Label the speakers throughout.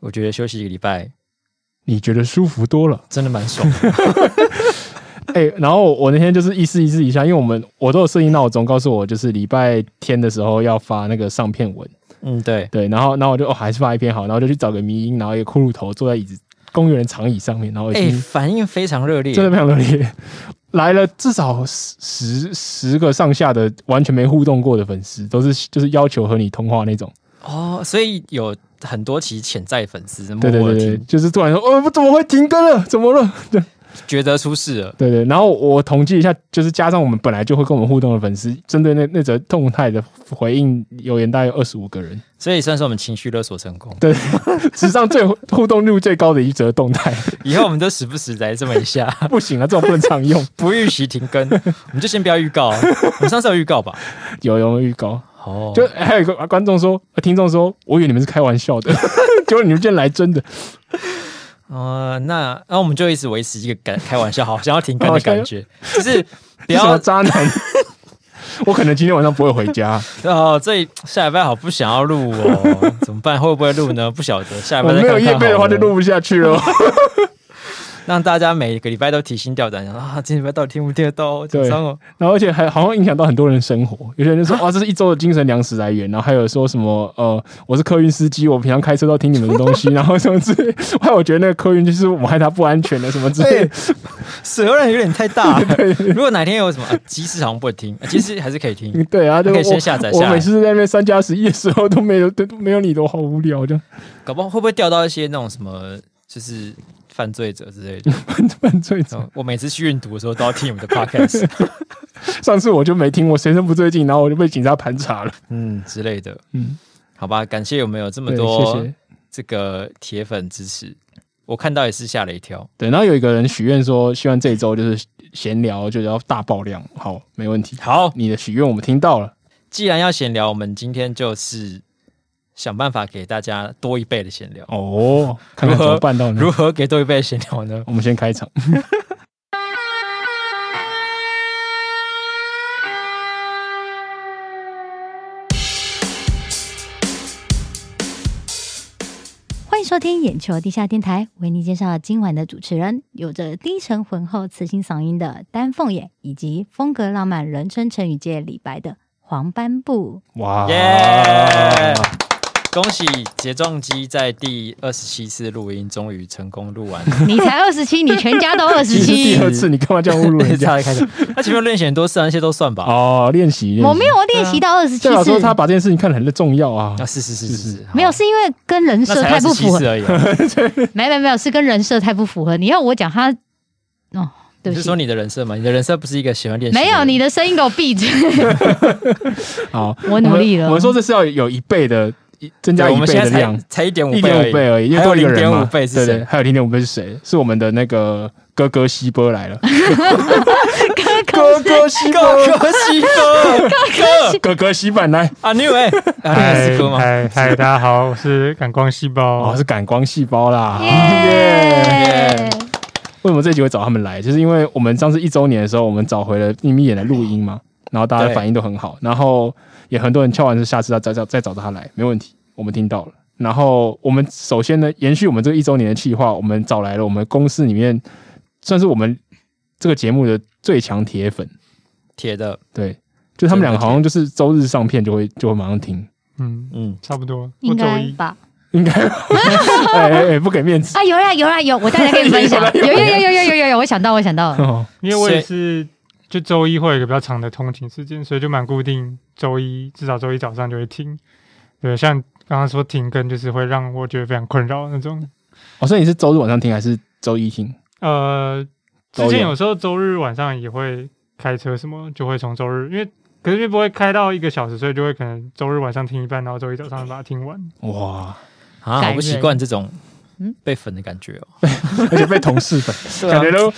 Speaker 1: 我觉得休息一个礼拜
Speaker 2: 你觉得舒服多了。
Speaker 1: 真的蛮爽 的。
Speaker 2: 哎、然后我那天就是意思意思一下，因为我们我都有设定闹钟，告诉我就是礼拜天的时候要发那个上片文，
Speaker 1: 嗯，对，
Speaker 2: 对，然后然后我就哦还是发一篇好，然后就去找个迷音，然后一个骷髅头坐在椅子公园的长椅上面，然后已
Speaker 1: 哎、
Speaker 2: 经、
Speaker 1: 反应非常热烈，
Speaker 2: 真的非常热烈，来了至少十十十个上下的完全没互动过的粉丝，都是就是要求和你通话那种，
Speaker 1: 哦，所以有很多其实潜在粉丝默
Speaker 2: 对对
Speaker 1: 默
Speaker 2: 对
Speaker 1: 地
Speaker 2: 对，
Speaker 1: 听，
Speaker 2: 就是突然说哦我怎么会停更了，怎么了？对
Speaker 1: 觉得出事了，
Speaker 2: 对对，然后我统计一下，就是加上我们本来就会跟我们互动的粉丝，针对那那则动态的回应留言大概有二十五个人，
Speaker 1: 所以算是我们情绪勒索成功。
Speaker 2: 对， 史上最互动率最高的一则动态，
Speaker 1: 以后我们都时不时来这么一下，
Speaker 2: 不行啊，这种不能常用。
Speaker 1: 不预期停更，我们就先不要预告、啊。我们上次有预告吧？
Speaker 2: 有有预告，
Speaker 1: 哦，
Speaker 2: 就还有一个观众说，呃听众说，我以为你们是开玩笑的， 结果你们竟然来真的，
Speaker 1: 呃，那那我们就一直维持一个感开玩笑，好想要停更的感觉，就是不
Speaker 2: 不要
Speaker 1: 要
Speaker 2: 渣男。 我可能今天晚上不会回家，
Speaker 1: 哦，这下礼拜好不想要录哦，怎么办？会不会录呢？不晓得，下礼
Speaker 2: 我
Speaker 1: 拜再
Speaker 2: 没
Speaker 1: 看看
Speaker 2: 有夜
Speaker 1: 好
Speaker 2: 配的话
Speaker 1: 了
Speaker 2: 就录不下去了。
Speaker 1: 让大家每个礼拜都提心吊胆，想说啊，今天礼拜到底听不听得到？好紧张哦。
Speaker 2: 然后而且还好像影响到很多人生活，有些人就 说哇，啊这是一周的精神粮食来源，然后还有说什么呃，我是客运司机，我平常开车都听你们的东西，然后什么之类， 还有我觉得那个客运就是我们害它不安全的什么之类的，
Speaker 1: 水流量有点太 大。如果哪天有什么，啊即使好像不会听，啊即使还是可以听。
Speaker 2: 对啊，就
Speaker 1: 可以
Speaker 2: 我
Speaker 1: 先下载下
Speaker 2: 我
Speaker 1: 来
Speaker 2: 每次在那边三加十一的时候都没有都都没有你的，我好无聊 的。
Speaker 1: 搞不好会不会掉到一些那种什么，就是犯罪者之类的。
Speaker 2: 犯罪者，
Speaker 1: 哦我每次去运毒的时候都要听你们的 podcast，
Speaker 2: 上次我就没听，我随身不对劲，然后我就被警察盘查了。
Speaker 1: 嗯之类的。
Speaker 2: 嗯，
Speaker 1: 好吧，感谢有没有这么
Speaker 2: 对，谢
Speaker 1: 多
Speaker 2: 谢。
Speaker 1: 这个铁粉支持？我看到也是吓了一跳。
Speaker 2: 对，然后有一个人许愿说，希望这一周就是闲聊，就是要大爆量。好，没问题。
Speaker 1: 好，
Speaker 2: 你的许愿我们听到了。
Speaker 1: 既然要闲聊，我们今天就是想办法给大家多一倍的闲聊。
Speaker 2: 哦，看
Speaker 1: 如
Speaker 2: 看怎
Speaker 1: 何
Speaker 2: 么办到呢
Speaker 1: 如？何给多一倍的闲聊呢？
Speaker 2: 我们先开场。
Speaker 3: 欢迎收听眼球地下电台，为您介绍今晚的主持人，有着低沉浑厚磁性嗓音的丹凤眼，以及风格浪漫、人称成语界李白的黄斑 部。
Speaker 2: 哇！
Speaker 1: 耶恭喜睫状肌在第二十七次录音终于成功 录完，
Speaker 3: 你才二十七，你全家都二
Speaker 2: 其
Speaker 3: 十
Speaker 2: 实第
Speaker 3: 七。
Speaker 2: 二次，你干嘛这样侮辱人
Speaker 1: 差
Speaker 2: 家？
Speaker 1: 点开始。 他前面练习很多次啊，那些都算吧。
Speaker 2: 哦，练习。练习
Speaker 3: 我没。有练习到二十七
Speaker 2: 代表说
Speaker 3: 次，
Speaker 2: 他把这件事情看得很重要啊
Speaker 1: 啊，。是是是是是，好
Speaker 3: 没有，是因为跟人
Speaker 1: 那
Speaker 3: 设
Speaker 1: 才
Speaker 3: 太
Speaker 1: 二
Speaker 3: 不
Speaker 1: 十七
Speaker 3: 符合
Speaker 1: 次。而已啊。
Speaker 3: 没没没有，是跟人设太不符合。你要我讲他，哦，
Speaker 1: 你
Speaker 3: 对不
Speaker 1: 是
Speaker 3: 起
Speaker 1: 说，你的人设吗？你的人设不是一个喜欢练习的
Speaker 3: 没
Speaker 1: 人？
Speaker 3: 有你的声音给我闭嘴。
Speaker 2: 好，
Speaker 3: 我努力了
Speaker 2: 我们我们说这是要有一倍的，一增加
Speaker 1: 对我
Speaker 2: 一
Speaker 1: 们
Speaker 2: 倍
Speaker 1: 现
Speaker 2: 的
Speaker 1: 在
Speaker 2: 量
Speaker 1: 才，才一点五
Speaker 2: 一
Speaker 1: 倍
Speaker 2: 点五倍而已，因为多一个
Speaker 1: 零
Speaker 2: 人
Speaker 1: 点
Speaker 2: 嘛。
Speaker 1: 五倍是
Speaker 2: 对对，
Speaker 1: 谁？
Speaker 2: 还有零点五倍是谁？是我们的那个哥哥希波来了，
Speaker 3: 哥
Speaker 2: 哥哥希波，
Speaker 1: 哥哥西哥， 哥
Speaker 2: 哥哥希本来，
Speaker 1: 啊，你以为啊，你
Speaker 4: 嗨
Speaker 1: 是哥吗？
Speaker 4: 嗨嗨，大家好，我是感光细胞。
Speaker 2: 哦，是感光细胞啦。
Speaker 3: 耶
Speaker 1: 哦耶！
Speaker 2: 为什么这集会找他们来？就是因为我们上次一周年的时候，我们找回了秘密眼来录音嘛，然后大家
Speaker 1: 对
Speaker 2: 反应都很好，然后也很多人敲完是下次要再再再找他来，没问题，我们听到了。然后我们首先呢，延续我们这个一周年的计划，我们找来了我们公司里面算是我们这个节目的最强铁粉，
Speaker 1: 铁的，
Speaker 2: 对，就他们两个
Speaker 1: 真的铁
Speaker 2: 好像就是周日上片就会就会马上听，
Speaker 4: 嗯，
Speaker 1: 嗯，
Speaker 4: 差不多。我
Speaker 3: 应
Speaker 4: 周
Speaker 3: 该
Speaker 4: 一
Speaker 3: 吧？
Speaker 2: 应该 吧？哎哎哎，不给面子
Speaker 3: 啊，有啦有啦有，我大概跟你分享，有有有有有有有有，我想到我想到了。
Speaker 2: 哦，
Speaker 4: 因为我也
Speaker 1: 谁
Speaker 4: 是，就周一会有一个比较长的通勤时间，所以就蛮固定。周一至少周一早上就会听。对，像刚刚说停更，就是会让我觉得非常困扰那种。
Speaker 2: 哦所以你是周日晚上听还是周一听？
Speaker 4: 呃，之
Speaker 1: 哦
Speaker 2: 都
Speaker 4: 前
Speaker 2: 有
Speaker 4: 有时候周日晚上也会开车，什么就会从周日，因为可是就不会开到一个小时，所以就会可能周日晚上听一半，然后周一早上把它听完。
Speaker 2: 哇，
Speaker 1: 啊，
Speaker 3: 感
Speaker 1: 我不习
Speaker 3: 人
Speaker 1: 惯这种
Speaker 3: 嗯
Speaker 1: 被粉的感觉哦。
Speaker 2: 而且被同事粉。
Speaker 1: 对 啊
Speaker 2: 感觉都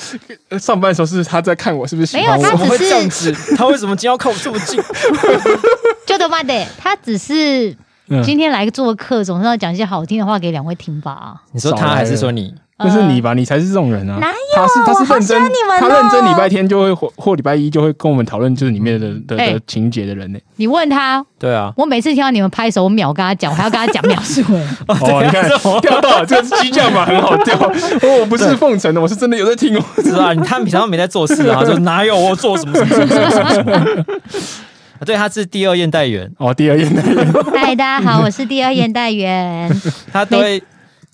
Speaker 2: 呃上班的时候是他在看我是不是喜欢
Speaker 3: 没
Speaker 1: 怎
Speaker 3: 有他
Speaker 1: 么
Speaker 2: 我，
Speaker 1: 会这样子？ 他为什么今天要靠我这么近？
Speaker 3: 就他妈的，他只是
Speaker 2: 嗯
Speaker 3: 今天来做客，总是要讲一些好听的话给两位听吧。
Speaker 1: 你说他还是说你？
Speaker 2: 那是你吧？你才是这种人啊！
Speaker 5: 呃哪有
Speaker 2: 他是他是认真
Speaker 5: 我好喜欢你们，哦
Speaker 2: 他认真礼拜天就会或或礼拜一就会跟我们讨论，就是里面的的
Speaker 5: 哎
Speaker 2: 的情节的人呢。
Speaker 5: 你问他，
Speaker 1: 对啊，
Speaker 5: 我每次听到你们拍手，我秒跟他讲，我还要跟他讲描述。哎
Speaker 2: 哦，你看
Speaker 1: 这种
Speaker 2: 钓到了，这个是激将嘛，很好钓。哦，我不是奉承的，我是真的有在听哦。
Speaker 1: 是啊，你他们平常没在做事啊，说哪有我做什么什么什么什么什么什么。对，他是第二验代员，
Speaker 2: 哦，第二眼那
Speaker 5: 嗨，大家好，我是第二眼代员。
Speaker 1: 他都会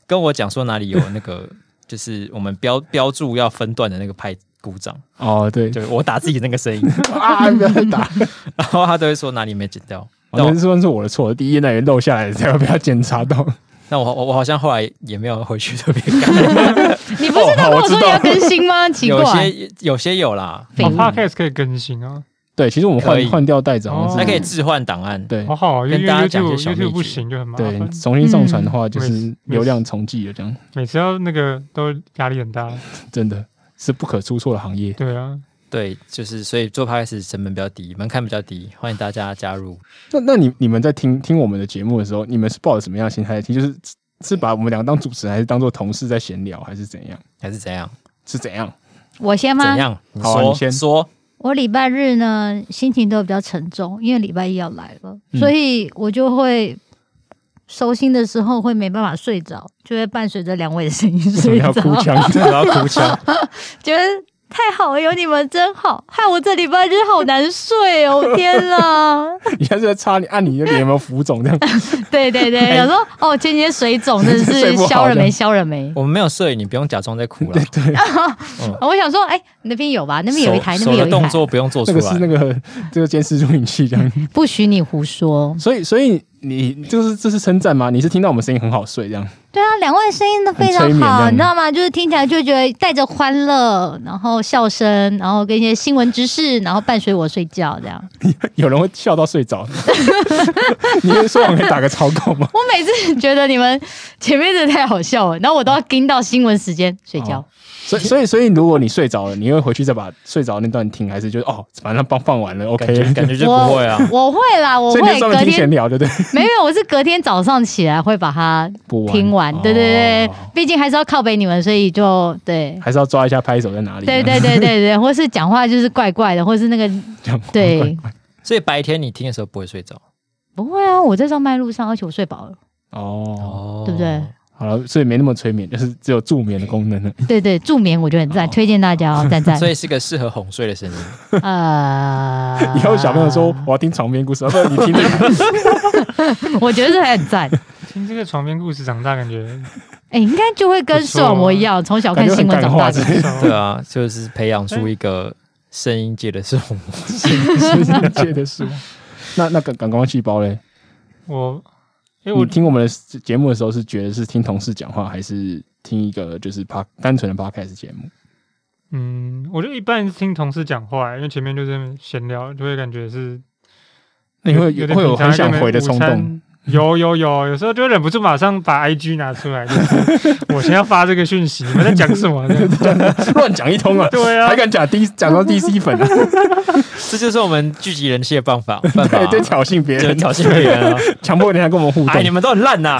Speaker 1: 跟我讲说哪里有那个，就是我们标标注要分段的那个拍鼓掌，
Speaker 2: 哦，对
Speaker 1: 就是我打自己那个声音，
Speaker 2: 啊，不要再打。
Speaker 1: 然后他都会说哪里没剪掉。
Speaker 2: 哦
Speaker 1: 但我
Speaker 2: 那是算是我的错，第一眼那人漏下来，才会被他检查到。
Speaker 1: 但我我我好像后来也没有回去特别看，
Speaker 5: 你不是都跟我说你要更新吗？奇
Speaker 1: 有
Speaker 5: 怪，
Speaker 1: 些有些有啦，
Speaker 4: 哦
Speaker 5: 嗯
Speaker 4: ，Podcast 可以更新啊，
Speaker 2: 对，其实我们
Speaker 1: 可
Speaker 2: 换
Speaker 1: 以
Speaker 2: 换掉袋子，好像
Speaker 4: 哦
Speaker 1: 还
Speaker 2: 是
Speaker 1: 可以置换档案。
Speaker 2: 对
Speaker 4: 好好啊，因为
Speaker 1: 跟大家讲一些小
Speaker 4: YouTube
Speaker 1: 秘
Speaker 4: YouTube 不
Speaker 1: 诀
Speaker 4: 行就很麻
Speaker 2: 对
Speaker 4: 烦，，
Speaker 2: 重新上传的话，就
Speaker 4: 没
Speaker 2: 是
Speaker 4: 事
Speaker 2: 流量重计了，这样
Speaker 4: 每次要那个都压力很大。
Speaker 2: 真的是不可出错的行业。
Speaker 4: 对啊，
Speaker 1: 对，就是所以做 p 开始成本比较低，门槛比较低，欢迎大家加入。
Speaker 2: 那那你你们在听听我们的节目的时候，你们是抱着什么样的心态听？就是是把我们两个当主持人，还是当做同事在闲聊，还是怎样？
Speaker 1: 还是怎样？
Speaker 2: 是 怎样？
Speaker 5: 我先
Speaker 1: 怎
Speaker 5: 吗？
Speaker 1: 样？你
Speaker 2: 好啊
Speaker 1: 说
Speaker 2: 你先
Speaker 1: 说，
Speaker 5: 我礼拜日呢，心情都比较沉重，因为礼拜一要来了，
Speaker 2: 嗯
Speaker 5: 所以我就会收心的时候会没办法睡着，就会伴随着两位的声音
Speaker 2: 你
Speaker 5: 睡
Speaker 2: 要
Speaker 5: 着，
Speaker 2: 哭腔，
Speaker 1: 我要哭腔。
Speaker 5: 觉得太好了，有你们真好，害我这礼拜日好难睡哦， 天哪！
Speaker 2: 你现在是在擦你按你的脸有没有浮肿这 样？
Speaker 5: 对对对，想说哦，今天水肿真的
Speaker 2: 哎 睡
Speaker 5: 是
Speaker 2: 不好哦
Speaker 5: 消了
Speaker 2: 这
Speaker 5: 没
Speaker 2: 样
Speaker 5: 消了没。
Speaker 1: 我们没有摄影，你不用假装在 哭了。
Speaker 5: 哦我想说，哎、那边有吧？那边有一台，
Speaker 1: 手
Speaker 5: 那边有
Speaker 1: 的
Speaker 5: 一
Speaker 1: 动
Speaker 5: 台，
Speaker 1: 作不用做出
Speaker 2: 那
Speaker 1: 来。
Speaker 2: 个是那个这个监视录影器这样。
Speaker 5: 不许你胡说。
Speaker 2: 所以所以你就是这是称赞吗？你是听到我们声音很好睡这样？
Speaker 5: 对啊，两位声音都非常
Speaker 2: 很催眠这
Speaker 5: 好，
Speaker 2: 样
Speaker 5: 你知道吗？就是听起来就觉得带着欢乐，然后笑声，然后跟一些新闻知识，然后伴随我睡觉这样。
Speaker 2: 有人会笑到睡 着？ 你是说我可以打个草稿吗？
Speaker 5: 我每次觉得你们前面真的太好笑了，然后我都要盯到新闻时间睡觉
Speaker 2: 哦。所以，所以，所以，如果你睡着了，你会回去再把睡着那段听，还是就是哦，反正放放完了，OK
Speaker 1: 感觉感觉就不会啊。
Speaker 5: 我会啦，我
Speaker 2: 所以你
Speaker 5: 会
Speaker 2: 就专
Speaker 5: 隔
Speaker 2: 门听闲
Speaker 5: 天
Speaker 2: 聊，对不对？
Speaker 5: 没有，我是隔天早上起来会把它
Speaker 2: 不
Speaker 5: 听完。对对对
Speaker 2: 哦，
Speaker 5: 毕竟还是要靠北你们，所以 就对。
Speaker 2: 还是要抓一下拍手在哪里。啊
Speaker 5: 对对对对 对，或是讲话就是怪怪的，或是那个
Speaker 2: 这样，这样
Speaker 5: 对，
Speaker 1: 所以白天你听的时候不会睡着，
Speaker 5: 不会啊，我在上班路上，而且我睡饱了，
Speaker 2: 哦，
Speaker 1: 哦
Speaker 5: 对不对？
Speaker 2: 好了，所以没那么催眠，就是只有助眠的功能了。
Speaker 5: 对对，助眠我觉得很赞，推荐大家哦，赞赞
Speaker 1: 所。以是个适合哄睡的声音。
Speaker 5: 呃
Speaker 2: 以后小朋友说我要听床边故事，啊不然你听这个
Speaker 5: 我觉得这还很赞，
Speaker 4: 听这个床边故事长大，感觉
Speaker 5: 哎，应该就会跟
Speaker 4: 不
Speaker 5: 视
Speaker 4: 错啊
Speaker 5: 网膜一样，从小看
Speaker 2: 感觉
Speaker 5: 新
Speaker 2: 很
Speaker 5: 闻
Speaker 2: 哦感
Speaker 5: 长
Speaker 2: 化
Speaker 5: 大
Speaker 2: 之
Speaker 5: 的。
Speaker 2: 类的。
Speaker 1: 对啊，就是培养出一个声音界的这种。
Speaker 2: 世界的书。那那感感光细胞嘞？
Speaker 4: 我，因为
Speaker 2: 你
Speaker 4: 我
Speaker 2: 听我们的节目的时候，是觉得是听同事讲话，还是听一个就是趴单纯的 podcast 节目？
Speaker 4: 嗯，我就一般听同事讲话，因为前面就是闲聊，就会感觉是
Speaker 2: 那你会
Speaker 4: 有
Speaker 2: 有
Speaker 4: 点
Speaker 2: 会有
Speaker 4: 紧张
Speaker 2: 很想回的
Speaker 4: 因为
Speaker 2: 冲
Speaker 4: 午餐
Speaker 2: 动？
Speaker 4: 有有有，有时候就忍不住马上把 IG 拿出来，就是 我先要发这个讯息，你们在讲什 么？这样
Speaker 2: 乱讲一通啊！
Speaker 4: 对啊
Speaker 2: 还，敢讲 D 讲到 DC 粉、啊，
Speaker 1: 这就是我们聚集人气的办 法，办法
Speaker 2: 对，
Speaker 1: 啊
Speaker 2: 就挑衅别
Speaker 1: 就
Speaker 2: 人，
Speaker 1: 挑衅别人 啊！
Speaker 2: 强迫人家跟我们互
Speaker 1: 哎，你
Speaker 2: 动。
Speaker 1: 们都很烂呐！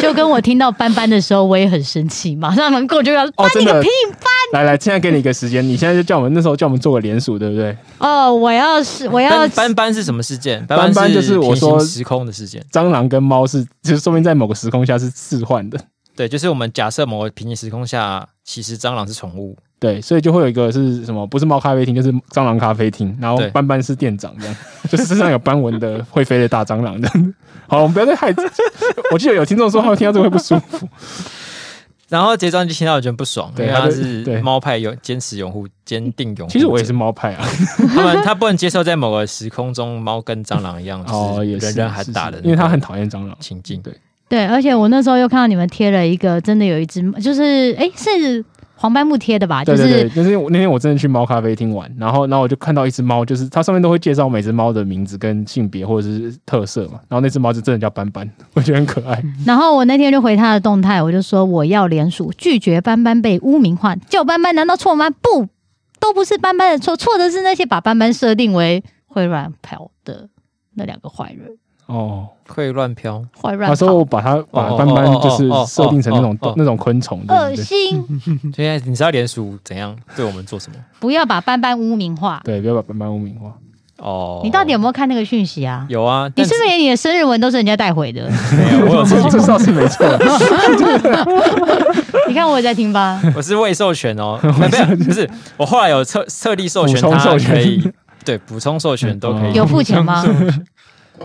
Speaker 5: 就跟我听到班班的时候，我也很生气，马上门口就要
Speaker 2: 哦
Speaker 5: 班
Speaker 2: 真
Speaker 5: 你
Speaker 2: 的
Speaker 5: 个屁！
Speaker 2: 来来，现在给你一个时间，你现在就叫我们那时候叫我们做个联署，对不对？
Speaker 5: 哦，我要是我要
Speaker 1: 班班班是什么事件？
Speaker 2: 班班就是我
Speaker 1: 平行
Speaker 2: 说
Speaker 1: 时空的事件。
Speaker 2: 蟑螂跟猫是，就是说明在某个时空下是置换的，
Speaker 1: 对，就是我们假设某个平行时空下，其实蟑螂是宠物，
Speaker 2: 对，所以就会有一个是什么？不是猫咖啡厅，就是蟑螂咖啡厅。然后
Speaker 1: 对
Speaker 2: 斑斑是店长，这样 就是身上有斑纹的会飞的大蟑螂的。 好了，我们不要再害。我记得有听众说他们听到这个会不舒 服。
Speaker 1: 然后结账就听到有点不爽，因
Speaker 2: 对
Speaker 1: 为
Speaker 2: 他
Speaker 1: 他
Speaker 2: 就是对
Speaker 1: 猫派有坚持拥护、坚定拥护者。
Speaker 2: 其实我也是猫派啊，
Speaker 1: 他们他不能接受在某个时空中猫跟蟑螂一样，
Speaker 2: 哦，
Speaker 1: 就
Speaker 2: 也
Speaker 1: 是
Speaker 2: 是
Speaker 1: 人人喊打的那
Speaker 2: 是
Speaker 1: 种
Speaker 2: 是因为他很讨厌蟑螂。
Speaker 1: 情境。
Speaker 2: 对，
Speaker 5: 对，而且我那时候又看到你们贴了一个，真的有一只，就是哎、是黄斑木贴的吧？
Speaker 2: 对
Speaker 5: 啊就
Speaker 2: 对
Speaker 5: 是
Speaker 2: 对，就是我那天我真的去猫咖啡厅玩，然后然后我就看到一只猫，就是它上面都会介绍每只猫的名字跟性别或者是特色嘛，然后那只猫就真的叫斑斑， 我觉得很可爱。
Speaker 5: 然后我那天就回他的动态，我就说我要联署，拒绝斑斑被污名化，叫斑斑难道错吗？不，都不是斑斑的错，错的是那些把斑斑设定为会乱跑的那两个坏人。
Speaker 2: 哦，
Speaker 1: 会乱飘，
Speaker 5: 会乱
Speaker 2: 他说
Speaker 5: 跑，
Speaker 2: 啊我把它把
Speaker 1: 哦哦
Speaker 2: 斑斑
Speaker 1: 哦哦
Speaker 2: 就是
Speaker 1: 哦哦
Speaker 2: 设定成那种
Speaker 1: 哦哦
Speaker 2: 那种昆虫，对
Speaker 5: 恶
Speaker 2: 不对？
Speaker 5: 心！
Speaker 1: 现在你知道联署怎样对我们做什么？
Speaker 5: 不要把斑斑污名化。
Speaker 2: 对，不要把斑斑污名化。
Speaker 1: 哦，
Speaker 5: 你到底有没有看那个讯息啊？
Speaker 1: 有啊？
Speaker 5: 你
Speaker 1: 但
Speaker 5: 是不是连你的生日文都是人家带回的？
Speaker 1: 没有？我有自己
Speaker 2: 这这倒是没 错，
Speaker 5: 你看我也在听吧。
Speaker 1: 我是未授权 哦，没有，没有不是，我后来有特特地授权嗯哦
Speaker 2: 补充
Speaker 1: 他
Speaker 2: 授权
Speaker 1: 可以， 对，补充授权都可以，
Speaker 5: 有付钱吗？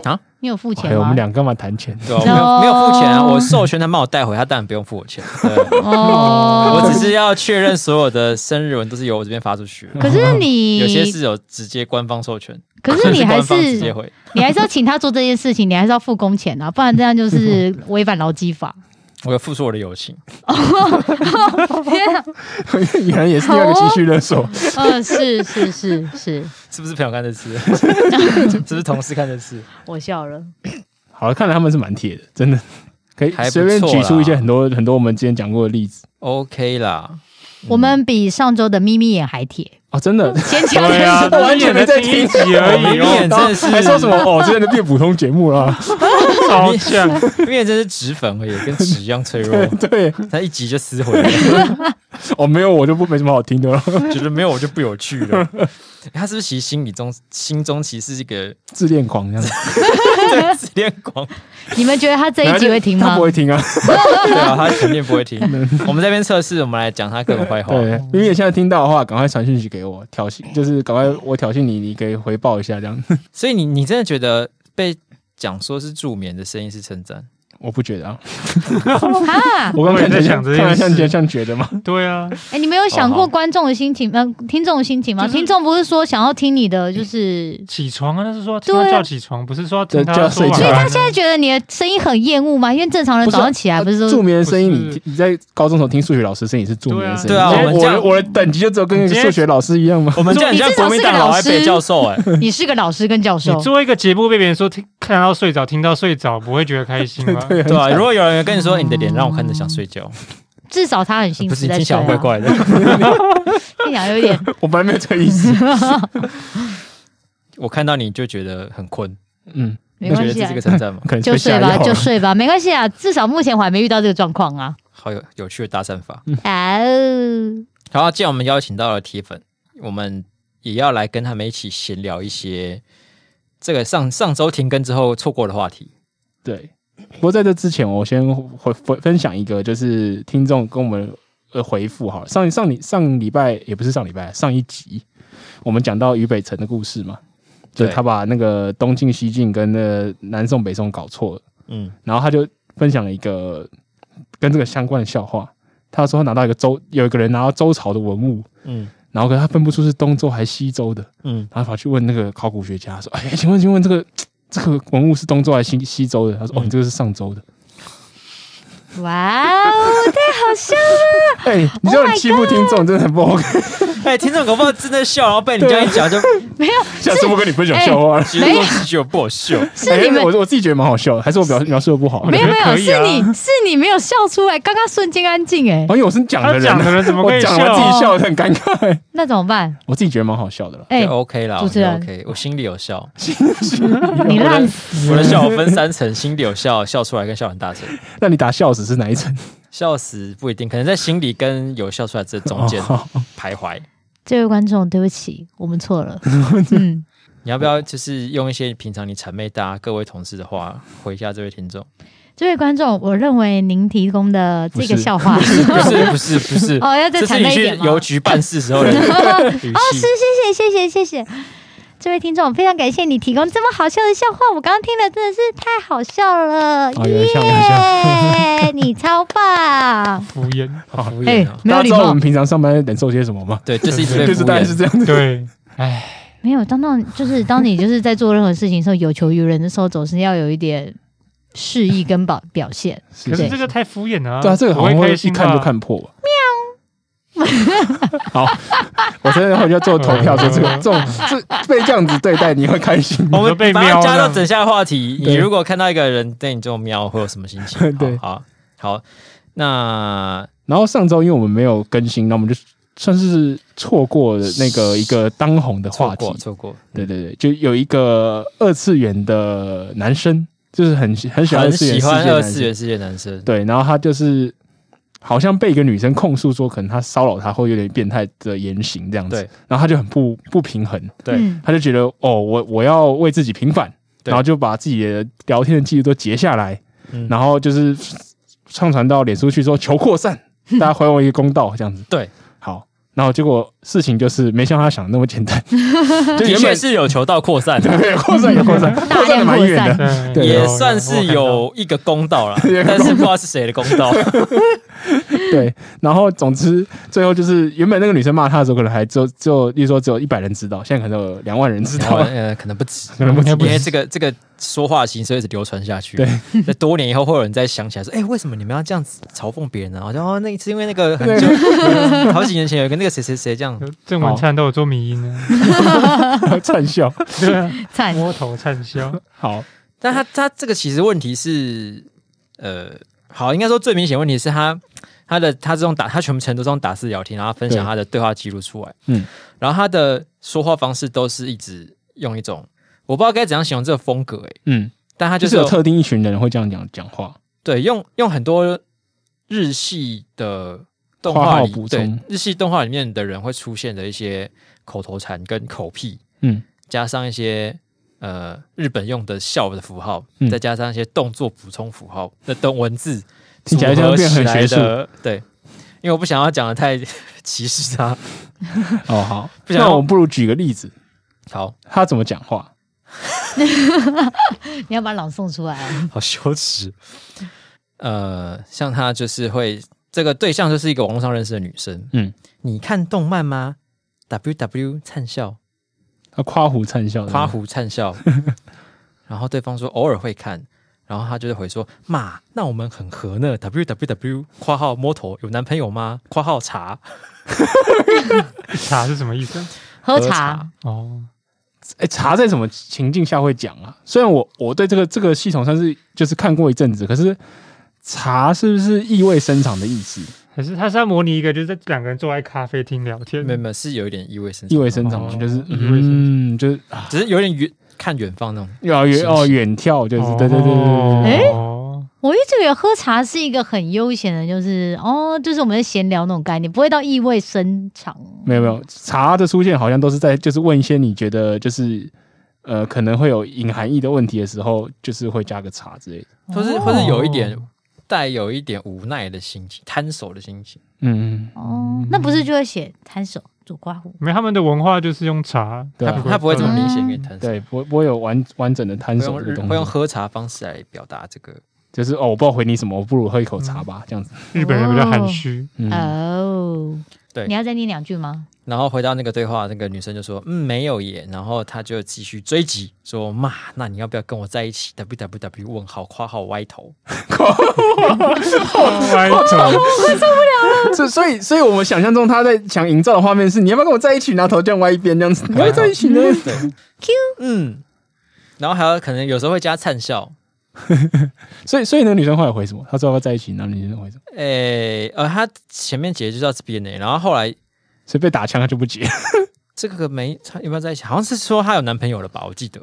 Speaker 1: 啊？
Speaker 5: 你有付钱
Speaker 2: 哎，
Speaker 5: 吗？
Speaker 2: 我们俩干嘛谈钱？
Speaker 1: 对啊吧、我没有没有付 钱啊，我授权他帮我带回，他当然不用付我钱。对，
Speaker 5: 哦，
Speaker 1: 我只是要确认所有的生日文都是由我这边发出去的，
Speaker 5: 可是你
Speaker 1: 有些是有直接官方授权，
Speaker 5: 可是你还
Speaker 1: 官方直接
Speaker 5: 是
Speaker 1: 回，
Speaker 5: 你还是要请他做这件事情，你还是要付工钱啊，不 然这样就是违反劳基法。
Speaker 1: 我有付出我的友情，
Speaker 5: 天啊，
Speaker 2: 原来也是第二个
Speaker 5: 哦
Speaker 2: 情绪勒索。
Speaker 5: 嗯，是是是是，
Speaker 1: 是不是朋友看这次？ 是不是同事看这次？
Speaker 5: 我笑了。
Speaker 2: 好了，看来他们是蛮铁的，真的可以
Speaker 1: 还不错
Speaker 2: 随
Speaker 1: 啦
Speaker 2: 便举出一些很多很多我们之前讲过的例子
Speaker 1: OK 啦，
Speaker 5: 我们比上周的眯眯眼还铁，
Speaker 2: 哦，真 的。
Speaker 5: 先讲
Speaker 4: 对啊，
Speaker 2: 我完全没在听
Speaker 4: 一集而
Speaker 1: 我
Speaker 4: 已
Speaker 1: 明眼
Speaker 4: 哦，
Speaker 1: 真的是
Speaker 2: 还说什么哦，之前的变普通节目啦，
Speaker 4: 超像。
Speaker 1: 因为真是脂粉而已，跟纸一样脆弱
Speaker 2: 对， 对，
Speaker 1: 他一集就撕毁了。
Speaker 2: 哦，没有我就不没什么好听的了，
Speaker 1: 觉得没有我就不有趣了。 欸他是不是其实心里中心中其实是一 个
Speaker 2: 自恋狂这样子。
Speaker 1: 对自恋狂？
Speaker 5: 你们觉得他这一集会听
Speaker 2: 他
Speaker 5: 吗
Speaker 2: 不？会听啊。
Speaker 1: 对啊，他肯定不会 听。我们这边测试，我们来讲他各种坏话。
Speaker 2: 对，明远现在听到的话，赶快传讯息给我，挑衅就是赶快我挑衅你，你给回报一下这样。
Speaker 1: 所以你你真的觉得被讲说是助眠的声音是称赞？
Speaker 2: 我不觉得啊，
Speaker 5: 哈，
Speaker 2: 我刚
Speaker 4: 我
Speaker 2: 才
Speaker 4: 也在想这件
Speaker 2: 看像
Speaker 4: 事
Speaker 2: 像觉得吗？
Speaker 4: 对啊，
Speaker 5: 哎，你们有想
Speaker 1: 哦
Speaker 5: 过
Speaker 1: 好
Speaker 5: 观众的心情，嗯，听众的心情吗？
Speaker 4: 就是
Speaker 5: 听众不是说想要听你的，就是。
Speaker 4: 起床啊，那是说
Speaker 5: 对
Speaker 4: 听
Speaker 5: 啊
Speaker 4: 他叫起床，不是说要听
Speaker 2: 对叫他
Speaker 4: 他说
Speaker 2: 睡
Speaker 4: 晚
Speaker 2: 觉
Speaker 4: 安啊。
Speaker 2: 所以他
Speaker 5: 现在觉得你的声音很厌恶吗？因为正常人
Speaker 2: 不是
Speaker 5: 早
Speaker 2: 啊
Speaker 5: 上起来不是
Speaker 2: 助
Speaker 5: 都
Speaker 2: 眠的声音，
Speaker 4: 不
Speaker 2: 你
Speaker 4: 是
Speaker 2: 你在高中时候听数学老师声音也是助眠的声音。
Speaker 1: 对啊对啊
Speaker 2: 因为
Speaker 1: 我们这样
Speaker 2: 我的我的等级就只有跟一个数学老师一样吗？
Speaker 1: 我们这样
Speaker 5: 你
Speaker 1: 很像
Speaker 5: 至少
Speaker 1: 国民党
Speaker 5: 是个老
Speaker 1: 老爱
Speaker 5: 师
Speaker 1: 被教授哎、
Speaker 5: 你是个老师跟教授
Speaker 4: 你，做一个节目被别人说听看到睡着，听到睡着，不会觉得开心吗？
Speaker 2: 对
Speaker 1: 对 啊，如果有人跟你说你的脸让我看着想睡 觉，
Speaker 5: 至少他很幸
Speaker 1: 呃不
Speaker 5: 福
Speaker 1: 是你
Speaker 5: 在
Speaker 1: 听起
Speaker 5: 睡
Speaker 1: 来怪怪
Speaker 5: 啊。
Speaker 1: 的。
Speaker 5: 听起来有点，
Speaker 2: 我本来没有这个意 思。
Speaker 1: 我看到你就觉得很困，
Speaker 2: 嗯，
Speaker 1: 你
Speaker 5: 没
Speaker 1: 觉
Speaker 5: 关
Speaker 1: 得
Speaker 5: 系
Speaker 1: 这
Speaker 5: 啊
Speaker 1: 是个，称赞吗？
Speaker 2: 可 能
Speaker 5: 就睡
Speaker 2: 下药
Speaker 5: 吧，
Speaker 2: 了
Speaker 5: 就睡吧，没关系啊。至少目前我还没遇到这个状况啊。
Speaker 1: 好有有趣的搭讪法。
Speaker 5: 哦，
Speaker 1: 好，既然我们邀请到了铁粉，我们也要来跟他们一起闲聊一些这个上上周停更之后错过的话题。
Speaker 2: 对。不过在这之前，我先回分分享一个，就是听众跟我们呃回复好了。上上礼上礼拜也不是上礼拜，啊上一集我们讲到俞北辰的故事嘛，就是
Speaker 1: 对
Speaker 2: 他把那个东晋西晋跟那个南宋北宋搞错了，
Speaker 1: 嗯，
Speaker 2: 然后他就分享了一个跟这个相关的笑话。他说他拿到一个周，有一个人拿到周朝的文物，
Speaker 1: 嗯
Speaker 2: 然后可是他分不出是东周还是西周的，
Speaker 1: 嗯，
Speaker 2: 然后跑去问那个考古学家说：“哎，请问，请问这个这个文物是东周还是西西周的？”他说：“哦，
Speaker 1: 嗯
Speaker 2: 你这个是上周的。
Speaker 5: 哇哦，太好 笑了！”
Speaker 2: 哎，你
Speaker 5: Oh
Speaker 2: 这种欺负听众真的很不 OK。
Speaker 1: 哎、听众搞不好真的笑，然后被你这样一讲就
Speaker 5: 没有，
Speaker 2: 下次不跟你分享笑话了。
Speaker 1: 其实都是觉得不好笑。
Speaker 5: 是你们
Speaker 2: 哎我我自己觉得蛮好笑的，还是我表描述的不好？
Speaker 5: 没有没有，
Speaker 4: 可以
Speaker 5: 是
Speaker 4: 啊
Speaker 5: 你是你没有笑出来，刚刚瞬间安静哎，
Speaker 2: 哦，因为我是讲的
Speaker 4: 他
Speaker 2: 人
Speaker 4: 讲
Speaker 2: 啊，
Speaker 4: 的人怎么可
Speaker 2: 我
Speaker 4: 以
Speaker 2: 讲
Speaker 4: 笑
Speaker 2: 了自
Speaker 4: 啊？
Speaker 2: 己笑的很尴尬。
Speaker 5: 那怎 么办？
Speaker 2: 我自己觉得蛮好笑的了。
Speaker 5: 哎
Speaker 1: 就，OK 啦，
Speaker 5: 主持人
Speaker 1: 我觉得 OK，我心里有 笑，
Speaker 5: 你
Speaker 1: 我
Speaker 5: 烂
Speaker 1: 的
Speaker 5: 死，
Speaker 1: 我的笑有分三层，心里有笑，笑出来跟笑很大声，
Speaker 2: 那你打笑死是哪一层？
Speaker 1: 笑死不一定，可能在心里跟有笑出来这中间
Speaker 2: 哦
Speaker 1: 徘徊。
Speaker 5: 这位观众，对不起，我们错 了。嗯，
Speaker 1: 你要不要就是用一些平常你谄媚大家各位同事的话回一下这位听众？
Speaker 5: 这位观众，我认为您提供的这个
Speaker 2: 不是
Speaker 5: 笑话，
Speaker 1: 不是不是不是，
Speaker 5: 哦，要再
Speaker 1: 这是
Speaker 5: 谄
Speaker 1: 你
Speaker 5: 媚一
Speaker 1: 去
Speaker 5: 点吗？
Speaker 1: 邮局办事时候 的语
Speaker 5: 哦，是
Speaker 1: 气。
Speaker 5: 谢谢谢谢谢谢。这位听众，非常感谢你提供这么好笑的笑话，我刚刚听了真的是太好笑了，
Speaker 2: 哦有像有
Speaker 5: 耶！你超棒，
Speaker 4: 敷 衍，
Speaker 1: 好敷
Speaker 5: 哎
Speaker 1: 衍哦，
Speaker 5: 没
Speaker 2: 大
Speaker 5: 有
Speaker 2: 家
Speaker 5: 礼
Speaker 2: 知道我
Speaker 5: 貌
Speaker 2: 们，平常上班忍受些什么吗？
Speaker 1: 对，就是一直被
Speaker 2: 就是
Speaker 1: 敷
Speaker 2: 大概是
Speaker 1: 衍。
Speaker 2: 这样子。
Speaker 4: 对，
Speaker 5: 没有。当当就是当你就是在做任何事情的时候，有求于人的时候，总是要有一点示意跟表表现。
Speaker 4: 可是
Speaker 5: 对
Speaker 4: 这个太敷衍了啊。
Speaker 2: 对啊，这个
Speaker 4: 不
Speaker 2: 好像
Speaker 4: 会
Speaker 2: 会
Speaker 4: 开
Speaker 2: 一
Speaker 4: 心
Speaker 2: 看就
Speaker 4: 吧。
Speaker 2: 看破吧。喵。 好，我真的回去要做投票，做这个这种这被这样子对待，你会开心吗？
Speaker 1: 我们
Speaker 4: 都被
Speaker 1: 把它
Speaker 4: 瞄
Speaker 1: 加到
Speaker 4: 了
Speaker 1: 整下话题。你
Speaker 2: 对
Speaker 1: 如果看到一个人对你这种喵，会有什么心 情？
Speaker 2: 对
Speaker 1: 好好好，那
Speaker 2: 然后上周因为我们没有更新，那我们就算是错过了那个一个当红的
Speaker 1: 错
Speaker 2: 话题
Speaker 1: 过，错过，
Speaker 2: 对对对，就有一个二次元的男生，就是很很喜欢二
Speaker 1: 很
Speaker 2: 次元
Speaker 1: 喜
Speaker 2: 世界的
Speaker 1: 欢二
Speaker 2: 男生
Speaker 1: 次元世界男生，
Speaker 2: 对，然后他就是好像被一个女生控诉说，可能他骚扰她会有点变态的言行这样子，
Speaker 1: 对
Speaker 2: 然后他就很不不平衡，
Speaker 1: 对
Speaker 3: 嗯
Speaker 2: 他就觉得哦，我我要为自己平反，
Speaker 1: 对
Speaker 2: 然后就把自己的聊天的记录都截下来，
Speaker 1: 嗯
Speaker 2: 然后就是上传到脸书去说求扩 散，大家还我一个公道这样子。
Speaker 1: 对，
Speaker 2: 好，然后结果事情就是没像他想的那么 简单，就
Speaker 1: 的
Speaker 2: 原
Speaker 1: 确
Speaker 2: 本
Speaker 1: 是有求到扩散，啊
Speaker 2: 对扩散也扩散，扩散的蛮远的。 对啊哦
Speaker 4: 对，有
Speaker 1: 也
Speaker 4: 有
Speaker 1: 算是有一个公道 啦，但是不知道是谁的公道。
Speaker 2: 对，然后总之最后就是原本那个女生骂他的时候，可能还只有只有，例如说只有一百人知道，现在可能有两万人知
Speaker 1: 然后
Speaker 2: 道。
Speaker 1: 呃，可能不 止，
Speaker 2: 可能不止
Speaker 1: 因为这个这个说话的形式会一直流传下去。
Speaker 2: 对，
Speaker 1: 在多年以后，会有人再想起来说：“哎，为什么你们要这样子嘲讽别人呢？”好像哦，那是因为那个很久 好几年前有一个那个谁谁谁这样，
Speaker 4: 有郑文灿都有做迷音呢，
Speaker 2: 灿笑，
Speaker 4: 对 啊，
Speaker 3: 惨
Speaker 4: 摸头灿笑，
Speaker 2: 好，
Speaker 1: 但他他这个其实问题是，呃，好，应该说最明显问题是他他的他这种打他全部全都是用打字聊天，然后分享
Speaker 2: 对
Speaker 1: 他的对话记录出来，
Speaker 2: 嗯，
Speaker 1: 然后他的说话方式都是一直用一种我不知道该怎样形容这个风格、欸，
Speaker 2: 嗯，
Speaker 1: 但他
Speaker 2: 就
Speaker 1: 就是是
Speaker 2: 有特定一群人会这样讲讲话，
Speaker 1: 对用用很多日系的动画
Speaker 2: 花
Speaker 1: 里
Speaker 2: 号补
Speaker 1: 对
Speaker 2: 充
Speaker 1: 日系动画里面的人会出现的一些口头禅跟口癖，
Speaker 2: 嗯，
Speaker 1: 加上一些呃日本用的笑的符号，
Speaker 2: 嗯
Speaker 1: 再加上一些动作补充符号那等文字
Speaker 2: 听起来
Speaker 1: 组
Speaker 2: 像
Speaker 1: 合
Speaker 2: 变很
Speaker 1: 起来
Speaker 2: 学术
Speaker 1: 的，对，因为我不想要讲的太歧视他。
Speaker 2: 哦，好，
Speaker 1: 不想
Speaker 2: 那我们不如举个例子，
Speaker 1: 好
Speaker 2: 他怎么讲话？
Speaker 3: 你要把朗诵出来啊，
Speaker 1: 好羞耻。呃，像他就是会这个对象就是一个网络上认识的女生，
Speaker 2: 嗯，
Speaker 1: 你看动漫吗？W W 灿笑，
Speaker 2: 他夸胡灿笑，
Speaker 1: 夸，胡灿 笑。然后对方说偶尔会看，然后他就会回说嘛，那我们很合呢。W W W 括号摸头有男朋友吗？括号查
Speaker 4: 茶是什么 意思？
Speaker 3: 喝
Speaker 1: 喝
Speaker 3: 茶
Speaker 1: 茶，
Speaker 4: 哦，
Speaker 2: 哎，茶在什么情境下会讲啊？虽然我我对这个这个系统算是就是看过一阵子，可是茶是不是意味深长的意思？
Speaker 4: 还是他是要模拟一个，就是两个人坐在咖啡厅聊天，
Speaker 1: 没有没有是有一点意味深
Speaker 2: 意
Speaker 1: 长，
Speaker 2: 味深长嘛，
Speaker 4: 哦
Speaker 2: 就是
Speaker 4: 意味深
Speaker 2: 嗯，就是啊
Speaker 1: 只是有点远看远方那种。
Speaker 2: 越来越
Speaker 1: 是
Speaker 2: 哦远眺，就是对对对对对对。
Speaker 4: 对，哦，
Speaker 3: 我一直以为喝茶是一个很悠闲的，就是哦，就是我们的闲聊那种概念，不会到意味深长。
Speaker 2: 没有没有，茶的出现好像都是在就是问一些你觉得就是呃可能会有隐含义的问题的时候，就是会加个茶之类的。
Speaker 1: 或是或是有一点
Speaker 4: 哦
Speaker 1: 带有一点无奈的心情，摊手的心情。
Speaker 2: 嗯，
Speaker 3: 哦，那不是就会写摊手煮刮胡？
Speaker 4: 没有他们的文化就是用茶，
Speaker 2: 对啊
Speaker 1: 他不会这么明显
Speaker 3: 嗯
Speaker 1: 给你摊手，
Speaker 2: 对，不不会有完完整的摊
Speaker 1: 会
Speaker 2: 手
Speaker 1: 用
Speaker 2: 这个
Speaker 1: 日
Speaker 2: 东
Speaker 1: 会用
Speaker 2: 西，
Speaker 1: 喝茶方式来表达这个。
Speaker 2: 就是哦我不知道回你什么，我不如喝一口
Speaker 1: 嗯
Speaker 2: 茶吧，这样子。
Speaker 4: 日本人比
Speaker 2: 哦
Speaker 4: 较含蓄，
Speaker 2: 嗯，
Speaker 3: 哦，
Speaker 1: 对
Speaker 3: 你要再念两句吗？
Speaker 1: 然后回到那个对话，那个女生就说：“嗯，没有耶。”然后他就继续追击，说：“妈，那你要不要跟我在一起？”W W W 问号括号歪头，
Speaker 2: 哦
Speaker 4: 歪头，
Speaker 2: 这所以所以我们想象中他在想营造的画面是你要不要跟我在一起，然后头这样歪一边这样子，你要在一起呢？
Speaker 1: 对 Q 嗯，然后还有可能有时候会加灿笑，
Speaker 2: 所以所以那个女生后来回什么？她说要不要在一起？然后女生回什么？
Speaker 1: 诶呃，他前面解就到这边呢，然后后来
Speaker 2: 所以被打枪她就不接，
Speaker 1: 这个没他有没有在一起，好像是说她有男朋友了吧？我记得，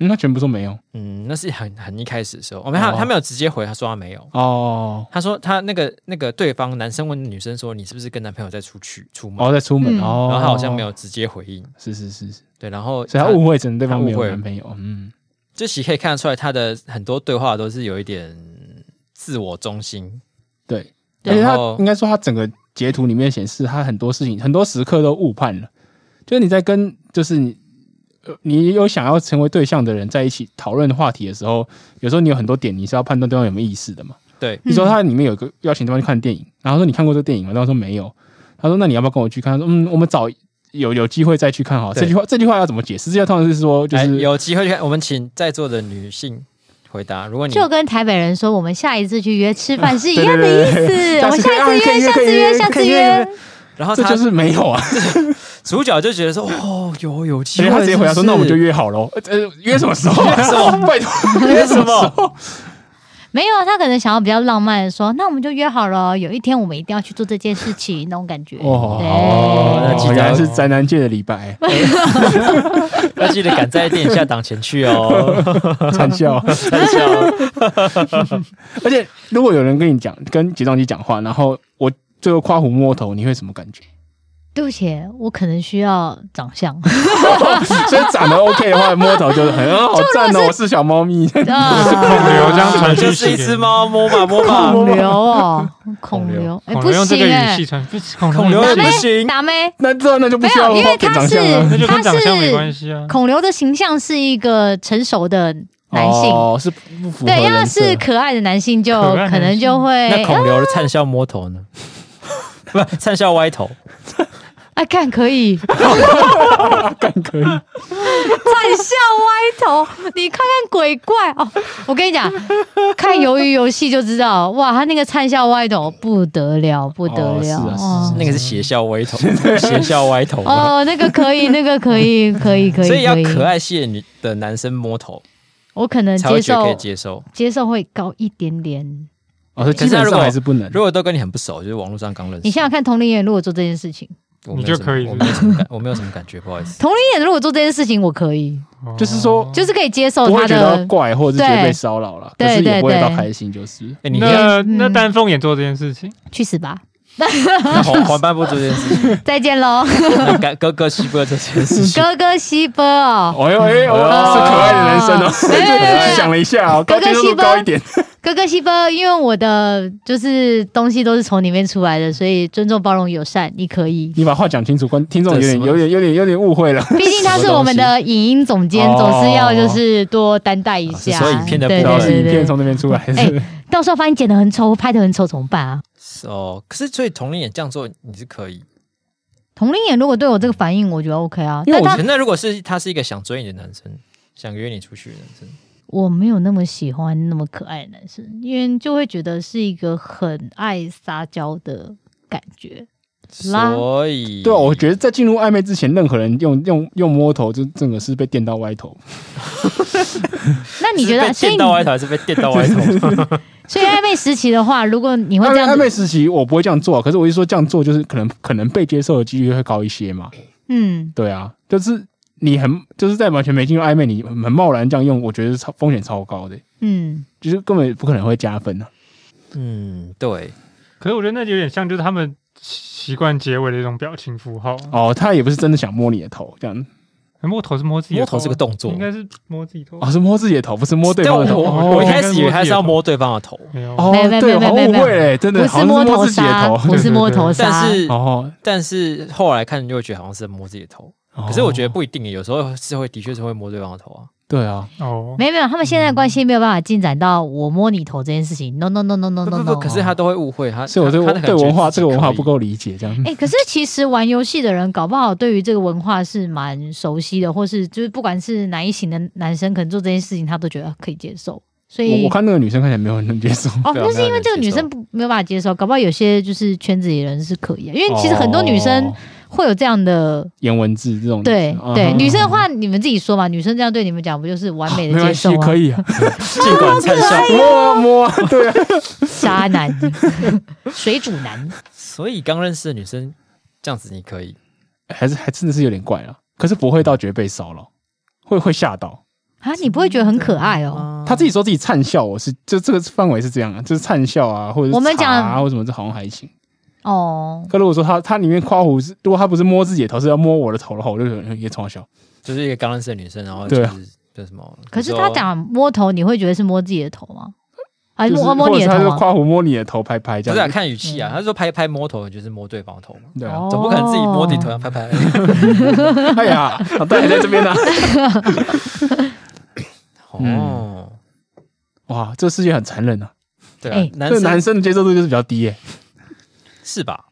Speaker 2: 嗯，她全部说没有
Speaker 1: 嗯，那是很很一开始的时候，我们他
Speaker 2: 哦
Speaker 1: 他没有直接回，他说他没有。
Speaker 2: 哦。
Speaker 1: 他说他那个那个对方男生问女生说你是不是跟男朋友在出去出门，
Speaker 2: 哦，在出门、
Speaker 3: 嗯
Speaker 2: 哦，
Speaker 1: 然后他好像没，有直接回应，
Speaker 2: 是是是是，
Speaker 1: 对，然后
Speaker 2: 所以他误会成对方没
Speaker 1: 他误
Speaker 2: 有
Speaker 1: 会
Speaker 2: 男朋友，嗯，
Speaker 1: 就其实可以看得出来他的很多对话都是有一点自我中心，
Speaker 2: 对，
Speaker 1: 对
Speaker 2: 而且他
Speaker 1: 然后
Speaker 2: 应该说他整个截图里面显示他很多事情很多时刻都误判了，就是你在跟就是你。呃你有想要成为对象的人在一起讨论话题的时候，有时候你有很多点你是要判断对方有没有意识的嘛。
Speaker 1: 对
Speaker 2: 你说他里面有个邀请对方去看电影，然后说你看过这个电影吗？对方说没有。他说那你要不要跟我去看？他说嗯，我们找有有机会再去看好了。
Speaker 1: 对
Speaker 2: 这句话这句话要怎么解释？这句话通常是说就
Speaker 1: 哎
Speaker 2: 是
Speaker 1: 有机会去看，我们请在座的女性回答，
Speaker 2: 嗯
Speaker 1: 如果你
Speaker 3: 就跟台北人说我们下一次去约吃饭是一样的意
Speaker 2: 对对对
Speaker 3: 思。
Speaker 2: 对
Speaker 3: 我下次约，下
Speaker 2: 下次啊
Speaker 3: 次
Speaker 2: 可以
Speaker 3: 约，
Speaker 2: 约
Speaker 3: 下
Speaker 2: 可
Speaker 3: 次
Speaker 2: 以约
Speaker 3: 约
Speaker 2: 可。
Speaker 1: 然后
Speaker 2: 这
Speaker 1: 他
Speaker 2: 就是没有啊。
Speaker 1: 主角就觉得说哦有 有机
Speaker 2: 所以
Speaker 1: 会，
Speaker 2: 哎他直接回答说：“
Speaker 1: 是不
Speaker 2: 那
Speaker 1: 是
Speaker 2: 我啊 们就约好喽。”呃，呃约什么时候？什么？拜托，
Speaker 1: 约什么？
Speaker 5: 没有，他可能想要比较浪漫的说，那我们就约好了，有一天我们一定要去做这件事情，那种感觉。
Speaker 2: 哦
Speaker 1: 哦那记
Speaker 2: 果
Speaker 1: 得
Speaker 5: 对，
Speaker 2: 然是宅男界的李 白，
Speaker 1: 要记得赶在电影下档前去 哦，
Speaker 2: 惨笑。
Speaker 1: 参加哦
Speaker 2: 而且如果有人跟你讲，跟睫状肌讲话，然后我最后夸虎摸头，你会什么感觉？
Speaker 5: 对不起，我可能需要长相。
Speaker 2: 所以长得 OK 的话，摸头就是很啊好赞哦，我是小猫咪。
Speaker 4: 孔
Speaker 5: 啊
Speaker 4: 刘这样传
Speaker 1: 就
Speaker 4: 讯
Speaker 1: 是
Speaker 4: 息
Speaker 1: 一只
Speaker 4: 给，
Speaker 1: 猫，摸嘛摸嘛，
Speaker 5: 孔刘哦，孔刘，哎，
Speaker 4: 孔
Speaker 5: 不
Speaker 4: 刘用这个
Speaker 5: 行哎
Speaker 4: 语气，传，不是孔
Speaker 1: 孔刘
Speaker 4: 那
Speaker 1: 也不行，
Speaker 5: 打妹
Speaker 2: 那这那就不
Speaker 5: 没
Speaker 2: 需要
Speaker 5: 有，因为
Speaker 2: 看
Speaker 5: 他
Speaker 2: 长
Speaker 5: 是
Speaker 2: 相了。
Speaker 4: 就跟
Speaker 5: 他
Speaker 4: 长相没关
Speaker 5: 是
Speaker 4: 系啊。
Speaker 5: 孔刘的形象是一个成熟的男性，
Speaker 2: 哦，是不符合
Speaker 5: 对，要
Speaker 2: 人设
Speaker 5: 是可爱的男性就
Speaker 4: 可爱男
Speaker 5: 可能就
Speaker 4: 性
Speaker 5: 会
Speaker 1: 那孔刘的灿笑摸头呢？ 不，灿笑歪头，
Speaker 5: 哎，看可以灿
Speaker 2: 干 可以。
Speaker 5: 笑歪头，你看看鬼怪哦！我跟你讲，看鱿鱼游戏就知道，哇，他那个灿笑歪头不得了，不得
Speaker 2: 哦是
Speaker 5: 了
Speaker 2: 啊是
Speaker 5: 哦
Speaker 1: 那个是斜笑歪 头，斜笑歪头。
Speaker 5: 哦，那个可以，那个可以，可以，可以，
Speaker 1: 所以要
Speaker 5: 以
Speaker 1: 可爱系的女的男生摸头，
Speaker 5: 我可能
Speaker 1: 才
Speaker 5: 接
Speaker 1: 会觉得可以
Speaker 5: 受
Speaker 1: 接受。
Speaker 5: 接受会高一点点。
Speaker 2: 哦，所以基
Speaker 1: 可是
Speaker 2: 本
Speaker 1: 如
Speaker 2: 上
Speaker 1: 果
Speaker 2: 还是不能。
Speaker 1: 如果都跟你很不熟，就是网络上刚认识，
Speaker 5: 你想想看，同龄人如果做这件事情，
Speaker 1: 我没有
Speaker 4: 你就
Speaker 1: 什么
Speaker 4: 可以
Speaker 1: 我没有什么感，我没有什么感觉，不好 意思。
Speaker 5: 同龄人如果做这件事情，我可以，
Speaker 4: 哦
Speaker 2: 就是说
Speaker 5: 就是可以接受
Speaker 2: 不
Speaker 5: 哦他
Speaker 2: 会觉得
Speaker 5: 的。
Speaker 2: 怪，或者是觉得
Speaker 5: 对
Speaker 2: 被骚扰了，
Speaker 5: 对
Speaker 2: 可是也不会
Speaker 5: 对
Speaker 2: 到
Speaker 5: 对
Speaker 2: 开心，就是
Speaker 1: 哎，你
Speaker 4: 那
Speaker 5: 嗯
Speaker 4: 那丹凤也做这件事情，
Speaker 5: 去死吧，
Speaker 1: 那黄黄斑部这件事情，
Speaker 5: 再见喽，
Speaker 1: 那哥哥哥西哥这件事情，
Speaker 5: 哥哥西伯哦，
Speaker 2: 哦呦哎呦，
Speaker 1: 哦
Speaker 2: 是可爱的男生哦。
Speaker 5: 没有没有没 有
Speaker 2: 想了一下哦，
Speaker 5: 哥
Speaker 2: 高
Speaker 5: 哎哥
Speaker 2: 接受度
Speaker 5: 西吧
Speaker 2: 高一点。
Speaker 5: 哥哥西伯，因为我的就是东西都是从里面出来的，所以尊重、包容、友善，你可 以。
Speaker 2: 你把话讲清楚，观听众有
Speaker 1: 这什
Speaker 2: 点
Speaker 1: 么
Speaker 2: 有点有点有点误会了。
Speaker 5: 毕竟他是我们的影音总监，
Speaker 2: 什么东西
Speaker 5: 总是要就是多担待一
Speaker 1: 哦
Speaker 5: 下。
Speaker 1: 所以影片的
Speaker 5: 对
Speaker 1: 部
Speaker 2: 然
Speaker 1: 分
Speaker 2: 后
Speaker 5: 对
Speaker 2: 是
Speaker 5: 对
Speaker 2: 影片
Speaker 5: 对，
Speaker 2: 从那边出来，
Speaker 5: 哎
Speaker 2: 是
Speaker 5: 到时候发现剪得很丑，拍得很丑怎么办啊？
Speaker 1: 哦，可是所以同龄也这样做你是可以，
Speaker 5: 同龄人如果对我这个反应，我觉得 OK 啊。
Speaker 1: 因为我觉
Speaker 5: 但他
Speaker 1: 得那如果是他是一个想追你的男生，想约你出去的男生，
Speaker 5: 我没有那么喜欢那么可爱的男生，因为就会觉得是一个很爱撒娇的感觉。啦
Speaker 1: 所以
Speaker 2: 对啊，我觉得在进入暧昧之前，任何人用用用摸头，就整个是被电到歪头。
Speaker 5: 那你
Speaker 1: 是
Speaker 5: 觉
Speaker 1: 被
Speaker 5: 得？所
Speaker 1: 电
Speaker 5: 以你
Speaker 1: 到啊歪头还是被电到歪头？
Speaker 5: 所以暧昧时期的话，如果你会
Speaker 2: 暧
Speaker 5: 这
Speaker 2: 昧
Speaker 5: 样
Speaker 2: 暧
Speaker 5: 子，
Speaker 2: 昧时期我不会这样做，可是我一说这样做，就是可能可能被接受的几率会高一些嘛。
Speaker 5: 嗯，
Speaker 2: 对啊，就是你很就是在完全没进入暧昧，你很贸然这样用，我觉得是超风险超高的，
Speaker 5: 嗯，
Speaker 2: 就是根本不可能会加分啊。
Speaker 1: 嗯，对，
Speaker 4: 可是我觉得那有点像，就是他们习惯结尾的一种表情符号。
Speaker 2: 哦，他也不是真的想摸你的头，这样
Speaker 4: 哎摸头是摸自己的
Speaker 1: 摸
Speaker 4: 啊，
Speaker 1: 头是个动作
Speaker 4: 应。该是摸自己头。
Speaker 2: 哦是摸自己的头，不是摸对
Speaker 1: 但
Speaker 2: 方
Speaker 1: 我
Speaker 2: 的头。
Speaker 1: 我我一
Speaker 2: 哦
Speaker 1: 开始以为他是要摸对方的头，
Speaker 4: 没有，
Speaker 2: 哦
Speaker 5: 没有没有
Speaker 2: 对，
Speaker 5: 没有
Speaker 2: 好
Speaker 5: 没有
Speaker 2: 误
Speaker 5: 没有
Speaker 2: 会嘞，真的
Speaker 5: 不
Speaker 2: 好像
Speaker 5: 是
Speaker 2: 是
Speaker 5: 摸头
Speaker 2: 自己的
Speaker 5: 杀，
Speaker 2: 头。
Speaker 5: 不是摸头杀
Speaker 1: 但，是
Speaker 2: 哦，
Speaker 1: 但是后来看就会觉得好像是摸自己的头，
Speaker 2: 哦
Speaker 1: 可是我觉得不一定，有时候是会的确是会摸对方的头啊。
Speaker 2: 对啊，
Speaker 4: 哦，
Speaker 5: 没有没有，他们现在的关系没有办法进展到我摸你头这件事情。No no no no no
Speaker 2: 哦
Speaker 1: 不
Speaker 5: no
Speaker 1: 不
Speaker 5: no。
Speaker 1: 不，可是他都会误会他，
Speaker 2: 所以我对
Speaker 1: 他
Speaker 2: 我
Speaker 1: 他可能
Speaker 2: 对
Speaker 1: 觉得
Speaker 2: 文化
Speaker 1: 自己
Speaker 2: 这个文化
Speaker 1: 可以
Speaker 2: 不够理解，这样。
Speaker 5: 哎、
Speaker 1: 嗯
Speaker 5: 可是其实玩游戏的人搞不好对于这个文化是蛮熟悉的，或是就是不管是哪一型的男生，可能做这件事情他都觉得可以接受。所
Speaker 2: 我
Speaker 5: 以
Speaker 2: 我看那个女生看起来没有很能接受。
Speaker 5: 哦，
Speaker 1: 对啊
Speaker 5: 那是因为这个
Speaker 1: 没
Speaker 5: 女
Speaker 1: 有人接
Speaker 5: 生
Speaker 1: 受
Speaker 5: 不没有办法接受，搞不好有些就是圈子里人是可以啊的，因为其实很多女生
Speaker 2: 哦
Speaker 5: 会有这样的，
Speaker 2: 言文字这种，
Speaker 5: 对
Speaker 2: 嗯
Speaker 5: 对，
Speaker 2: 嗯
Speaker 5: 女生的话你们自己说嘛，女生这样对你们讲不就是完美
Speaker 2: 啊 没关
Speaker 5: 的接受
Speaker 2: 系，
Speaker 5: 吗
Speaker 2: 可？以 啊，
Speaker 1: 尽管灿笑。
Speaker 5: 哦
Speaker 2: 摸啊摸啊，对啊，
Speaker 5: 渣男，水煮男，
Speaker 1: 所以刚认识的女生这样子你可以，
Speaker 2: 还是还真的是有点怪了，可是不会到觉得被骚扰，会会吓到。
Speaker 5: 啊，你不会觉得很可爱哦？
Speaker 2: 他自己说自己灿笑，我是就这个范围是这样啊，就是灿笑啊，或者是
Speaker 5: 我们讲
Speaker 2: 茶啊或者什么，这好像还行。
Speaker 5: 哦，
Speaker 2: 可如果说他他里面夸胡是，如果他不是摸自己的头，是要摸我的头的话，我就觉得也嘲笑。
Speaker 1: 就是一个刚认识的女生，然后就
Speaker 2: 对
Speaker 1: 是
Speaker 2: 啊
Speaker 1: 就是什么？
Speaker 5: 可是他
Speaker 1: 讲
Speaker 5: 讲摸头，你会觉得是摸自己的头吗？还
Speaker 2: 就是
Speaker 5: 啊摸摸
Speaker 2: 或
Speaker 5: 你
Speaker 2: 者
Speaker 5: 的
Speaker 2: 是他
Speaker 5: 头
Speaker 2: 就
Speaker 5: 吗？
Speaker 2: 夸胡摸你的头拍拍
Speaker 1: 不
Speaker 2: 这
Speaker 1: 是啊，
Speaker 2: 样子，
Speaker 1: 看语气啊，
Speaker 5: 嗯
Speaker 1: 他说拍拍摸头就是摸对方的头嘛，
Speaker 2: 对啊
Speaker 5: 哦，
Speaker 1: 总不可能自己摸自己头啊上拍拍。
Speaker 2: 哦哎呀，脑
Speaker 1: 啊
Speaker 2: 袋还在这边呢。
Speaker 1: 哦，
Speaker 2: 哇，这世界很残忍啊！
Speaker 1: 对
Speaker 5: 哎
Speaker 1: 啊，男
Speaker 2: 对男
Speaker 1: 生
Speaker 2: 生的接受度就是比较低耶。
Speaker 1: 是吧？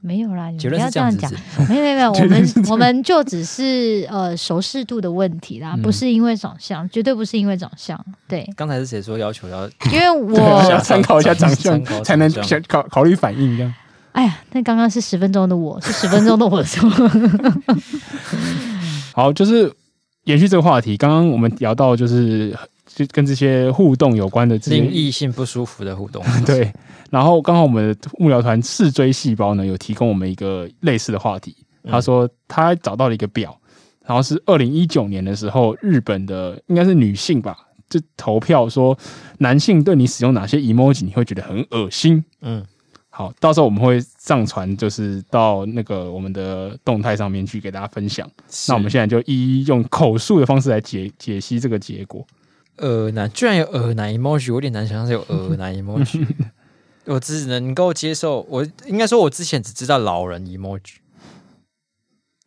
Speaker 5: 没有啦，你
Speaker 1: 结
Speaker 5: 嗯不
Speaker 1: 论
Speaker 5: 要
Speaker 1: 是这
Speaker 5: 这样
Speaker 1: 样
Speaker 5: 讲
Speaker 1: 子，。
Speaker 5: 没有没有没有，我们我们就只是呃熟视度的问题啦，
Speaker 2: 嗯
Speaker 5: 不是因为长相，绝对不是因为长相，对，
Speaker 1: 刚才是谁说要求要
Speaker 5: 因为
Speaker 2: 要
Speaker 5: 我
Speaker 2: 参考一下长相
Speaker 1: 参考，
Speaker 2: 才能
Speaker 1: 长相
Speaker 2: 想考考虑反应这样。
Speaker 5: 哎呀，那刚刚是十分钟的我，是十分钟的我说，
Speaker 2: 好，就是延续这个话题，刚刚我们聊到就是就跟这些互动有关的这
Speaker 1: 令
Speaker 2: 些
Speaker 1: 异性不舒服的互动。
Speaker 2: 对，然后刚好我们的幕僚团视锥细胞呢有提供我们一个类似的话题，他说他找到了一个表，然后是二零一九年的时候，日本的应该是女性吧，就投票说男性对你使用哪些 emoji 你会觉得很恶心。
Speaker 1: 嗯，
Speaker 2: 好，到时候我们会上传，就是到那个我们的动态上面去给大家分享。那我们现在就一一用口述的方式来解解析这个结果。
Speaker 1: 呃男居然有呃男 emoji，我有点难想象是有 呃男 emoji。我只能够接受，我应该说，我之前只知道老人 emoji。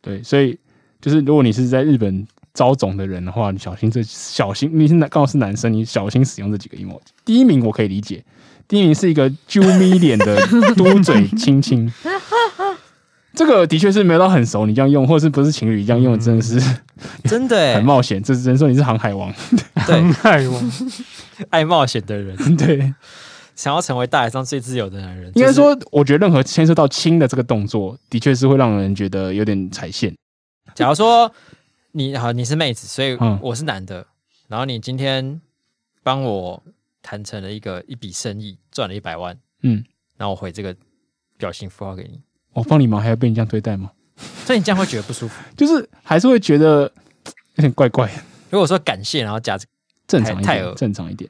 Speaker 2: 对，所以就是如果你是在日本招总的人的话，你小心这小心，你是男刚好是男生，你小心使用这几个 emoji。第一名我可以理解，第一名是一个啾咪脸的嘟嘴亲亲，这个的确是没有到很熟，你这样用，或者是不是情侣这样用，真的是
Speaker 1: 真的
Speaker 2: 很
Speaker 1: 欸，
Speaker 2: 冒险。这只能说你是航海王，
Speaker 1: 对，
Speaker 4: 害 我，
Speaker 1: 爱冒险的人，
Speaker 2: 对，
Speaker 1: 想要成为大海上最自由的男人，就
Speaker 2: 应该
Speaker 1: 是
Speaker 2: 说，我觉得任何牵涉到亲的这个动作，的确是会让人觉得有点踩线。
Speaker 1: 假如说你好，你是妹子，所以
Speaker 2: 嗯
Speaker 1: 我是男的，然后你今天帮我谈成了一个一笔生意，赚了一百万，
Speaker 2: 嗯，
Speaker 1: 然后我回这个表情符号给你，
Speaker 2: 我帮你忙，还要被你这样对待吗？
Speaker 1: 所以你这样会觉得不舒服。
Speaker 2: 就是还是会觉得有点怪怪的。
Speaker 1: 如果说感谢，然后加这个，
Speaker 2: 正常一
Speaker 1: 太太恶
Speaker 2: 点，正常一点，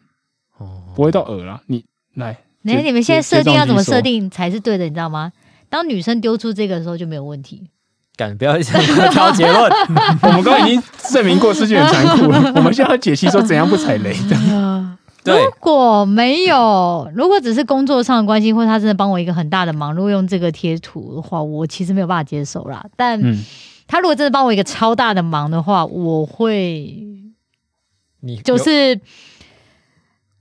Speaker 1: 哦，
Speaker 2: 不会到耳啦。你来，
Speaker 5: 那
Speaker 2: 就
Speaker 5: 你们现在
Speaker 2: 就
Speaker 5: 设定要怎么
Speaker 2: 就这
Speaker 5: 设
Speaker 2: 样自己说
Speaker 5: 定才是对的，你知道吗？当女生丢出这个的时候就没有问题。
Speaker 1: 敢不要这样 挑结 论，
Speaker 2: 我们刚刚已经证明过世界很残酷 了，我们现在要解析说怎样不踩雷的。
Speaker 1: 对
Speaker 5: 如果没有，如果只是工作上的关系，或者他真的帮我一个很大的忙，如果用这个贴图的话，我其实没有办法接受啦。但
Speaker 2: 嗯，
Speaker 5: 他如果真的帮我一个超大的忙的话，我会
Speaker 1: 你
Speaker 5: 就是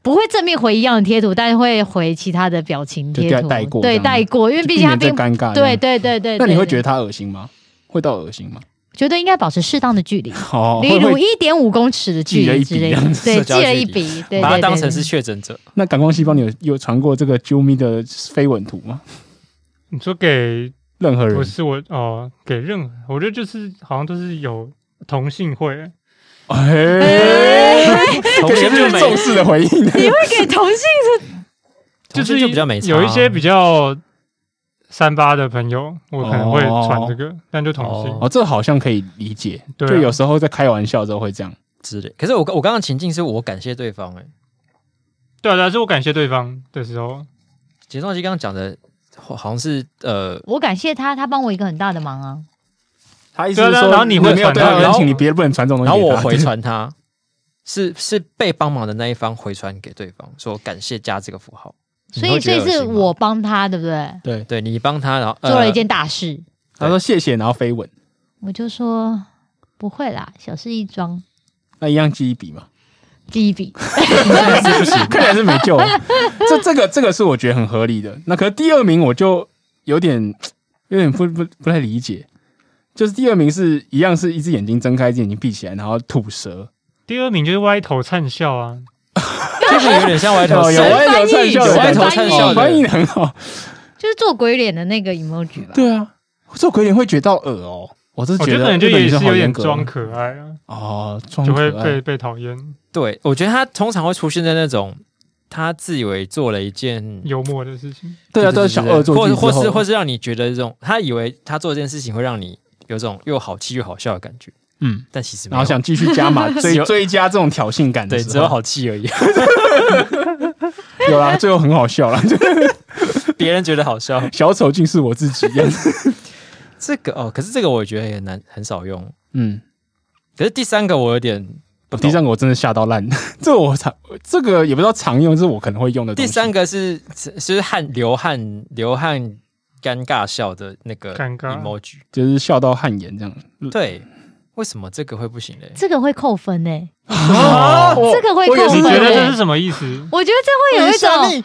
Speaker 5: 不会正面回一样的贴图，但是会回其他的表情贴
Speaker 2: 就
Speaker 5: 图，
Speaker 2: 带过这
Speaker 5: 对
Speaker 2: 样
Speaker 5: 带过，因为
Speaker 2: 就
Speaker 5: 毕
Speaker 2: 避
Speaker 5: 竟他
Speaker 2: 免再尴
Speaker 5: 并
Speaker 2: 尬。
Speaker 5: 对，对对对。
Speaker 2: 那你会觉
Speaker 5: 得
Speaker 2: 得他恶心吗？会到恶 心吗？
Speaker 5: 觉得应该保持适当的距离，
Speaker 2: 好，
Speaker 5: 例
Speaker 2: 会
Speaker 5: 如
Speaker 2: 会。
Speaker 5: 一点五公尺的距
Speaker 2: 记了
Speaker 5: 离
Speaker 2: 一
Speaker 5: 之
Speaker 2: 笔
Speaker 5: 类
Speaker 2: 这
Speaker 5: 的
Speaker 2: 样，
Speaker 5: 对，
Speaker 1: 社交
Speaker 5: 记了
Speaker 1: 距
Speaker 5: 一
Speaker 1: 离
Speaker 5: 笔，对对
Speaker 1: 把它
Speaker 5: 对
Speaker 1: 当
Speaker 5: 对
Speaker 1: 成
Speaker 5: 对
Speaker 1: 是确诊者，
Speaker 2: 那感光细胞，你有有传过这个啾咪的飞吻图吗？
Speaker 4: 你说给
Speaker 2: 任何
Speaker 4: 不
Speaker 2: 人
Speaker 4: 是我哦，给任何，我觉得就是好像都是有同性会，
Speaker 2: 哎，
Speaker 1: 同
Speaker 2: 这
Speaker 1: 性
Speaker 2: 个
Speaker 1: 就是没
Speaker 2: 重视的 回应。
Speaker 5: 你会给同性
Speaker 1: 同
Speaker 4: 就是
Speaker 1: 性就比较没差啊
Speaker 4: 有一些比较三八的朋友，我可能会传这个，但就同性。
Speaker 1: 哦
Speaker 2: 哦，这好像可以理解，
Speaker 4: 对啊
Speaker 2: 就有时候在开玩笑之后会这样。
Speaker 1: 之类。可是我我刚刚情境是我感谢对方，哎，
Speaker 4: 对啊，对啊，是我感谢对方的时候，
Speaker 1: 杰仲基刚刚讲的好像是呃
Speaker 5: 我感谢他，他帮我一个很大的忙啊。
Speaker 2: 他意
Speaker 4: 对啊对啊然后你会
Speaker 2: 没有
Speaker 4: 传
Speaker 2: 对他
Speaker 1: 到
Speaker 2: 的
Speaker 1: 然
Speaker 2: 恩
Speaker 1: 后
Speaker 2: 情，你别不能传这种
Speaker 1: 然
Speaker 2: 东
Speaker 1: 后
Speaker 2: 西给他。
Speaker 1: 我回传他，是是被帮忙的那一方回传给对方，说感谢加这个符号。
Speaker 5: 所
Speaker 1: 你
Speaker 5: 以
Speaker 1: 会
Speaker 5: 所
Speaker 1: 觉得
Speaker 5: 以是
Speaker 1: 恶心吗
Speaker 5: 我帮他，对不对？
Speaker 2: 对，
Speaker 1: 对你帮他，然后、呃、
Speaker 5: 做了一件大事，
Speaker 2: 他说谢谢，然后飞吻，
Speaker 5: 我就说不会啦，小事一桩，
Speaker 2: 那一样记一笔嘛。
Speaker 5: 记一笔。
Speaker 2: 是不行， 看起来是没救了。啊这这个这个是我觉得很合理的。那可是第二名我就有点有点不不不太理解，就是第二名是一样是一只眼睛睁开，一只眼睛闭起来，然后吐舌，
Speaker 4: 第二名就是歪头灿笑啊，
Speaker 1: 这个有点像歪头
Speaker 2: 哦
Speaker 1: 蛇，
Speaker 2: 有
Speaker 5: 歪
Speaker 2: 歪头灿笑的
Speaker 1: 有
Speaker 2: 感
Speaker 1: 歪
Speaker 2: 觉，
Speaker 1: 头灿笑的，
Speaker 2: 哦翻译的很好。
Speaker 5: 就是做鬼脸的那个 emoji 吧。
Speaker 2: 对啊，做鬼脸会觉得到耳哦，我是
Speaker 4: 我觉
Speaker 2: 得
Speaker 4: 得可能就
Speaker 2: 日本
Speaker 4: 也
Speaker 2: 女生
Speaker 4: 是
Speaker 2: 好
Speaker 4: 有
Speaker 2: 严
Speaker 4: 点
Speaker 2: 格
Speaker 4: 装可爱啊，
Speaker 2: 哦，装
Speaker 4: 就会
Speaker 2: 可
Speaker 4: 被
Speaker 2: 爱。
Speaker 4: 被讨厌，
Speaker 1: 对我觉得他通常会出现在那种他自以为做了一件。
Speaker 4: 幽默的事情。
Speaker 2: 对啊，都是小恶作
Speaker 1: 或
Speaker 2: 剧
Speaker 1: 是
Speaker 2: 之
Speaker 1: 或是
Speaker 2: 后
Speaker 1: 或是让你觉得这种，他以为他做这件事情会让你有种又好气又好笑的感觉，
Speaker 2: 嗯，
Speaker 1: 但其实没
Speaker 2: 然
Speaker 1: 有
Speaker 2: 后，想继续 加码追追加这种挑衅感的
Speaker 1: 对，
Speaker 2: 时候，
Speaker 1: 只有好气而已。
Speaker 2: 有啊啦，最后很好笑啦，
Speaker 1: 别人觉得好笑，
Speaker 2: 小丑竟是我自己。
Speaker 1: 这个哦，可是这个我觉得也难，很少用。
Speaker 2: 嗯，
Speaker 1: 可是第三个我有点不
Speaker 2: 第
Speaker 1: 懂，
Speaker 2: 三个我真的吓到烂， 这我常这个也不知道常用，这是我可能会用的东
Speaker 1: 第
Speaker 2: 西。
Speaker 1: 三个是是是汗流汗流汗尴尬笑的那个
Speaker 4: 尴尬
Speaker 1: emoji，
Speaker 2: 就是笑到汗颜这样。
Speaker 1: 对，为什么这个会不行嘞？
Speaker 5: 这个会扣分欸呢、
Speaker 2: 啊，
Speaker 5: 这个会扣分、
Speaker 4: 你觉得这
Speaker 5: 欸
Speaker 4: 是。什么意思？
Speaker 5: 我觉得这会有一种，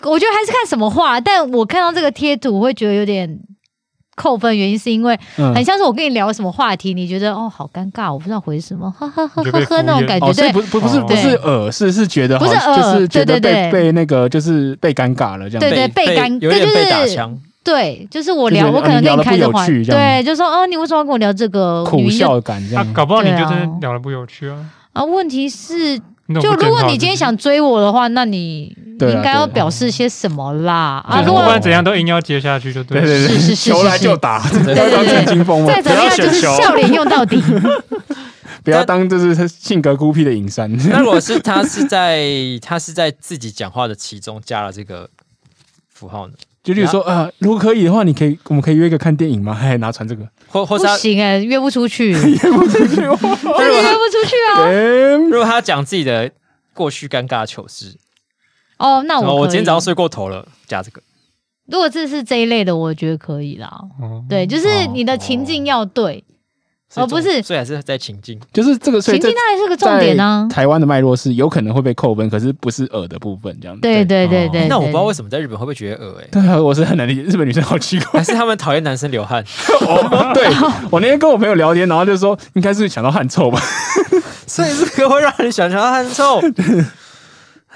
Speaker 2: 这
Speaker 5: 我觉得还是看什么画，但我看到这个贴图，我会觉得有点扣分，原因是因为很
Speaker 2: 嗯
Speaker 5: 像是我跟你聊什么话题，你觉得哦好尴尬，我不知道回什么，呵呵呵
Speaker 4: 你就被
Speaker 5: 呵
Speaker 4: 敷衍
Speaker 5: 呵那种感觉，
Speaker 2: 哦，所以
Speaker 5: 对
Speaker 2: 不不不是
Speaker 4: 哦
Speaker 2: 不是耳，是是觉得好
Speaker 5: 不是耳
Speaker 2: 就是觉得被
Speaker 5: 对对对
Speaker 2: 被那个就是被尴尬了这样。
Speaker 5: 对对被尴
Speaker 1: 有点
Speaker 5: 对就是
Speaker 1: 被打枪，
Speaker 5: 对，就是我聊，
Speaker 2: 就觉得
Speaker 5: 我可能
Speaker 2: 你聊
Speaker 5: 跟
Speaker 2: 得
Speaker 5: 开着
Speaker 2: 不有
Speaker 5: 话，
Speaker 2: 趣这样
Speaker 5: 对，就说哦你为什么要跟我聊这个？
Speaker 2: 苦
Speaker 5: 女生就
Speaker 2: 笑感这
Speaker 4: 啊
Speaker 2: 样，。
Speaker 4: 搞不好你
Speaker 5: 对
Speaker 4: 就
Speaker 5: 啊
Speaker 4: 真的聊得不有趣啊！
Speaker 5: 啊，问题是
Speaker 4: 你怎
Speaker 5: 就
Speaker 4: 么不
Speaker 5: 如果
Speaker 4: 检
Speaker 5: 你
Speaker 4: 讨
Speaker 5: 今天
Speaker 4: 自己，
Speaker 5: 想追我的话，那你
Speaker 2: 对啊
Speaker 5: 应该要
Speaker 2: 对啊
Speaker 5: 表示些什么啦？
Speaker 2: 对
Speaker 5: 啊，
Speaker 2: 啊
Speaker 5: 如
Speaker 4: 不
Speaker 5: 果
Speaker 2: 对啊
Speaker 4: 管怎样都硬要接下去就对
Speaker 2: 对
Speaker 4: 了。
Speaker 2: 对
Speaker 5: 是是
Speaker 2: 对，
Speaker 5: 是是
Speaker 2: 球来就打， 不
Speaker 1: 对
Speaker 2: 要当
Speaker 5: 对对
Speaker 2: 陈金峰嘛
Speaker 5: 再，怎
Speaker 2: 不
Speaker 5: 么
Speaker 2: 要
Speaker 5: 样就
Speaker 2: 选
Speaker 5: 是
Speaker 2: 球，
Speaker 5: 笑脸用到底。
Speaker 2: 不要当就是性格孤僻的尹山。
Speaker 1: 那如果是他是在他是在自己讲话的其中加了这个符号呢，
Speaker 2: 就例如说，呃，如果可以的话，你可以，我们可以约一个看电影吗？还拿传这个，
Speaker 1: 或或
Speaker 5: 不
Speaker 1: 是他
Speaker 5: 行哎、约不出去，约不
Speaker 1: 那如果他
Speaker 5: 出去啊！
Speaker 2: 嗯
Speaker 1: 如果他讲自己的过去尴尬的糗事，
Speaker 5: 哦，那
Speaker 1: 哦，
Speaker 5: 我
Speaker 1: 我
Speaker 5: 可
Speaker 1: 今天
Speaker 5: 以
Speaker 1: 早上睡过头了，加这个。
Speaker 5: 如果这是这一类的，我觉得可以啦。
Speaker 4: 哦，
Speaker 5: 对，就是你的情境要对，哦不是
Speaker 1: 所以还是在情境。
Speaker 2: 就是这个，所以
Speaker 5: 情
Speaker 2: 这
Speaker 5: 境当然是个重点啊
Speaker 2: 在。台湾的脉络是有可能会被扣分，可是不是耳的部分这样子。
Speaker 5: 对对对
Speaker 2: 哦
Speaker 5: 对，
Speaker 1: 那我不
Speaker 5: 对
Speaker 1: 知道为什么在日本会不会觉得恶哎、
Speaker 2: 对 啊，我是很难理解，日本女生好奇 怪
Speaker 1: 还。是他们讨厌男生流 汗，
Speaker 2: 哦，对我那天跟我朋友聊天，然后就说应该是想到汗臭吧，
Speaker 1: 所以这个会让人想象到汗 臭。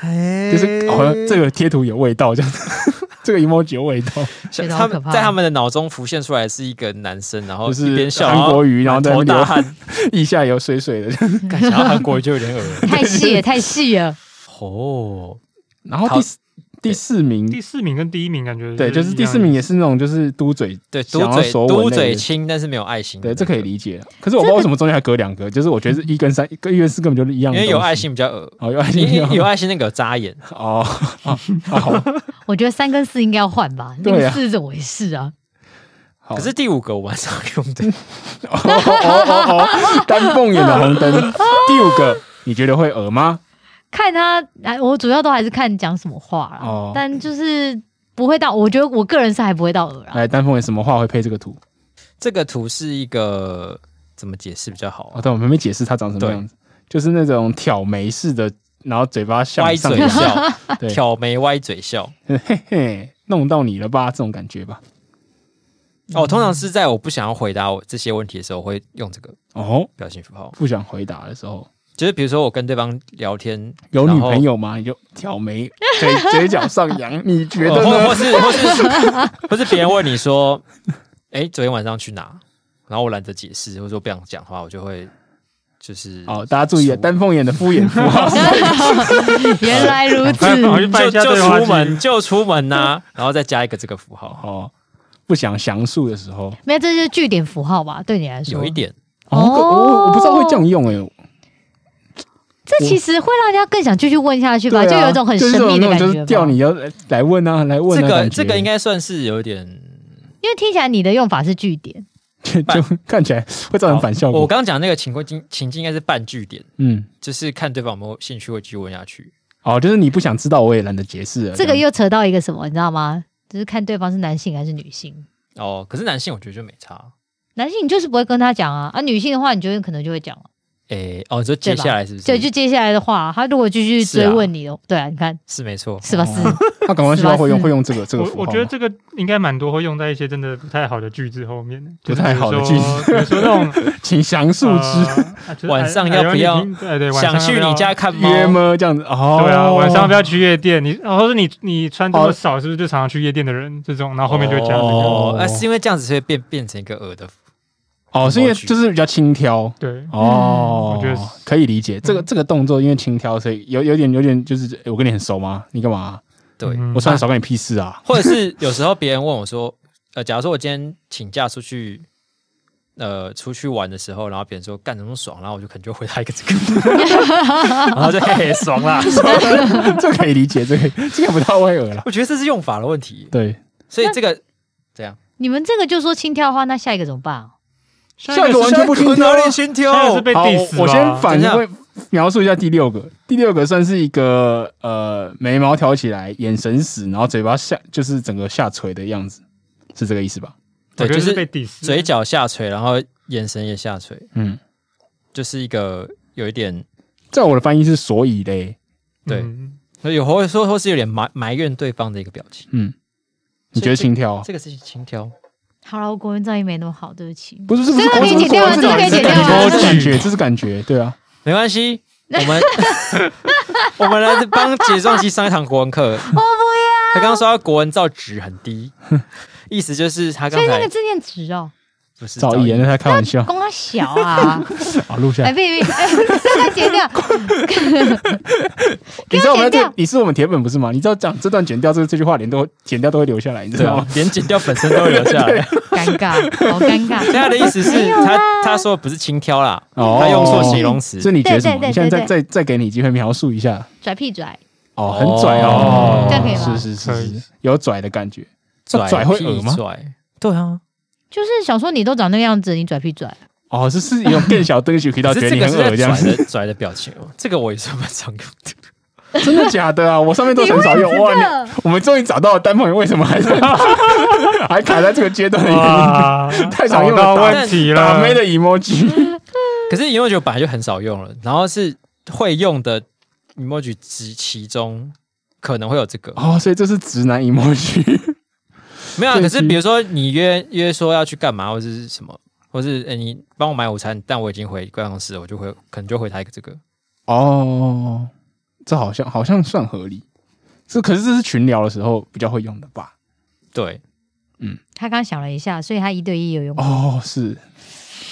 Speaker 1: 哎
Speaker 2: 就是好像这个贴图有味道这样子， 这个 emoji 有味道，
Speaker 1: 想
Speaker 5: 觉得好
Speaker 1: 他
Speaker 5: 可
Speaker 1: 们
Speaker 5: 怕
Speaker 1: 在他们的脑中浮现出来是一个男生，然后
Speaker 2: 就是
Speaker 1: 一边笑，
Speaker 2: 韩国瑜然后在那
Speaker 1: 头大
Speaker 2: 边流
Speaker 1: 汗，
Speaker 2: 腋下有水水的。
Speaker 1: 感想到韩国瑜就有点恶 心。
Speaker 5: 太细了，太细了。
Speaker 1: 哦，
Speaker 2: 然后
Speaker 1: 好
Speaker 2: 第四第四名
Speaker 4: 第，四名跟第一名感觉
Speaker 2: 对，就是第四名也是那种就是嘟嘴，
Speaker 1: 对，
Speaker 2: 想
Speaker 1: 嘟
Speaker 2: 要
Speaker 1: 嘴
Speaker 2: 手吻
Speaker 1: 嘟
Speaker 2: 类
Speaker 1: 嘴
Speaker 2: 的
Speaker 1: 亲，但是没有爱心的
Speaker 2: 对，
Speaker 1: 那个。
Speaker 2: 这可以理解。可是我不知道为什么中间还隔两个，就是我觉得是一跟三，一跟一跟四根本就是一样
Speaker 1: 因为
Speaker 2: 的东西。
Speaker 1: 有爱心比较 恶
Speaker 2: 哦，有爱
Speaker 1: 因
Speaker 2: 心
Speaker 1: 为有爱心那个有扎眼，
Speaker 2: 哦，哦好，
Speaker 5: 我觉得三跟四应该要换吧，那
Speaker 2: 对
Speaker 5: 个
Speaker 2: 啊
Speaker 5: 四是怎么回事啊？
Speaker 2: 好
Speaker 1: 可是第五个我蛮少用的，
Speaker 2: 哦哦哦哦， 丹凤眼的红灯。第五个，你觉得会耳吗？
Speaker 5: 看他，哎，我主要都还是看讲什么话啦，
Speaker 2: 哦
Speaker 5: 但就是不会到，我觉得我个人是还不会到耳啊。
Speaker 2: 来，哎丹凤眼什么话会配这个图？
Speaker 1: 这个图是一个怎么解释比较好啊
Speaker 2: 哦，？但我们没解释它长什么样子，就是那种挑眉式的，然后嘴巴向
Speaker 1: 歪
Speaker 2: 上
Speaker 1: 嘴
Speaker 2: 扬，
Speaker 1: 笑，
Speaker 2: 对，
Speaker 1: 挑眉歪嘴笑。
Speaker 2: 嘿嘿，弄到你了吧，这种感觉吧。嗯
Speaker 1: 哦，通常是在我不想要回答我这些问题的时候，我会用这个
Speaker 2: 哦，
Speaker 1: 表情符号。
Speaker 2: 不想回答的时候，
Speaker 1: 就是比如说我跟对方聊天，
Speaker 2: 有
Speaker 1: 然
Speaker 2: 女
Speaker 1: 后
Speaker 2: 朋，友吗？你就 挑眉，嘴嘴角上扬，你觉
Speaker 1: 哦
Speaker 2: 得
Speaker 1: 或或
Speaker 2: 呢？
Speaker 1: 是或是 或是别人问你说，哎，昨天晚上去哪？然后我懒得解释，或者说不想讲话，我就会就是
Speaker 2: 哦，大家注意啊，
Speaker 1: 出
Speaker 2: 丹凤眼的敷衍符号，哎
Speaker 5: 原来如此，
Speaker 4: 赶快跑去办
Speaker 1: 就
Speaker 4: 一下
Speaker 1: 就
Speaker 4: 对话
Speaker 1: 出
Speaker 4: 记
Speaker 1: 门就出门呐，然后再加一个这个符号，
Speaker 2: 哦，不想详述的时候，
Speaker 5: 没有，这就是据点符号吧？对你来说，
Speaker 1: 有一点
Speaker 2: 哦，可我我不知道会这样用哎、
Speaker 5: 这其实会让人家更想继续问下去吧，
Speaker 2: 对
Speaker 5: 就
Speaker 2: 啊
Speaker 5: 有一种很神秘的
Speaker 2: 就是这种那种
Speaker 5: 感
Speaker 2: 就
Speaker 5: 觉
Speaker 2: 是
Speaker 5: 吧。
Speaker 2: 钓你要来来问啊，来问
Speaker 1: 这
Speaker 2: 啊，
Speaker 1: 个
Speaker 2: 感觉
Speaker 1: 这个应该算是有点。
Speaker 5: 因为听起来你的用法是据点，
Speaker 2: 就 就看起来会造成反效
Speaker 1: 我
Speaker 2: 果。
Speaker 1: 刚刚讲那个情况情情境应该是半句点，
Speaker 2: 嗯，
Speaker 1: 就是看对方有没有兴趣会继续问下去。
Speaker 2: 哦，就是你不想知道，我也懒得解释了。
Speaker 5: 这个
Speaker 2: 样
Speaker 5: 又扯到一个什么，你知道吗？就是看对方是男性还是女性。
Speaker 1: 哦，可是男性我觉得就没差。
Speaker 5: 男性你就是不会跟他讲啊，啊，女性的话，你就会可能就会讲了、
Speaker 1: 诶，哦，你说接下来是不是？
Speaker 5: 对，就接下来的话，他如果继续追问你的，对啊，你看
Speaker 1: 是没错。
Speaker 2: 哦
Speaker 5: 是吧？是，
Speaker 2: 那赶快需要会用
Speaker 5: 是吧是
Speaker 2: 会用这个这个符号
Speaker 4: 我
Speaker 2: 吗。
Speaker 4: 我觉得这个应该蛮多会用在一些真的不太好的句子后面，
Speaker 2: 不太好的
Speaker 4: 就是比如说比如说那种
Speaker 2: 请详述之
Speaker 4: 呃 啊就是
Speaker 1: 晚上要不要
Speaker 4: 哎哎呦你听对对，晚
Speaker 1: 想
Speaker 4: 上要不
Speaker 1: 去
Speaker 4: 要
Speaker 1: 你家。看猫？
Speaker 2: 约吗？这样子哦，
Speaker 4: 呃对啊，晚上要不要去夜店？你，或者你你穿这
Speaker 2: 哦
Speaker 4: 么少，是不是就常常去夜店的人？这种，然后后面就加这个，
Speaker 1: 哦，那、是因为这样子所以变变成一个鹅的。
Speaker 2: 哦，是因为就是比较轻佻
Speaker 4: 对，
Speaker 2: 哦，
Speaker 4: 嗯我觉得嗯
Speaker 2: 可以理解。这个这个动作因为轻佻，所以有有点有点就是哎诶我跟你很熟吗？你干嘛？
Speaker 1: 对，
Speaker 4: 嗯
Speaker 2: 我穿得少关你屁事啊！
Speaker 1: 或者是有时候别人问我说，呃，假如说我今天请假出去。呃，出去玩的时候，然后别人说干什么爽，然后我就可能就回答一个这个， 然后就嘿嘿爽啦。
Speaker 2: 这可以理解，这个这个不太会耳了。
Speaker 1: 我觉得这是用法的问题，
Speaker 2: 对，
Speaker 1: 所以这个怎样？
Speaker 5: 你们这个就说轻佻的话，那下一个怎么办、啊？
Speaker 4: 下
Speaker 2: 下一个完全不轻佻
Speaker 1: 哪
Speaker 2: 啊，
Speaker 1: 里心跳？
Speaker 4: 下一个是被
Speaker 2: 好，
Speaker 4: diss 吧
Speaker 2: 我我先反
Speaker 1: 等一下
Speaker 2: 问描述一下第六个，第六个算是一个呃眉毛挑起来，眼神死，然后嘴巴下就是整个下垂的样子，是这个意思吧？
Speaker 4: 我
Speaker 1: 对，
Speaker 4: 觉
Speaker 1: 就
Speaker 4: 得
Speaker 1: 是
Speaker 4: 被 diss，
Speaker 1: 嘴角下垂，然后眼神也下垂，
Speaker 2: 嗯，
Speaker 1: 就是一个有一点
Speaker 2: 在我的翻译是所以嘞，
Speaker 1: 对
Speaker 4: 嗯
Speaker 1: 有或说或是有点埋埋怨对方的一个表情。
Speaker 2: 嗯，你觉得轻佻啊？
Speaker 1: 这个是轻佻，
Speaker 5: 好了，我国文造诣没那么好，对不起。
Speaker 2: 不是不是不是，
Speaker 5: 这个可以
Speaker 2: 我只
Speaker 5: 剪掉啊
Speaker 2: 我只
Speaker 5: 这个可以剪掉
Speaker 4: 啊
Speaker 2: 这是感觉，这是感觉，对啊，
Speaker 1: 没关系，我们 我们来帮解放期上一堂国文课。我不要。他刚刚说他国文造纸很低，意思就是他
Speaker 5: 所
Speaker 1: 刚
Speaker 5: 以那
Speaker 1: 才哦
Speaker 5: 个字念直哦，
Speaker 1: 不是
Speaker 2: 赵一言，那他开玩笑
Speaker 5: 公他小 啊，
Speaker 2: 啊，录下
Speaker 5: 哎，
Speaker 2: 来。
Speaker 5: 别别，哎，这个剪掉，
Speaker 2: 你知道我们这
Speaker 5: 剪掉
Speaker 2: 你是我们铁粉不是吗？你知道讲这段剪掉这这句话，连都剪掉都会留下来，你知
Speaker 1: 对
Speaker 2: 道
Speaker 1: 啊
Speaker 2: 吗？，
Speaker 1: 连剪掉本身都会留下来。
Speaker 5: 尴尬，好尴尬。
Speaker 1: 现在的意思是他他说的不是轻佻啦，
Speaker 2: 哦
Speaker 1: 他用错形容词
Speaker 2: 所。以你觉得什么？
Speaker 5: 对对对
Speaker 2: 你现在再
Speaker 5: 对
Speaker 2: 再再给你机会描述一下。
Speaker 5: 拽屁拽，
Speaker 2: 哦，很拽哦
Speaker 1: 哦，
Speaker 5: 这样可以吗
Speaker 2: 是是
Speaker 4: 可
Speaker 2: 是
Speaker 4: 以
Speaker 2: 是，有拽的感觉。
Speaker 1: 拽
Speaker 2: 哦拽会
Speaker 1: 屁
Speaker 2: 恶吗
Speaker 1: 拽，对啊，
Speaker 5: 就是想说你都长那个样子，你拽屁拽，
Speaker 2: 哦，是是有更 小东西可以到
Speaker 1: 可
Speaker 2: 觉
Speaker 1: 是这
Speaker 2: 得你
Speaker 1: 个
Speaker 2: 很
Speaker 1: 是
Speaker 2: 恶
Speaker 1: 在
Speaker 2: 这样
Speaker 1: 拽
Speaker 2: 子，
Speaker 1: 的拽的表情哦，这个我也是蛮常用的。
Speaker 2: 真的假的啊？我上面 都很少用哇！你我们终于找到了单朋友为什么还是还卡在这个阶段的原因，
Speaker 4: 哇，
Speaker 2: 太常用了
Speaker 4: 找到
Speaker 2: 打
Speaker 4: 问题
Speaker 2: 打
Speaker 4: 了，
Speaker 2: 妹的 emoji
Speaker 1: 可是 emoji 本来就很少用了，然后是会用的 emoji 之其中可能会有这个，
Speaker 2: 哦，所以这是直男 emoji
Speaker 1: 没有啊。
Speaker 2: 对
Speaker 1: 可是
Speaker 2: 其
Speaker 1: 比如说你约约说要去干嘛，或者是什么，或是、诶你帮我买午餐，但我已经回办公室了，我就会可能就回他一个这个。
Speaker 2: 哦，这好像好像算合理。这可是这是群聊的时候比较会用的吧？
Speaker 1: 对，
Speaker 5: 他刚想了一下，所以他一对一有用。
Speaker 2: 哦，是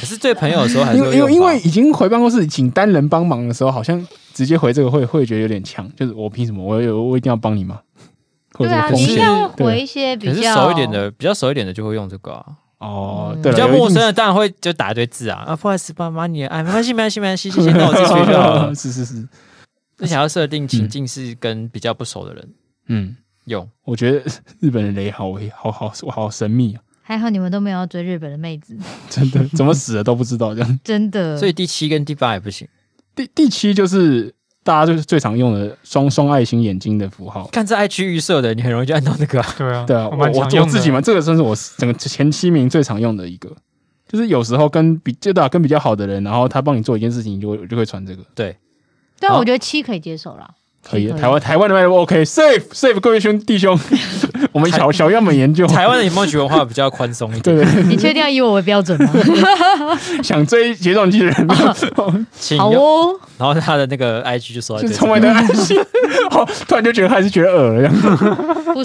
Speaker 1: 可是对朋友的时候还是
Speaker 2: 因
Speaker 1: 会
Speaker 2: 为
Speaker 1: 用
Speaker 2: 因
Speaker 1: 吧
Speaker 2: 为因为已经回办公室请单人帮忙的时候，好像直接回这个会会觉得有点强，就是我凭什么我有我一定要帮你吗？会
Speaker 5: 对
Speaker 2: 有这
Speaker 5: 啊，
Speaker 2: 个
Speaker 5: 你
Speaker 2: 风
Speaker 5: 应
Speaker 2: 险
Speaker 5: 该会回一些比
Speaker 1: 可是
Speaker 5: 较
Speaker 1: 熟一点，的，比较熟一点的就会用这个啊。
Speaker 2: 哦
Speaker 5: 嗯，
Speaker 2: 对
Speaker 1: 比
Speaker 2: 了，
Speaker 1: 较
Speaker 2: 有一定。
Speaker 1: 陌生的当然会就打一堆字啊啊，不好意思，爸妈你哎，没关系，没关系，没关系，谢谢，那我自己去就好了
Speaker 2: 是是是，
Speaker 1: 你想要设定情境是跟比较不熟的人
Speaker 2: 嗯，
Speaker 1: 用，
Speaker 2: 我觉得日本人雷好威，好好好神秘啊，
Speaker 5: 还好你们都没有要追日本的妹 子，
Speaker 2: 真的怎么死的都不知道。这样，
Speaker 5: 真的。
Speaker 1: 所以第七跟第八也不行。
Speaker 2: 第第七就是大家就是最常用的双双爱心眼睛的符号。
Speaker 1: 看这爱区预设的，你很容易就按到那 个啊、
Speaker 4: 对啊，
Speaker 2: 对啊，我
Speaker 4: 蛮
Speaker 2: 我
Speaker 4: 常用
Speaker 2: 我自己
Speaker 4: 的
Speaker 2: 嘛，这个算是我整个前七名最常用的一个，就是有时候跟比就啊打跟比较好的人，然后他帮你做一件事情，你就会就会传这个，
Speaker 1: 对，
Speaker 5: 对啊，
Speaker 1: 好
Speaker 5: 我觉得七可以接受啦。
Speaker 2: 可以啊
Speaker 5: 可以
Speaker 2: 台湾台湾的麦克风 OK safe safe 各位兄弟 兄，我们小小样本研究，
Speaker 1: 台湾的 emoji 文化比较宽松一
Speaker 2: 对
Speaker 1: 点，
Speaker 2: 对，
Speaker 5: 你确定要以我为标准 吗？
Speaker 2: 想追睫状肌的 人，
Speaker 4: 啊
Speaker 1: 请
Speaker 5: 好
Speaker 1: 用。
Speaker 5: 哦，
Speaker 1: 然后他的那个 IG 就说
Speaker 2: 就
Speaker 1: 在
Speaker 2: 充满的爱心， 好，突然就觉得还是觉得恶了这样。
Speaker 5: 不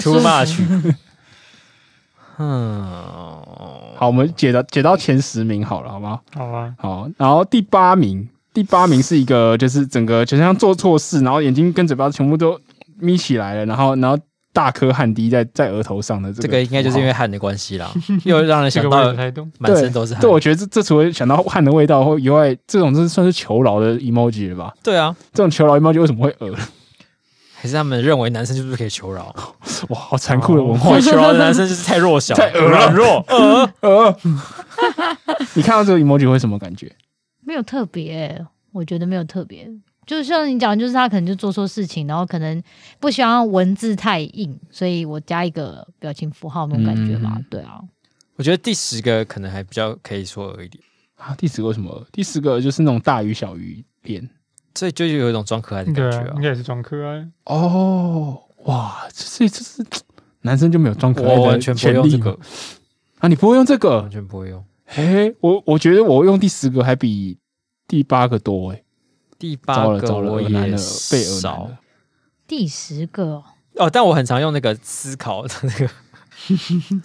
Speaker 1: too
Speaker 5: 舒 服。
Speaker 1: much。嗯，
Speaker 2: 好，我们解到解到前十名好了，好不好？
Speaker 4: 好啊，
Speaker 2: 好，然后第八名，第八名是一个就是整个就像做错事，然后眼睛跟嘴巴全部都眯起来了，然后然后大颗汗滴在在额头上的这个
Speaker 1: 这个应该就是因为汗的关系啦，又让人
Speaker 4: 这
Speaker 1: 想
Speaker 4: 个我也
Speaker 1: 到
Speaker 4: 不太懂。
Speaker 1: 满身都是汗
Speaker 2: 对，。我觉得这这除了想到汗的味道或以外，这种真是算是求饶的 emoji 了吧？
Speaker 1: 对啊，
Speaker 2: 这种求饶 emoji 为什么会恶？
Speaker 1: 还是他们认为男生就是不可以求 饶，
Speaker 2: 哇，好残酷的文化
Speaker 1: 会，求饶的男生就是太弱小、
Speaker 2: 太恶了
Speaker 1: 软弱。
Speaker 2: 呃，你看到这个 emoji 会什么感觉？
Speaker 5: 没有特别欸、我觉得没有特别。就像你讲，就是他可能就做错事情，然后可能不希望文字太硬，所以我加一个表情符号那种感觉吧。
Speaker 2: 嗯
Speaker 5: 对啊，
Speaker 1: 我觉得第十个可能还比较可以说恶一点，
Speaker 2: 啊，第十个为什么恶？第十个就是那种大鱼小鱼脸。
Speaker 1: 所以就有一种装可爱的
Speaker 4: 对
Speaker 1: 感觉
Speaker 4: 啊，
Speaker 1: 啊
Speaker 4: 应。该也是装可爱。
Speaker 2: 哦，哇，所以这是男生就没有装可爱
Speaker 1: 我完全
Speaker 2: 的
Speaker 1: 不会
Speaker 2: 潜
Speaker 1: 用
Speaker 2: 力
Speaker 1: 这
Speaker 2: 吗
Speaker 1: 个，
Speaker 2: 啊！你不会用这个
Speaker 1: 完？全不会用。
Speaker 2: 嘿，我我觉得我用第十个还比第八个多哎、
Speaker 1: 第八
Speaker 2: 糟了
Speaker 1: 个
Speaker 2: 糟了，
Speaker 1: 我
Speaker 2: 恶男
Speaker 1: 也
Speaker 2: 了，被恶男
Speaker 1: 少
Speaker 2: 了。
Speaker 5: 第十个哦
Speaker 1: 哦，但我很常用那个思考的那个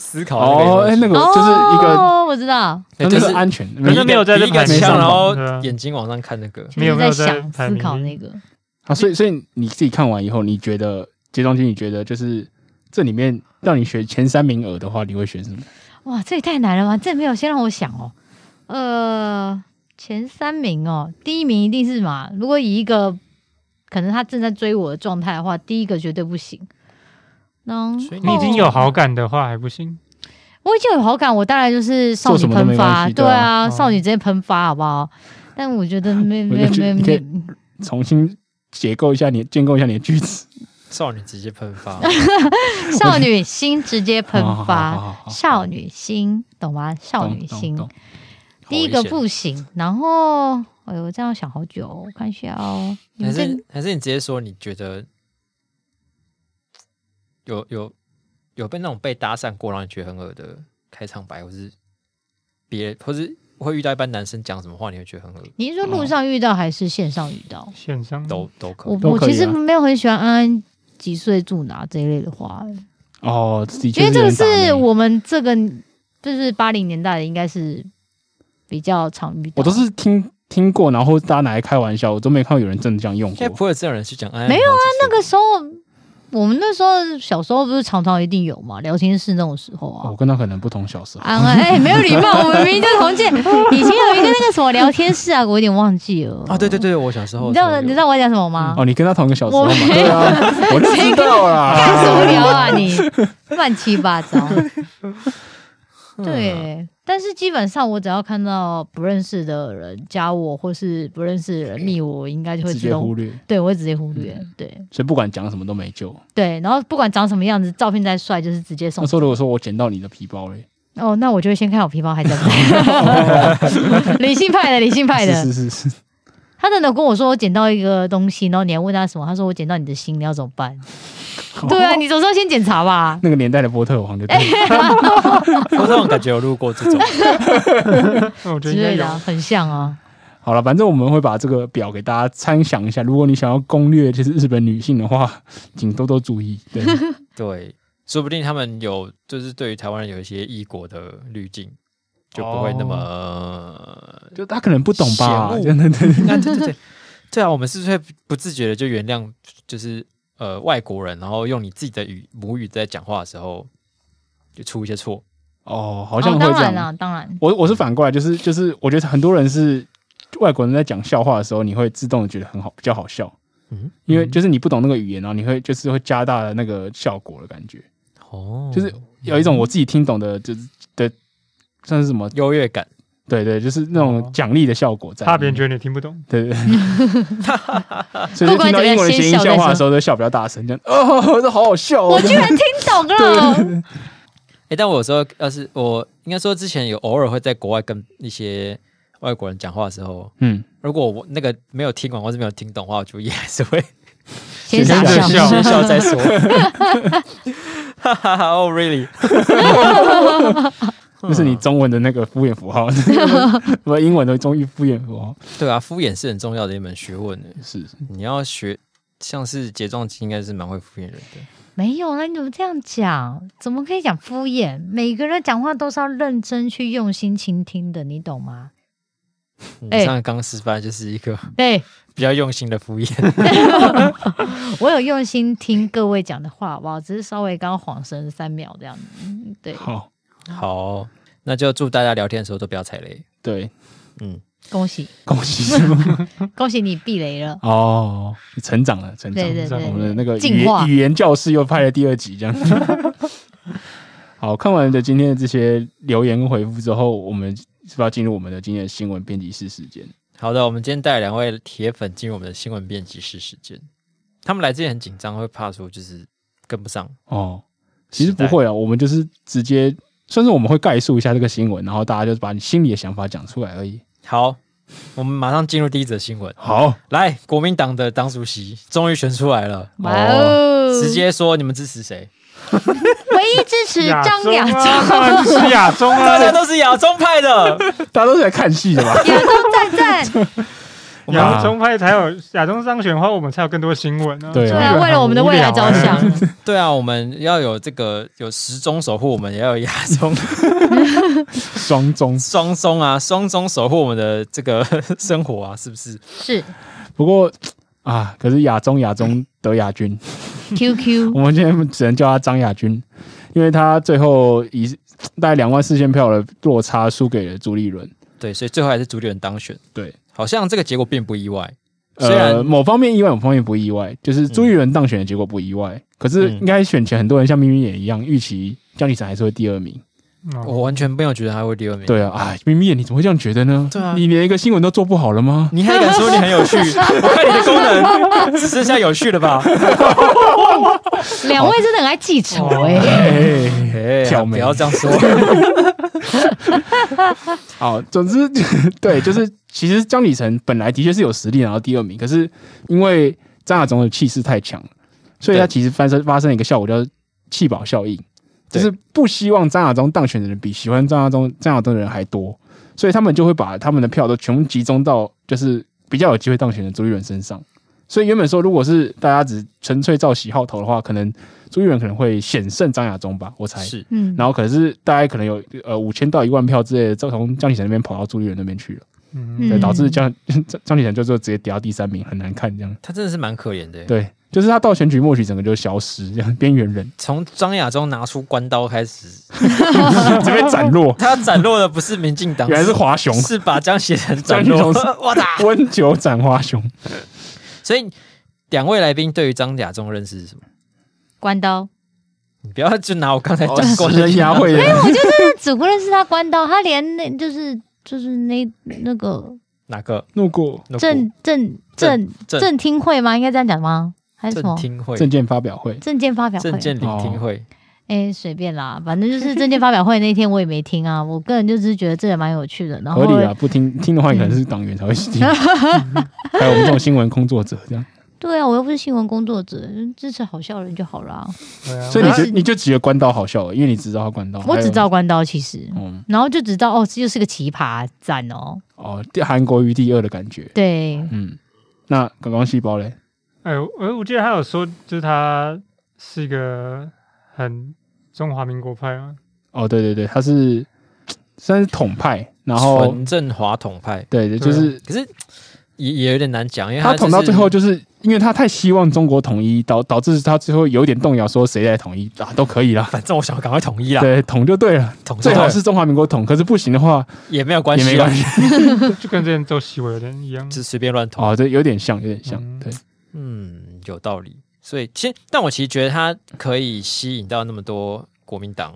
Speaker 1: 思考的
Speaker 2: 哦，哎、
Speaker 1: 那个 emoji，
Speaker 2: 那个就是一个，
Speaker 5: 哦，我知道，
Speaker 1: 哎
Speaker 2: 那
Speaker 1: 就
Speaker 2: 就是是安全，
Speaker 4: 可是没有在这
Speaker 1: 比一个
Speaker 4: 排名
Speaker 1: 枪，
Speaker 2: 上
Speaker 1: 然后
Speaker 4: 对啊
Speaker 1: 眼睛往上看那个。
Speaker 5: 就
Speaker 4: 没有
Speaker 5: 是
Speaker 4: 没有在
Speaker 5: 想
Speaker 4: 排
Speaker 5: 思
Speaker 4: 名
Speaker 5: 考
Speaker 4: 里
Speaker 5: 那个。
Speaker 2: 啊，所以所以你自己看完以后，你觉得接东君，你觉得就是这里面让你选前三名耳的话，你会选什么？
Speaker 5: 哇，这也太难了吧！这没有先让我想哦。呃，前三名哦，第一名一定是嘛？如果以一个可能他正在追我的状态的话，第一个绝对不行。然
Speaker 1: 所以
Speaker 4: 你已经有好感的话还不行，
Speaker 5: 我已经有好感，我当然就是少
Speaker 2: 做什
Speaker 5: 女
Speaker 2: 么都没
Speaker 5: 喷
Speaker 2: 关
Speaker 5: 发，
Speaker 2: 系
Speaker 5: 对
Speaker 2: 对
Speaker 5: 啊，
Speaker 4: 哦
Speaker 5: 少女直接喷发好不好？但我觉得 没
Speaker 2: 我
Speaker 5: 没
Speaker 2: 就觉得
Speaker 5: 没
Speaker 2: 你可以
Speaker 5: 没，
Speaker 2: 重新结构一下你，建构一下你的句子。
Speaker 1: 少女直接喷发，
Speaker 5: 少女心直接喷
Speaker 2: 好好好好
Speaker 5: 发，
Speaker 2: 好
Speaker 5: 少女心懂吗？少
Speaker 2: 懂
Speaker 5: 女
Speaker 2: 懂
Speaker 5: 心，
Speaker 2: 懂
Speaker 5: 第一个
Speaker 1: 好危
Speaker 5: 不行。然后，哎呦，这样想好久哦，我看一下哦。你
Speaker 1: 险，还
Speaker 5: 们这
Speaker 1: 是还是你直接说你觉得有有有被那种被搭讪过，让你觉得很恶的开场白，或是别或是会遇到一般男生讲什么话，你会觉得很恶，
Speaker 5: 你是说路上遇到还是线上遇到？
Speaker 4: 线上
Speaker 5: 哦
Speaker 1: 都都可
Speaker 5: 嗯我
Speaker 1: 以。
Speaker 2: 都
Speaker 5: 我
Speaker 2: 可以
Speaker 5: 其实
Speaker 2: 啊
Speaker 5: 没有很喜欢安安几岁住哪这一类的话，
Speaker 2: 哦，的确
Speaker 5: 因为这个
Speaker 2: 有点打
Speaker 5: 是
Speaker 2: 妹
Speaker 5: 我们这个这是八零年代的，应该是比较常遇到。
Speaker 2: 我都是听听过，然后大家拿来开玩笑，我都没看过有人真的这样用
Speaker 1: 现在
Speaker 2: 过。
Speaker 1: 不会有这样的人去讲安安
Speaker 5: 没有
Speaker 1: 啊，那
Speaker 5: 那个时候，我们那时候小时候不是常常一定有嘛，聊天室那种时候啊
Speaker 2: 哦我。跟他可能不同小时候，
Speaker 5: 安安，哎、没有礼貌，我们明明就同届。以前有一个那个什么聊天室啊，我有点忘记了。
Speaker 1: 啊，对对对，我小时候
Speaker 5: 你知道
Speaker 1: 的时候有
Speaker 5: 你知道我在讲什么吗？
Speaker 2: 哦，你跟他同一个小时候
Speaker 5: 我
Speaker 2: 嘛？
Speaker 5: 没有
Speaker 2: 对 啊，我就知道
Speaker 5: 干什
Speaker 2: 啦。
Speaker 5: 么聊啊你？乱七八糟。对，但是基本上我只要看到不认识的人加我，或是不认识的人密我，我应该就会
Speaker 2: 直
Speaker 5: 自
Speaker 2: 接忽
Speaker 5: 动，
Speaker 2: 略，嗯
Speaker 5: 对我会直接忽略。对
Speaker 2: 所以不管讲什么都没救。
Speaker 5: 对，然后不管长什么样子，照片再帅，就是直接送
Speaker 2: 那时。候如果说我捡到你的皮包嘞，
Speaker 5: 哦，那我就会先看我皮包还在不在。理性派的，理性派的，
Speaker 2: 是是是是，
Speaker 5: 他真的跟我说我捡到一个东西，然后你还问他什么，他说我捡到你的心，你要怎么办？对啊，你总是要先检查吧。
Speaker 2: 那个年代的波特王就对了。
Speaker 1: 我这种感觉有路过这种，
Speaker 4: 那哦我
Speaker 5: 之
Speaker 4: 觉得应该
Speaker 5: 类的
Speaker 4: 有
Speaker 5: 啊，很像啊。
Speaker 2: 好了，反正我们会把这个表给大家参详一下。如果你想要攻略就是日本女性的话，请多多注意。 对，
Speaker 1: 对，说不定他们有就是对于台湾人有一些异国的滤镜，就不会那么、哦
Speaker 2: 就他可能不懂吧
Speaker 1: 嫌，恶
Speaker 2: 真的对。
Speaker 1: 啊，对对对，对啊，我们是不是会不自觉的就原谅，就是呃外国人，然后用你自己的语母语在讲话的时候，就出一些错，
Speaker 2: 哦，好像会
Speaker 5: 哦、
Speaker 2: 这
Speaker 5: 当然
Speaker 2: 样。
Speaker 5: 啦，当然，
Speaker 2: 我我是反过来，就是就是，我觉得很多人是外国人在讲笑话的时候，你会自动的觉得很好，比较好笑。
Speaker 1: 嗯，
Speaker 2: 因为就是你不懂那个语言，然后你会就是会加大那个效果的感觉，
Speaker 1: 哦，
Speaker 2: 就是有一种我自己听懂的，就是的，算是什么？
Speaker 1: 优越感，
Speaker 2: 对对，就是那种奖励的效果在。
Speaker 4: 哦怕别人觉得你听不懂。
Speaker 2: 对对对， 所以就听到英文的谐音笑话的时候，都笑比较大声，这样哦，这好好笑哦
Speaker 5: 我。居然听懂了。
Speaker 1: 哎、但我有时候要是我应该说之前有偶尔会在国外跟一些外国人讲话的时候，
Speaker 2: 嗯，
Speaker 1: 如果我那个没有听完或是没有听懂的话，我就也还是会
Speaker 5: 先傻
Speaker 4: 先
Speaker 5: 笑，
Speaker 4: 笑
Speaker 1: 先笑再说。哈哈哈哦，really？
Speaker 2: 那是你中文的那个敷衍符号， 不，英文的中敷衍符号
Speaker 1: 对啊，敷衍是很重要的一门学问的。
Speaker 2: 是
Speaker 1: 你要学，像是睫状肌，应该是蛮会敷衍人的。
Speaker 5: 没有啦，你怎么这样讲？怎么可以讲敷衍？每个人讲话都是要认真去用心倾听的，你懂吗？哎
Speaker 1: 你上刚示范就是一个
Speaker 5: 对
Speaker 1: 比较用心的敷衍，
Speaker 5: 我有用心听各位讲的话，好不好？只是稍微刚刚恍神三秒这样子。嗯对，
Speaker 2: 好，
Speaker 1: 好，那就祝大家聊天的时候都不要踩雷。
Speaker 2: 对，
Speaker 1: 嗯，
Speaker 5: 恭喜
Speaker 2: 恭喜是吗？
Speaker 5: 恭喜你避雷了。
Speaker 2: 哦，你成长了，成长
Speaker 5: 对
Speaker 2: 了，
Speaker 5: 对
Speaker 4: 这样
Speaker 5: 对，
Speaker 2: 我们的那个语
Speaker 5: 进化
Speaker 2: 言语言教室又拍了第二集，这样。 好看完的今天的这些留言跟回复之后，我们是不是要进入我们的今天的新闻编辑室时间？
Speaker 1: 好的，我们今天带来两位铁粉进入我们的新闻编辑室时间。他们来之前很紧张，会怕说就是跟不上。
Speaker 2: 哦，其实
Speaker 1: 时代
Speaker 2: 不会啊，我们就是直接，算是我们会概述一下这个新闻，然后大家就是把你心里的想法讲出来而已。
Speaker 1: 好，我们马上进入第一则新闻。
Speaker 2: 好，
Speaker 1: 来，国民党的党主席终于选出来了，
Speaker 5: 哇哦！
Speaker 1: 直接说你们支持谁？
Speaker 5: 唯一支持
Speaker 4: 亚
Speaker 5: 张
Speaker 4: 中
Speaker 5: 亚中，
Speaker 4: 啊，当然 是亚中
Speaker 1: 大家
Speaker 4: 啊，
Speaker 1: 都是亚中派的，
Speaker 2: 大家都是来看戏的 吧？
Speaker 5: 亚中赞赞。
Speaker 4: 亚中派才有亚中当选的话，我们才有更多新闻啊。
Speaker 2: 对
Speaker 5: 对
Speaker 2: 啊
Speaker 5: 啊，为了我们的未来着想，
Speaker 1: 对啊，我们要有这个有时钟守护，我们也要有亚中
Speaker 2: 双中。
Speaker 1: 双钟啊， 双钟守护我们的这个 生活啊，是不是？
Speaker 5: 是
Speaker 2: 不过啊，可是亚中亚中得亚军，
Speaker 5: QQ
Speaker 2: 我们今天只能叫他张亚军，因为他最后以大概两万四千票的落差输给了朱立伦。
Speaker 1: 对，所以最后还是主理人当选，
Speaker 2: 对，
Speaker 1: 好像这个结果并不意外。虽然
Speaker 2: 呃，某方面意外，某方面不意外，就是朱立伦当选的结果不意外。可是
Speaker 1: 嗯
Speaker 2: 应该选前很多人像咪咪也一样，预期江启臣还是会第二名。
Speaker 4: 哦
Speaker 1: 我完全没有觉得他会第二名。，
Speaker 2: 对啊，哎，咪咪，你怎么会这样觉得呢？
Speaker 1: 对啊
Speaker 2: 你连一个新闻都做不好 了吗？
Speaker 1: 你还敢说你很有趣？我看你的功能只剩下有趣了吧？
Speaker 5: 两位真的很爱记仇 哎、
Speaker 2: 哎，
Speaker 1: 哎
Speaker 2: 挑眉
Speaker 1: 不要这样 说。
Speaker 2: 好，总之， 对，就是其实江启臣本来的确是有实力拿到第二名，可是因为张亚中的气势太强了，所以他
Speaker 1: 对
Speaker 2: 其实发生发生了一个效果叫弃保效应，就
Speaker 1: 对
Speaker 2: 是不希望张亚中当选的人比喜欢张亚中张亚中的人还多，所以他们就会把他们的票都全部集中到就是比较有机会当选的朱立伦身上，所以原本说，如果是大家只纯粹照喜好投的话，可能朱一伦可能会险胜张亚中吧，我猜。
Speaker 1: 是
Speaker 5: 嗯，
Speaker 2: 然后可是大概可能有呃五千到一万票之类的，就从江启臣那边跑到朱立伦那边去了，
Speaker 4: 嗯，
Speaker 2: 对，
Speaker 5: 嗯
Speaker 2: 导致江 江江启臣就就直接跌到第三名，很难看这
Speaker 5: 嗯
Speaker 2: 样。
Speaker 1: 他真的是蛮可怜的。，欸
Speaker 2: 对，就是他到选举末期整个就消失，这样边缘人
Speaker 1: 从张亚中拿出关刀开始，
Speaker 2: 直接斩 落，
Speaker 1: 他斩落的不是民进党，
Speaker 2: 原来是华雄，
Speaker 1: 是把江启臣斩
Speaker 2: 张
Speaker 1: 落
Speaker 2: 启。
Speaker 1: 我打！
Speaker 2: 温酒斩华雄。
Speaker 1: 所以两位来宾对于张亚中认识是什么？
Speaker 5: 关刀。你
Speaker 1: 你不要就拿我刚才
Speaker 2: 哦
Speaker 1: 讲过
Speaker 2: 食
Speaker 5: 啊
Speaker 1: 的
Speaker 2: 人牙会的，
Speaker 5: 那只不认识他关刀，他连那就是就是那那个
Speaker 1: 哪个
Speaker 2: 路过
Speaker 1: 那个
Speaker 5: 政政政
Speaker 1: 政
Speaker 5: 政听会吗？应该这样讲吗？还是什
Speaker 1: 政
Speaker 5: 么
Speaker 1: 听会、
Speaker 2: 证件发表会，
Speaker 5: 证件发表会
Speaker 1: 政？见
Speaker 2: 哦
Speaker 1: 聆听会，
Speaker 5: 哎，随便啦，反正就是证件发表会那天我也没听啊。我个人就只是觉得这也蛮有趣的，然后嗯
Speaker 2: 合理啊，不听听的话，可能是党员才会听， 还有我们这种新闻工作者 这样。
Speaker 5: 对啊，我又不是新闻工作者，嗯支持好笑的人就好啦。
Speaker 4: 对啊
Speaker 2: 所以你
Speaker 5: 然后
Speaker 2: 就是你就只有官刀好笑了，因为你只知道他官刀，
Speaker 5: 我
Speaker 2: 哦还有
Speaker 5: 只知道关刀其实，
Speaker 2: 嗯
Speaker 5: 然后就只知道哦，这就是个奇葩赞哦。
Speaker 2: 哦，第韩国瑜第二的感觉。
Speaker 5: 对，
Speaker 2: 嗯，那感光细胞嘞？
Speaker 4: 哎，我我记得他有说，就是他是一个很中华民国派啊，
Speaker 2: 哦，对对对，他是算是统派，然后
Speaker 1: 纯正华统派，
Speaker 2: 对对，就
Speaker 4: 对啊
Speaker 2: 是
Speaker 1: 可是也也有点难讲，啊因为
Speaker 2: 他
Speaker 1: 就
Speaker 2: 捅到
Speaker 1: 是
Speaker 2: 最后，就是因为他太希望中国统一，导导致他最后有点动摇，说谁来统一啊都可以啦，
Speaker 1: 反正我想要赶快统一啦，
Speaker 2: 对，统就对了，
Speaker 1: 统
Speaker 2: 最
Speaker 1: 就
Speaker 2: 好
Speaker 1: 了
Speaker 2: 是中华民国统，可是不行的话
Speaker 1: 也没有关
Speaker 2: 也
Speaker 1: 系啦，
Speaker 2: 没关系。
Speaker 4: 就跟之前周习伟有点一样。
Speaker 1: 就随便乱捅。
Speaker 2: 哦，对，有点像，有点像，
Speaker 4: 嗯
Speaker 2: 对，
Speaker 1: 嗯，有道理。所以，其实，但我其实觉得他可以吸引到那么多国民党，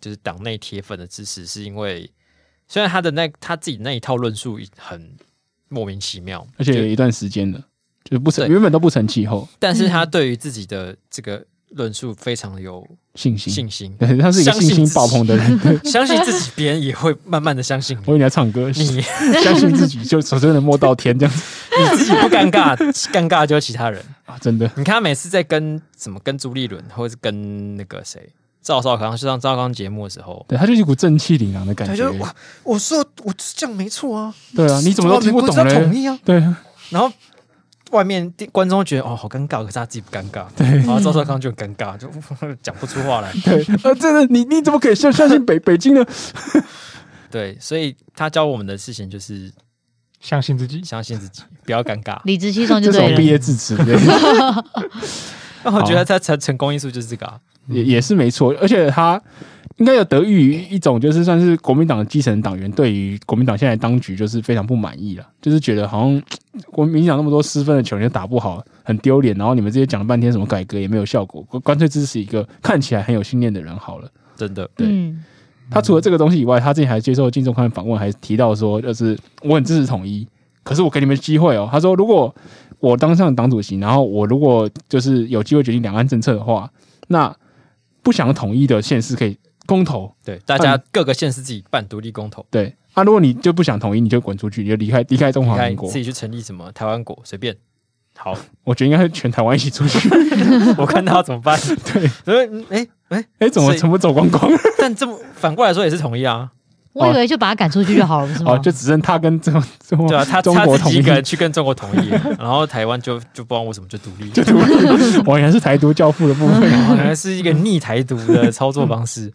Speaker 1: 就是党内铁粉的支持，是因为虽然他的那他自己那一套论述很莫名其妙，
Speaker 2: 而且
Speaker 1: 就
Speaker 2: 有一段时间了，就是不成
Speaker 1: 对
Speaker 2: 原本都不成气候，
Speaker 1: 但是
Speaker 2: 嗯
Speaker 1: 他对于自己的这个论述非常的有
Speaker 2: 信心，
Speaker 1: 信心，
Speaker 2: 对，他是一个
Speaker 1: 相信
Speaker 2: 信心
Speaker 1: 自己
Speaker 2: 爆棚的人。 对
Speaker 1: 相信自己，别人也会慢慢的相信
Speaker 2: 我以
Speaker 1: 你。
Speaker 2: 为你要唱歌，
Speaker 1: 你
Speaker 2: 相信自己，就手真的摸到天这样子
Speaker 1: 你自己不尴尬，尴尬就是其他人。
Speaker 2: 啊，真的。
Speaker 1: 你看他每次在跟什么跟朱立伦，或者是跟那个谁赵少康上赵少康节目的时候，
Speaker 2: 对，他就是一股正气凛然的感
Speaker 1: 他
Speaker 2: 觉
Speaker 1: 就。哇，我说我就是这样没错啊，
Speaker 2: 对啊，你怎么都听不懂
Speaker 1: 中华民国就是要统
Speaker 2: 嘞？
Speaker 1: 一啊，
Speaker 2: 对，
Speaker 1: 然后。外面的观众觉得哦好尴尬，可是他自己不尴 尬，对，然后赵少康就很尴尬，就讲不出话来，
Speaker 2: 对， 呃，真的，你你怎么可以相相信 北北京呢？
Speaker 1: 对，所以他教我们的事情就是
Speaker 4: 相信自己。
Speaker 1: 相信自己，不要尴 尬。
Speaker 5: 理直气壮就
Speaker 2: 这是
Speaker 5: 对
Speaker 2: 我毕
Speaker 5: 了。
Speaker 2: 业致 辞之类的，
Speaker 1: 那我觉得他成成功因素就是这个啊，
Speaker 2: 也也是没错。而且他应该有得益于一种，就是算是国民党的基层党员对于国民党现在当局就是非常不满意了，就是觉得好像国民党那么多失分的球你都打不好，很丢脸。然后你们这些讲了半天什么改革也没有效果，干干脆支持一个看起来很有信念的人好了。
Speaker 1: 真的。
Speaker 2: 对
Speaker 5: 嗯，
Speaker 2: 他除了这个东西以外，他之前还接受《金周刊》访问，还提到说，就是我很支持统一，可是我给你们机会哦。他说，如果我当上党主席，然后我如果就是有机会决定两岸政策的话，那不想统一的县市可以公投，
Speaker 1: 对，大家各个县市自己办独立公投，
Speaker 2: 对。啊，如果你就不想统一，你就滚出去，你就离开离开中
Speaker 1: 你
Speaker 2: 华
Speaker 1: 看
Speaker 2: 民国
Speaker 1: 自。己去成立什么台湾国，随便。好，
Speaker 2: 我觉得应该是全台湾一起出去。
Speaker 1: 我看他要怎么 办。
Speaker 2: 对，
Speaker 1: 所以，哎、哎、
Speaker 2: 哎，怎么
Speaker 1: 所以
Speaker 2: 全部走光光？
Speaker 1: 但这么反过来说也是同意啊，
Speaker 5: 我以为就把他赶出去就好了，是吗
Speaker 2: 哦，？就只剩他跟中中
Speaker 1: 对啊，他
Speaker 2: 哦中
Speaker 1: 他
Speaker 2: 国
Speaker 1: 自
Speaker 2: 统
Speaker 1: 己
Speaker 2: 一
Speaker 1: 一个人去跟中国统 一，然后台湾就就不知道为什么就独立，
Speaker 2: 就独立，我哦原来是台独教父的部分。
Speaker 1: 可能是一个逆台独的操作方
Speaker 2: 嗯
Speaker 1: 式。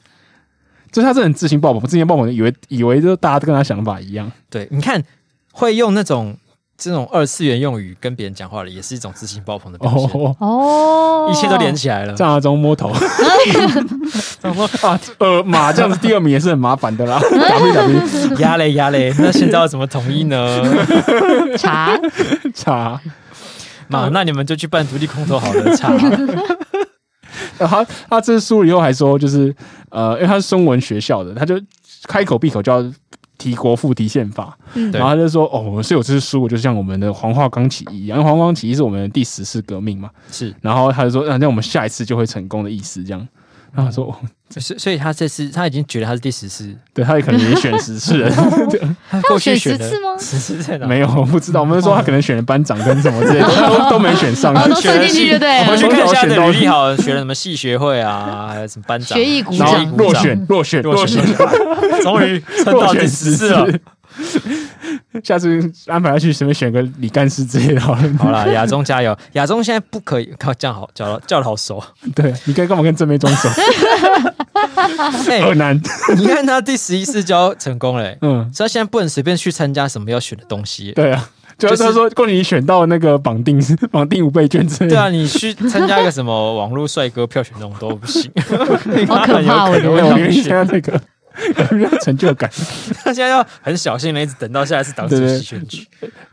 Speaker 2: 就是他是很自信爆棚，之前爆棚以为以为就是大家都跟他想法一样，
Speaker 1: 对，你看会用那种这种二次元用语跟别人讲话的，也是一种自信爆棚的表现。
Speaker 2: 哦，
Speaker 5: 哦，
Speaker 1: 一切都连起来了，
Speaker 2: 张亚中摸头，
Speaker 1: 想说
Speaker 2: 啊，呃，马这样子第二名也是很麻烦的啦。W E W
Speaker 1: 压嘞压嘞，那现在要怎么统一呢？
Speaker 5: 查
Speaker 2: 查，
Speaker 1: 嘛，那你们就去办独立空投好了，差。
Speaker 2: 然呃后他他这次输了以后还说，就是呃，因为他是中文学校的，他就开口闭口就要提国父提宪法，
Speaker 5: 嗯
Speaker 1: 对
Speaker 2: 然后他就说哦，所以我这次输，就像我们的黄花岗起义一样，因为黄花岗起义是我们的第十次革命嘛，
Speaker 1: 是，
Speaker 2: 然后他就说，那、那我们下一次就会成功的意思，这样。然后他说，哦
Speaker 1: 所以所以他这次他已经觉得他是第十次，
Speaker 2: 对他也可能也选十次了，
Speaker 1: 他过去选
Speaker 5: 选十
Speaker 1: 的
Speaker 5: 次吗
Speaker 1: 十次在哪？
Speaker 2: 没有，我不 知道。我们是说他可能选了班长跟什么之类的，都都没选上。
Speaker 5: 哦，都
Speaker 1: 选
Speaker 5: 算进去就对
Speaker 1: 我
Speaker 5: 了
Speaker 1: 们
Speaker 2: 选。
Speaker 1: 去看一下他的履历，好了，学了什么系学会啊，还有什么班长、
Speaker 5: 学艺鼓
Speaker 2: 然
Speaker 5: 掌
Speaker 1: 学艺
Speaker 2: 后
Speaker 1: 鼓
Speaker 2: 落
Speaker 1: 掌
Speaker 2: 选，落选，
Speaker 1: 落
Speaker 2: 落
Speaker 1: 选
Speaker 2: 选，，
Speaker 1: 终于撑
Speaker 2: 落
Speaker 1: 到第
Speaker 2: 选
Speaker 1: 十次了。。
Speaker 2: 下次安排他去随便选个李干事之类的好了。
Speaker 1: 好了，亚中加油！亚中现在不可以，靠，这样好叫叫的好 熟。
Speaker 2: 对，你该干嘛跟正妹装熟？
Speaker 1: 哎、
Speaker 2: 二男，
Speaker 1: 你看他第十一次交成功嘞、
Speaker 2: 嗯，
Speaker 1: 所以他现在不能随便去参加什么要选的东西、欸
Speaker 2: 对啊，就
Speaker 1: 就是是
Speaker 2: 他说，如果你选到那个绑定 绑定五倍券之类
Speaker 1: 对
Speaker 2: 的，
Speaker 1: 啊，你去参加一个什么网络帅哥票选那种都不 行，
Speaker 5: 好可怕我
Speaker 1: 很
Speaker 5: 觉
Speaker 1: 有可
Speaker 5: 得
Speaker 1: 能
Speaker 2: 我
Speaker 1: 会
Speaker 2: 愿意
Speaker 1: 当
Speaker 2: 参加
Speaker 1: 选。
Speaker 2: 这个，有没有成就感？
Speaker 1: 他现在要很小心的，一直等到下一次党主
Speaker 2: 对对
Speaker 1: 席选举。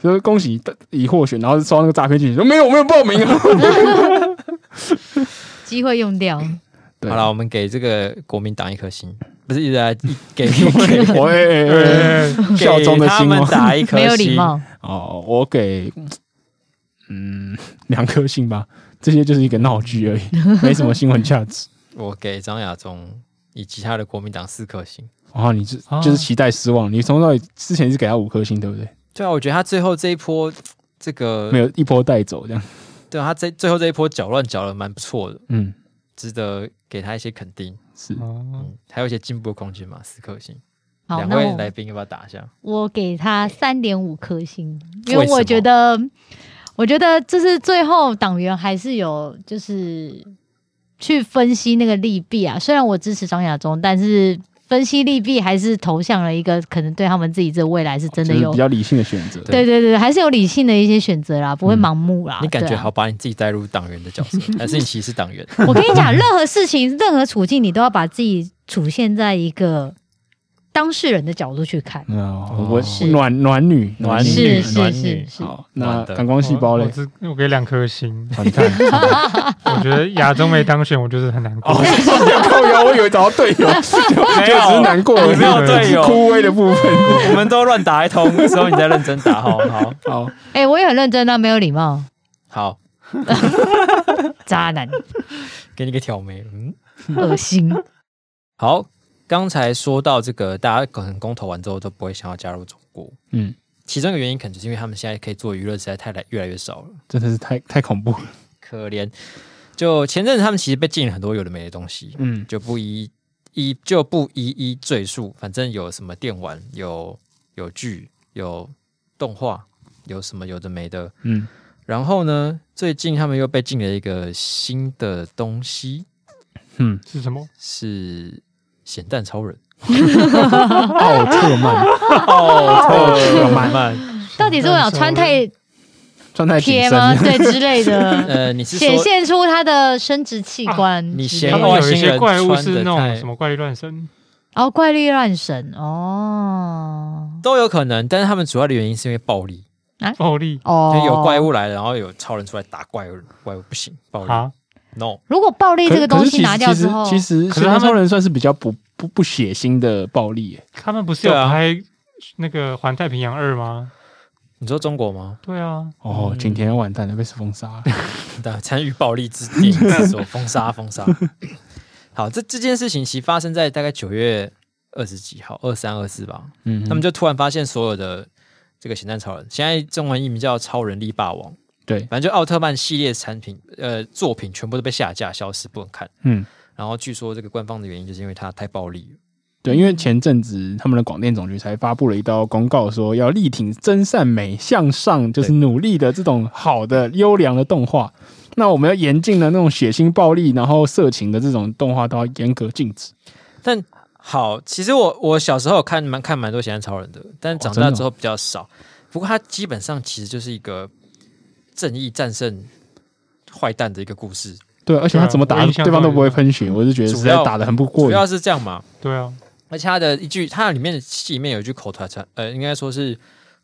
Speaker 2: 就是恭喜已获选，然后收到那个诈骗讯息，说没有，我没有报名啊。
Speaker 5: 机会用掉。
Speaker 2: 对
Speaker 1: 好了，我们给这个国民党一颗星，不是一直 在给给
Speaker 2: 我哎哎哎哎
Speaker 4: 对，
Speaker 2: 哎效忠
Speaker 1: 给
Speaker 2: 的
Speaker 1: 他
Speaker 2: 心
Speaker 1: 们
Speaker 2: 吗？
Speaker 1: 打一颗
Speaker 5: 没有礼
Speaker 1: 星。
Speaker 5: 貌，
Speaker 2: 哦，我给嗯 两颗星吧，这些就是一个闹剧 而已，没什么新闻价值。
Speaker 1: 我给张亚中以及他的国民党四颗星。
Speaker 2: 哇，哦你这
Speaker 5: 哦
Speaker 1: 啊
Speaker 2: 就是期待失望，你从头到尾之前是给他五颗星，对不对？
Speaker 1: 对啊，我觉得他最后这一波，这个
Speaker 5: 呃
Speaker 2: 没有一波带走这样，
Speaker 1: 对啊他这最后这一波搅乱搅的蛮不错的，
Speaker 2: 嗯，
Speaker 1: 值得给他一些肯定。
Speaker 2: 是
Speaker 4: 哦，
Speaker 1: 嗯，还有一些进步的空间嘛，四颗星。
Speaker 5: 好，
Speaker 1: 两
Speaker 5: 那
Speaker 1: 位来
Speaker 5: 我
Speaker 1: 宾要不要打一下？
Speaker 5: 我给他三点五颗星，因
Speaker 1: 为
Speaker 5: 为
Speaker 1: 什么
Speaker 5: 我觉得，我觉得就是最后党员还是有就是去分析那个利弊啊。虽然我支持张亚中，但是分析利弊还是投向了一个可能对他们自己这未来是真的
Speaker 2: 就是
Speaker 5: 有
Speaker 2: 比，较理性的选择。
Speaker 5: 对对对，还是有理性的一些选择啦，不会
Speaker 2: 嗯
Speaker 5: 盲目啦。
Speaker 1: 你感
Speaker 5: 对
Speaker 1: 觉
Speaker 5: 啊
Speaker 1: 好把你自己带入党员的 角色，还是你其实是党员？
Speaker 5: 我跟你讲，任何事情、任何处境，你都要把自己处现在一个当事人的角度去看。
Speaker 2: 那
Speaker 1: 哦
Speaker 2: 嗯我
Speaker 1: 是
Speaker 2: 暖暖女，
Speaker 1: 暖
Speaker 2: 女
Speaker 5: 是
Speaker 1: 女，
Speaker 5: 是
Speaker 1: 暖
Speaker 5: 是
Speaker 1: 女
Speaker 5: 是，
Speaker 2: 好，
Speaker 1: 暖
Speaker 2: 那
Speaker 1: 的
Speaker 2: 感光细胞
Speaker 4: 我
Speaker 2: 嘞，
Speaker 4: 我？只我给两颗星
Speaker 2: 好，你看，
Speaker 4: 我觉得亚洲没当选，我就是很难
Speaker 5: 哦
Speaker 4: 过。
Speaker 2: 靠 腰，我以为找到队友，哦就只是难 过而已，
Speaker 4: 没有啊
Speaker 1: 队友
Speaker 2: 是枯萎的部分。
Speaker 1: 我们都乱打一通，之后你再认真打，好好
Speaker 2: 好，
Speaker 5: 哎、我也很认真啊，没有礼貌，
Speaker 1: 好，
Speaker 5: 渣男，
Speaker 1: 给你个挑眉。嗯，
Speaker 5: 恶 心。
Speaker 1: 好，刚才说到这个，大家可能公投完之后都不会想要加入中国，
Speaker 2: 嗯，
Speaker 1: 其中一个原因可能就是因为他们现在可以做娱乐实在太来越来越少了，
Speaker 2: 真的是太太恐怖了。
Speaker 1: 可怜。就前阵子他们其实被禁了很多有的没的东西，
Speaker 2: 嗯，
Speaker 1: 就不一一就不一一赘述，反正有什么电玩，有有剧，有动画，有什么有的没的。
Speaker 2: 嗯，
Speaker 1: 然后呢，最近他们又被禁了一个新的东西，
Speaker 4: 是什么？
Speaker 1: 是咸蛋超人。
Speaker 2: 奥特曼
Speaker 1: 哦，
Speaker 2: 特
Speaker 1: 慢慢，
Speaker 5: 到底是我想穿太
Speaker 2: 穿太紧
Speaker 5: 贴
Speaker 2: 身
Speaker 5: 吗？
Speaker 2: 了，
Speaker 5: 对之类的，
Speaker 1: 呃， 你是
Speaker 5: 显
Speaker 1: 说啊
Speaker 5: 现出他的生殖器官之类的。
Speaker 1: 你嫌
Speaker 4: 他们
Speaker 1: 外
Speaker 4: 有一
Speaker 1: 星人
Speaker 4: 些怪物
Speaker 1: 穿得
Speaker 4: 是那
Speaker 1: 太
Speaker 4: 种什么怪力乱神，
Speaker 5: 哦，怪力乱神哦
Speaker 1: 都有可能，但是他们主要的原因是因为暴力，
Speaker 4: 暴力
Speaker 5: 哦，
Speaker 1: 就有怪。物来了，然后有超人出来打怪物，怪物不行，暴力
Speaker 4: 啊，
Speaker 1: no，
Speaker 5: 如果暴力
Speaker 2: 可
Speaker 5: 这个东西拿掉之后，
Speaker 2: 可是其实其实
Speaker 4: 可
Speaker 2: 其
Speaker 4: 是
Speaker 2: 实
Speaker 4: 他
Speaker 2: 他
Speaker 4: 们
Speaker 2: 超人算是比较不不不血腥的暴力耶，
Speaker 4: 他们不是有
Speaker 1: 对啊
Speaker 4: 拍那个《环太平洋二》吗？
Speaker 1: 你说中国吗？
Speaker 4: 对啊，
Speaker 2: 哦，
Speaker 1: 嗯
Speaker 2: 景甜完蛋了，被封杀 了。
Speaker 1: 但参与暴力之电影制作，封杀封杀。好，这这件事情其实发生在大概九月二十几号，二三二四吧。
Speaker 2: 嗯，
Speaker 1: 他们就突然发现所有的这个咸蛋超人，现在中文译名叫超人力霸王，
Speaker 2: 对，
Speaker 1: 反正就奥特曼系列产品呃作品全部都被下架消失，不能看。
Speaker 2: 嗯，
Speaker 1: 然后据说这个官方的原因就是因为它太暴力了。
Speaker 2: 对，
Speaker 4: 嗯
Speaker 2: 因为前阵子他们的广电总局才发布了一道公告，说要力挺真善美、向上，就是
Speaker 1: 对
Speaker 2: 努力的这种好的、优良的动画。那我们要严禁的那种血腥、暴力，然后色情的这种动画都要严格禁止。
Speaker 1: 但好，其实我我小时候有看蛮看蛮多咸蛋超人的，但长
Speaker 2: 真的
Speaker 1: 大
Speaker 2: 哦
Speaker 1: 之后比较少。不过它基本上其实就是一个正义战胜坏蛋的一个故事，
Speaker 2: 对，而且他怎么打
Speaker 4: 对啊我印象
Speaker 2: 对方都不会
Speaker 4: 中有
Speaker 2: 喷血，我就觉得实在打的很不过
Speaker 1: 主
Speaker 2: 瘾
Speaker 1: 要。是这样嘛。
Speaker 4: 对啊，
Speaker 1: 而且它的一句，它里面的戏里面有一句口头禅，呃，应该说是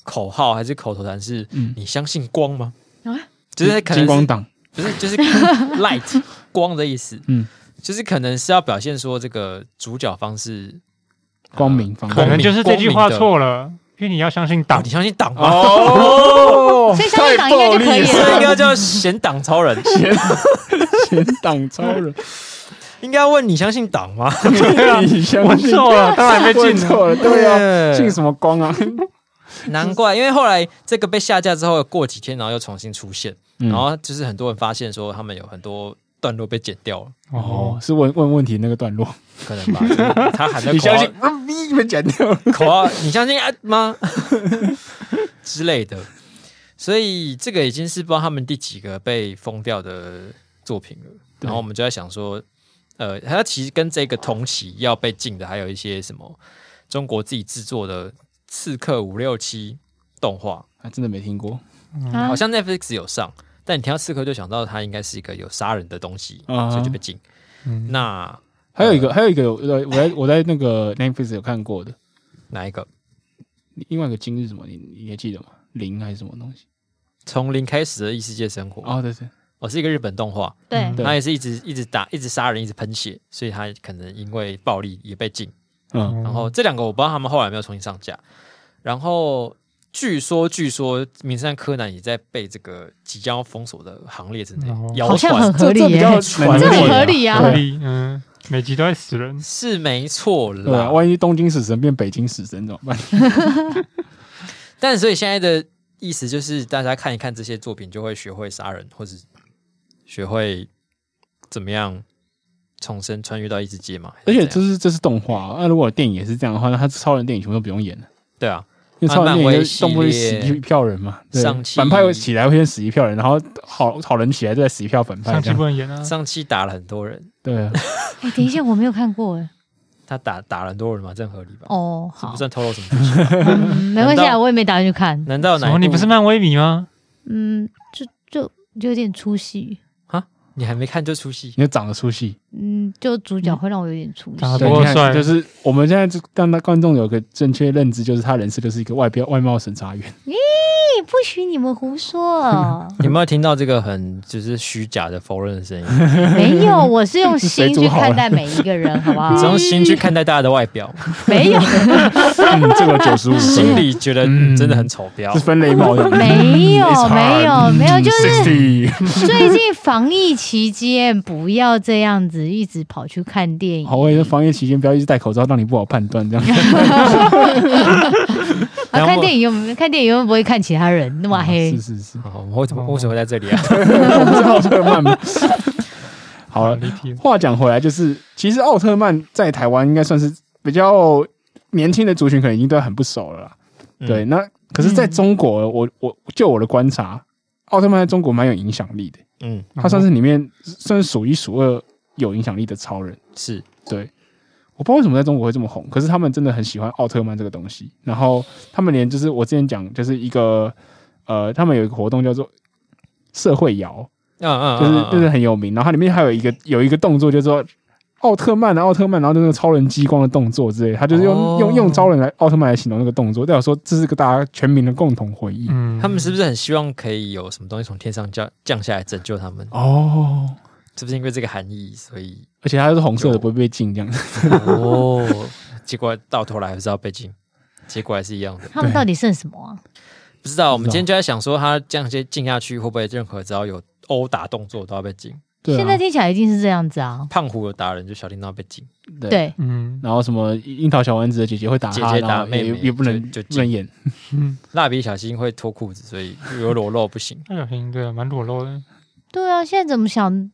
Speaker 1: 口号还是口头禅是？
Speaker 2: 嗯
Speaker 1: 你相信光吗？
Speaker 5: 啊
Speaker 1: 就是可能是
Speaker 2: 金光党，
Speaker 1: 不是，就是 light 光的意思。
Speaker 2: 嗯
Speaker 1: 嗯，就是可能是要表现说这个主角方是呃
Speaker 2: 光明方
Speaker 4: 可能就是这句
Speaker 1: 光
Speaker 4: 话
Speaker 1: 明的
Speaker 4: 错了，因为你要相信
Speaker 5: 啊
Speaker 1: 党，
Speaker 4: 党
Speaker 1: 你。相信党吗？
Speaker 2: 哦
Speaker 5: 所以香港应该就 可以了
Speaker 1: 这应该叫贤党超 人，
Speaker 2: 前党超人，
Speaker 1: 应该问你相信党吗？
Speaker 2: 你相
Speaker 4: 我
Speaker 2: 信
Speaker 4: 错了，当然被禁了。
Speaker 2: 错了，对啊，
Speaker 1: 啊
Speaker 2: 信什么光啊？
Speaker 1: 难怪，因为后来这个被下架之后，过几天然后又重新出现，
Speaker 2: 嗯
Speaker 1: 然后就是很多人发现说他们有很多段落被剪掉了，
Speaker 2: 哦，是问问问题那个段落，
Speaker 1: 可能吧？ 就是他喊的
Speaker 2: 你
Speaker 1: 口
Speaker 2: 相
Speaker 1: 号
Speaker 2: 信，？啊，逼你们剪掉了，
Speaker 1: 口号，你相信啊吗？ 之类的。所以这个已经是不知道他们第几个被封掉的作品了。
Speaker 2: 对
Speaker 1: 然后我们就在想说，呃，它其实跟这个同期要被禁的还有一些什么中国自己制作的《刺客五六七》动画，
Speaker 2: 还真的没听过
Speaker 5: 啊
Speaker 1: 好像 Netflix 有上，但你听到刺客就想到它应该是一个有杀人的东西，
Speaker 2: 啊
Speaker 1: 所以就被禁。
Speaker 4: 嗯，
Speaker 1: 那
Speaker 2: 还有一个，还有一个，呃，我在我在那个 Netflix 有看过的，
Speaker 1: 哪一个？
Speaker 2: 另外一个今日什么，你你还记得吗？零还是什么东西？
Speaker 1: 从零开始的异世界生活，
Speaker 2: 哦，对对，
Speaker 1: 哦，是一个日本动画，
Speaker 5: 对
Speaker 2: 嗯，
Speaker 1: 它也是一直一直打，一直杀人，一直喷血，所以它可能因为暴力也被禁。
Speaker 2: 嗯，
Speaker 1: 然后这两个我不知道他们后来有没有重新上架。然后据说，据说《名侦探柯南》也在被这个即将要封锁的行列之内
Speaker 4: 哦，
Speaker 1: 谣
Speaker 5: 好像很
Speaker 1: 传
Speaker 5: 合理
Speaker 2: 这比
Speaker 5: 耶，
Speaker 2: 较
Speaker 1: 很
Speaker 5: 这
Speaker 1: 合理
Speaker 5: 很合理
Speaker 4: 嗯
Speaker 5: 呀、
Speaker 4: 合
Speaker 5: 啊。
Speaker 4: 理，嗯，每集都在死人，
Speaker 1: 是没错
Speaker 2: 对啊，
Speaker 1: 啦。
Speaker 2: 万一东京死神变北京死神怎么办？
Speaker 1: 但所以现在的意思就是，大家看一看这些作品，就会学会杀人，或者学会怎么样重生穿越到异世界嘛。
Speaker 2: 而且
Speaker 1: 还是怎
Speaker 2: 这
Speaker 1: 样
Speaker 2: 是这是动画，啊那如果电影也是这样的话，那他超人电影全部都不用演了，
Speaker 1: 对啊，
Speaker 2: 因为超人电影
Speaker 1: 漫威
Speaker 2: 就是动不动就
Speaker 1: 系
Speaker 2: 死
Speaker 1: 列
Speaker 2: 一票人嘛，对
Speaker 1: 上，汽
Speaker 2: 反派会起来会先死一票人，然后好好人起来再死一票反派
Speaker 4: 上
Speaker 2: 这
Speaker 4: 期
Speaker 2: 样，
Speaker 4: 不能演啊，
Speaker 1: 上期打了很多人，
Speaker 2: 对啊，
Speaker 5: 哎、等一下，我没有看过哎。
Speaker 1: 他打打了很多人嘛，这样合理吧？
Speaker 5: 哦，
Speaker 1: 这
Speaker 5: 好
Speaker 1: 不，算透露什么讯息？
Speaker 5: 嗯没关系
Speaker 1: 难
Speaker 5: 啊，
Speaker 1: 道
Speaker 5: 我也没打算去看。
Speaker 1: 难道
Speaker 4: 什
Speaker 1: 哪一部？
Speaker 4: 么？你不是漫威迷吗？
Speaker 5: 嗯，就就有点出戏。
Speaker 1: 你还没看就出戏？
Speaker 2: 你就长得
Speaker 1: ！
Speaker 2: 出戏。
Speaker 5: 嗯，就主角会让我有点出戏。
Speaker 4: 长得
Speaker 2: 对，
Speaker 4: 多
Speaker 2: 你看，
Speaker 4: 帅
Speaker 2: 就是我们现在就让大观众有个正确认知，就是他人设就是一个外表外貌审查员。
Speaker 5: 哎不许你们胡说
Speaker 1: 有没有听到这个很就是虚假的否认的声音？
Speaker 5: 没有，我是用
Speaker 2: 谁
Speaker 5: 心
Speaker 2: 煮
Speaker 5: 去
Speaker 2: 好
Speaker 5: 看
Speaker 2: 了
Speaker 5: 待每一个人，好不 好？
Speaker 1: 从心去看待大家的外表，
Speaker 5: 没有，
Speaker 2: 嗯，这个九十五
Speaker 1: 心
Speaker 2: 分
Speaker 1: 里觉得
Speaker 2: 嗯
Speaker 1: 嗯真的很丑标
Speaker 2: 是。分类帽的，
Speaker 5: 没 有
Speaker 2: It's hard，
Speaker 5: 没有没有
Speaker 2: 嗯
Speaker 5: 就是
Speaker 2: 60
Speaker 5: 最近防疫期间，不要这样子一直跑去看电影。
Speaker 2: 好，我也是防疫期间不要一直戴口罩，让你不好判断这 样。
Speaker 5: 啊，
Speaker 1: 然后
Speaker 5: 看电影又没看电影又不会看其他人那么黑
Speaker 2: 啊是。是是，
Speaker 1: 好，我们为什么为什么会在这里啊？
Speaker 2: 我不知道这个漫吗。好了，
Speaker 4: 离题了，
Speaker 2: 话讲回来，就是其实奥特曼在台湾应该算是比较年轻的族群，可能已经对他很不熟了啦。
Speaker 1: 嗯
Speaker 2: 对，那可是在
Speaker 5: 嗯
Speaker 2: 中国，我我就我的观察，奥特曼在中国蛮有影响力的。
Speaker 1: 嗯，
Speaker 2: 他算是里面算是数一数二有影响力的超人。
Speaker 1: 是
Speaker 2: 对，我不知道为什么在中国会这么红，可是他们真的很喜欢奥特曼这个东西。然后他们连就是我之前讲，就是一个呃，他们有一个活动叫做社会摇，
Speaker 1: 嗯嗯，
Speaker 2: 就是
Speaker 1: 嗯
Speaker 2: 就是很有名。然后它里面还有一个有一个动作叫做。奥特曼啊，奥特曼，然后就那个超人激光的动作之类的，他就是用、
Speaker 1: 哦
Speaker 2: 用用超人来奥特曼来形容那个动作，代表说这是个大家全民的共同回忆。
Speaker 4: 嗯
Speaker 1: 他们是不是很希望可以有什么东西从天上降降下来拯救他们？
Speaker 2: 哦，
Speaker 1: 是不是因为这个含义，所以
Speaker 2: 而且它是红色的，
Speaker 1: 有
Speaker 2: 不会被禁这样。
Speaker 1: 哦，结果到头来还是要被禁，结果还是一样的。
Speaker 5: 他们
Speaker 2: 对
Speaker 5: 到底剩什么啊？
Speaker 1: 不知道，我们今天就在想说，他这样接禁下去，会不会任何只要有殴打动作都要被禁？
Speaker 2: 对、啊，
Speaker 5: 现在听起来一定是这样子啊。
Speaker 1: 胖虎有打人，就小叮当被禁。
Speaker 2: 对
Speaker 5: 对，
Speaker 4: 嗯
Speaker 2: 然后什么樱桃小丸子的姐姐会打他，
Speaker 1: 姐姐打
Speaker 2: 然后也
Speaker 1: 妹妹
Speaker 2: 也不能
Speaker 1: 就就
Speaker 2: 不能演。
Speaker 4: 嗯，。
Speaker 1: 蜡笔小新会脱裤子，所以有裸露不行
Speaker 4: 那小新对，蛮裸 露的，
Speaker 5: 对啊，现在怎么想？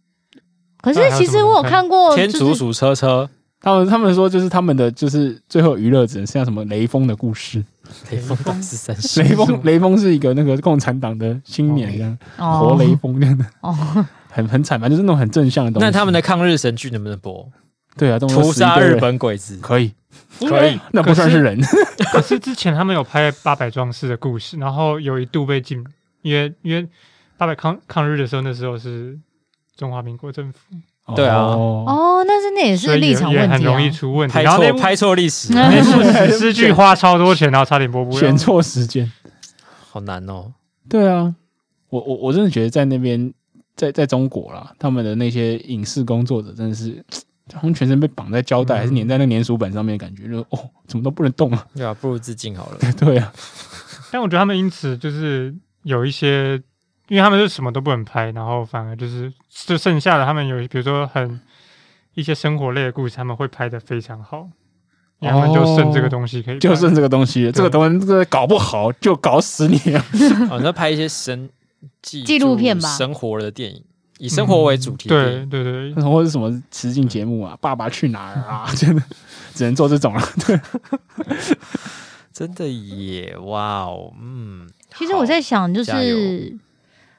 Speaker 5: 可是
Speaker 4: 那还有
Speaker 5: 其实
Speaker 4: 什么
Speaker 5: 我有
Speaker 4: 能看
Speaker 5: 看过，
Speaker 1: 天
Speaker 5: 哦就
Speaker 1: 竺
Speaker 5: 是
Speaker 1: 鼠车车，
Speaker 2: 他们他们说就是他们的就是最后娱乐只能剩下什么雷锋的故事。
Speaker 1: 雷锋当时三十，
Speaker 2: 雷锋雷锋是一个那个共产党的青年，这样活
Speaker 5: 哦
Speaker 2: 雷锋这样的，
Speaker 5: 哦，
Speaker 2: 很很惨吧，就是那种很正向的东西。
Speaker 1: 那他们的抗日神剧能不能播？
Speaker 2: 对啊，动不动
Speaker 1: 屠杀
Speaker 2: 死一堆
Speaker 1: 日
Speaker 2: 人
Speaker 1: 本鬼子，
Speaker 2: 可以，
Speaker 1: 可以。
Speaker 2: 那不算是人。
Speaker 4: 可是之前他们有拍《八百壮士》的故事，然后有一度被禁，因为因为八百抗抗日的时候，那时候是中华民国政府，
Speaker 1: 对啊
Speaker 2: 哦
Speaker 5: 哦，但是那也
Speaker 4: 所
Speaker 5: 是
Speaker 4: 以
Speaker 5: 立
Speaker 4: 也
Speaker 5: 场
Speaker 4: 也
Speaker 5: 问
Speaker 4: 很
Speaker 5: 题啊
Speaker 4: 容。易出问题。
Speaker 1: 拍
Speaker 4: 然后那
Speaker 1: 错
Speaker 4: 部
Speaker 1: 拍错历史，
Speaker 5: 嗯
Speaker 4: 那部十句花超多钱，然后差点播不了
Speaker 2: 选。错时间。
Speaker 1: 好难哦。
Speaker 2: 对啊，我我我真的觉得在那边，在在中国啦，他们的那些影视工作者真的是，他们全身被绑在胶带，还是粘在那个粘鼠板上面，的感觉就是哦，怎么都不能动 啊！
Speaker 1: 对啊，不如自尽好了。
Speaker 2: 对啊，
Speaker 4: 但我觉得他们因此就是有一些，因为他们是什么都不能拍，然后反而就是就剩下的他们有比如说很一些生活类的故事，他们会拍的非常好，因为他们就剩这个东西可以拍，
Speaker 2: 哦就剩这个东西了，这个东西这个搞不好就搞死你啊！
Speaker 1: 哦，你要拍一些生记
Speaker 5: 纪录片吧
Speaker 1: 生活的电影，以生活为主题。
Speaker 2: 嗯
Speaker 4: 对，对对，
Speaker 2: 或者什么实境 节目啊，《爸爸去哪儿》啊，真的只能做这种了。
Speaker 1: 真的耶，哇哦，嗯。
Speaker 5: 其实我在想，就
Speaker 1: 加
Speaker 5: 是
Speaker 1: 油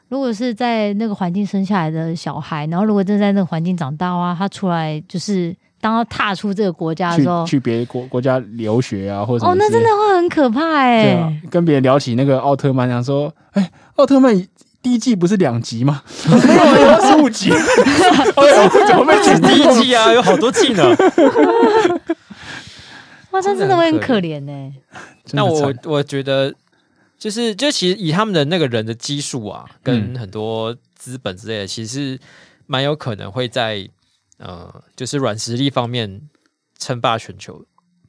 Speaker 5: 如果是在那个环境生下来的小孩，然后如果真的在那个环境长大啊，他出来就是当他踏出这个国家的时候
Speaker 2: 去，去别的国国家留学啊，或者什
Speaker 5: 哦
Speaker 2: 么，
Speaker 5: 那
Speaker 2: 之类
Speaker 5: 真的会很可怕哎、
Speaker 2: 对啊，跟别人聊起那个奥特曼，想说，哎，奥特曼第一季不是两集 吗？我十五集，我怎么被
Speaker 1: 好 第一季啊，有好多季呢。
Speaker 5: 哇，这真的会很可怜呢、
Speaker 1: 那我我觉得，就是就其实以他们的那个人的基数啊，
Speaker 2: 嗯
Speaker 1: 跟很多资本之类的，其实蛮有可能会在呃，就是软实力方面称霸全球。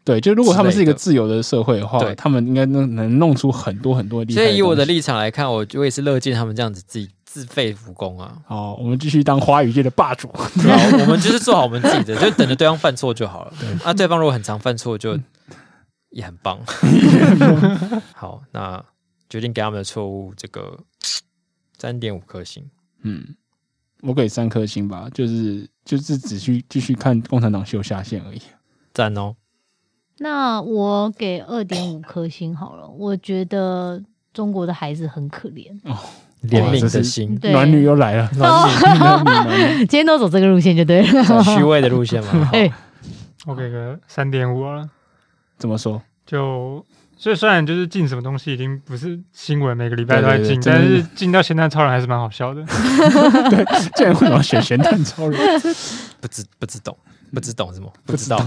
Speaker 2: 对，就如果他们是一
Speaker 1: 之类
Speaker 2: 个
Speaker 1: 的
Speaker 2: 自由的社会的话
Speaker 1: 对，
Speaker 2: 他们应该能能弄出很多很多厉害
Speaker 1: 所
Speaker 2: 东西。
Speaker 1: 以以我的立场来看，我我也是乐见他们这样子自己自废武功 啊。
Speaker 2: 哦，我们继续当花语界的霸主。
Speaker 1: 对啊，我们就是做好我们自己的，就等着对方犯错就好了。那、对方如果很常犯错，就也很 棒。好，那决定给他们的错误这个三点五颗星。
Speaker 2: 嗯，我给三颗星吧，就是就是只去继续看共产党秀下线而已。
Speaker 1: 赞哦！
Speaker 5: 那我给二点五颗星好了，我觉得中国的孩子很可怜，
Speaker 1: 怜悯
Speaker 2: 哦这
Speaker 1: 的
Speaker 2: 是
Speaker 1: 心，
Speaker 5: 对哦
Speaker 2: 暖女又来了，
Speaker 1: 暖女
Speaker 2: 暖女 暖女
Speaker 5: 今天都走这个路线就对了。
Speaker 1: 走虚伪的路线 嘛。好
Speaker 5: 哎
Speaker 4: 我给个三点五了。
Speaker 2: 怎么说？
Speaker 4: 就所以虽然就是进什么东西已经不是新闻，每个礼拜都在
Speaker 2: 对对
Speaker 4: 进，
Speaker 2: 对
Speaker 4: 但
Speaker 2: 真的
Speaker 4: 是进到咸蛋超人还是蛮好笑的。
Speaker 2: 竟然会想选 咸蛋超人？
Speaker 1: 不知不知懂，不知懂什么，不知道。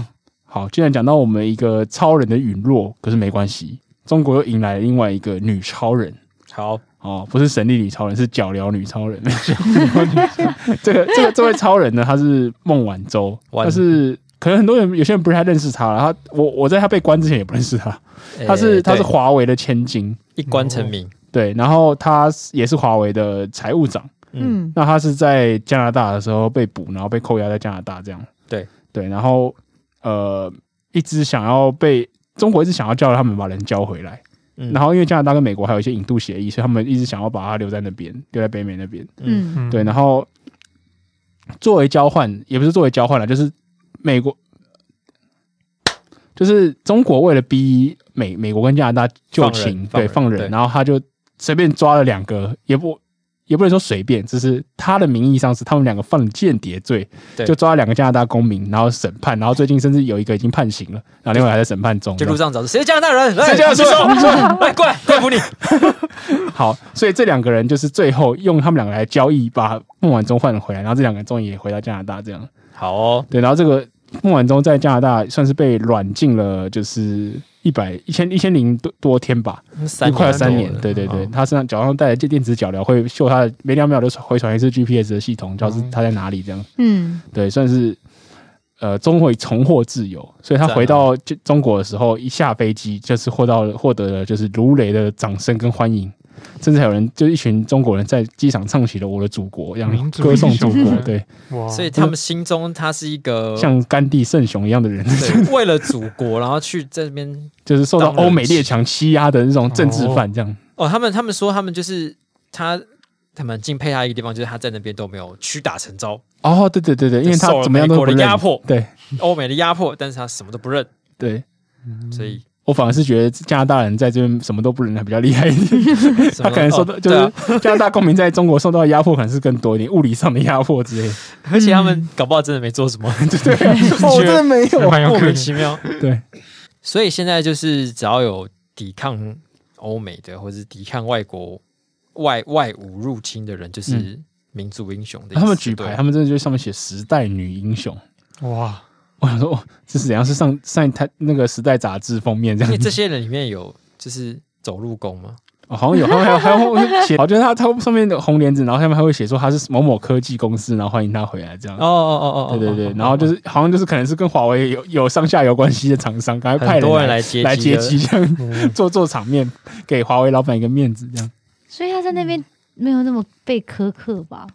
Speaker 2: 好，既然讲到我们一个超人的陨落，可是没关系，中国又迎来了另外一个女超人
Speaker 1: 好，
Speaker 2: 哦，不是神力女超人，是脚镣女超人。 这个这个这位超人呢，她是孟晚舟，
Speaker 1: 晚
Speaker 2: 她是可能很多人有些人不太认识她了。她我我在她被关之前也不认识她，她是
Speaker 1: 哎
Speaker 2: 她
Speaker 1: 对
Speaker 2: 是哦华为的千金，
Speaker 1: 一关成名，
Speaker 2: 对，然后她也是华为的财务长。
Speaker 1: 嗯，
Speaker 2: 那他是在加拿大的时候被捕，然后被扣押在加拿大这样。
Speaker 1: 对
Speaker 2: 对，然后呃，一直想要被中国一直想要叫他们把人交回来，
Speaker 1: 嗯
Speaker 2: 然后因为加拿大跟美国还有一些引渡协议，所以他们一直想要把他留在那边，留在北美那边。
Speaker 5: 嗯
Speaker 4: 嗯，
Speaker 2: 对，然后作为交换，也不是作为交换了，就是美国，就是中国为了逼美美国跟加拿大就
Speaker 1: 放人
Speaker 2: 情，
Speaker 1: 放
Speaker 2: 对
Speaker 1: 人
Speaker 2: 放人，
Speaker 1: 对
Speaker 2: 然后他就随便抓了两个，也不也不能说随便，只是他的名义上是他们两个犯了间谍罪，
Speaker 1: 对
Speaker 2: 就抓了两个加拿大公民，然后审判，然后最近甚至有一个已经判刑了，然后另外还在审判中，
Speaker 1: 就
Speaker 2: 这样
Speaker 1: 路上找谁是加拿大人，哎来
Speaker 2: 谁加拿
Speaker 1: 举
Speaker 2: 大
Speaker 1: 手来过来，逮捕你。
Speaker 2: 好，所以这两个人就是最后用他们两个来交易，把孟晚舟换回来，然后这两个人终于也回到加拿大这样。
Speaker 1: 好哦，
Speaker 2: 对，然后这个孟晚舟在加拿大算是被软禁了，就是一百一千一千零多多天吧，
Speaker 1: 三
Speaker 2: 快要三
Speaker 1: 多
Speaker 2: 年
Speaker 1: 了。
Speaker 2: 对对对，
Speaker 1: 哦
Speaker 2: 他身上脚上带的电子脚镣会秀他的每两秒就回传一次 GPS 的系统，知道是他在哪里这样。
Speaker 5: 嗯，
Speaker 2: 对，算是呃终会重获自由，所以他
Speaker 1: 赞啊
Speaker 2: 回到就中国的时候，一下飞机就是获到了获得了就是如雷的掌声跟欢迎，甚至还有人就是一群中国人在机场唱起了我的祖国，这样
Speaker 4: 民族
Speaker 2: 歌颂
Speaker 4: 英
Speaker 2: 祖
Speaker 4: 雄
Speaker 2: 国，
Speaker 4: 嗯
Speaker 2: 对，
Speaker 4: 哇，
Speaker 1: 所以他们心中他是一个
Speaker 2: 像甘地圣雄一样的人。
Speaker 1: 对，为了祖国，然后去这边
Speaker 2: 就是受到
Speaker 1: 当然
Speaker 2: 欧美列强欺压的那种政治犯，这样、
Speaker 1: 哦，他们他们说他们就是他，他们敬佩他一个地方就是他在那边都没有屈打成招，
Speaker 2: 哦。对对对对，因为他
Speaker 1: 受了
Speaker 2: 怎么样都
Speaker 1: 美
Speaker 2: 不
Speaker 1: 国的
Speaker 2: 认
Speaker 1: 压迫
Speaker 2: 对
Speaker 1: 欧美的压迫，但是他什么都不认，
Speaker 2: 对，
Speaker 1: 所以
Speaker 2: 我反而是觉得加拿大人在这边什么都不认，还比较厉害一 点。
Speaker 1: 什么
Speaker 2: 他可能受到、
Speaker 1: 哦
Speaker 2: 就
Speaker 1: 对啊
Speaker 2: 是加拿大公民在中国受到的压迫可能是更多一点，物理上的压迫之类 的。
Speaker 1: 而且他们搞不好真的没做什么，
Speaker 2: 对，哦，真的没嗯 有。
Speaker 4: 蛮有
Speaker 1: 莫
Speaker 4: 可
Speaker 1: 名
Speaker 4: 能。
Speaker 1: 其妙。
Speaker 2: 对，
Speaker 1: 所以现在就是只要有抵抗欧美的，或是抵抗外国外外侮入侵的人，就是民族英雄的意思、
Speaker 2: 嗯他们举牌，
Speaker 1: 对啊
Speaker 2: 他们真的就上面写“时代女英雄
Speaker 4: 哇，”。
Speaker 2: 我想说，哦，这是怎样？是上上台那个时代杂志封面这
Speaker 1: 因为
Speaker 2: 样
Speaker 1: 这
Speaker 2: 子？
Speaker 1: 些人里面有就是走路工吗？
Speaker 2: 哦、好像有，他们还有还有还有写，我觉得他他上面的红帘子，然后下面还会写说他是某某科技公司，然后欢迎他回来这样
Speaker 1: 哦。哦哦哦，哦
Speaker 2: 对对对，然后就是好像就是可能是跟华为有 有上下游关系的厂商，赶快派
Speaker 1: 很多人
Speaker 2: 来
Speaker 1: 来接
Speaker 2: 来接
Speaker 1: 的
Speaker 2: 机，这样
Speaker 4: 嗯
Speaker 2: 做做场面，给华为老板一个面子，这样。
Speaker 5: 所以他在那边没有那么被苛刻吧？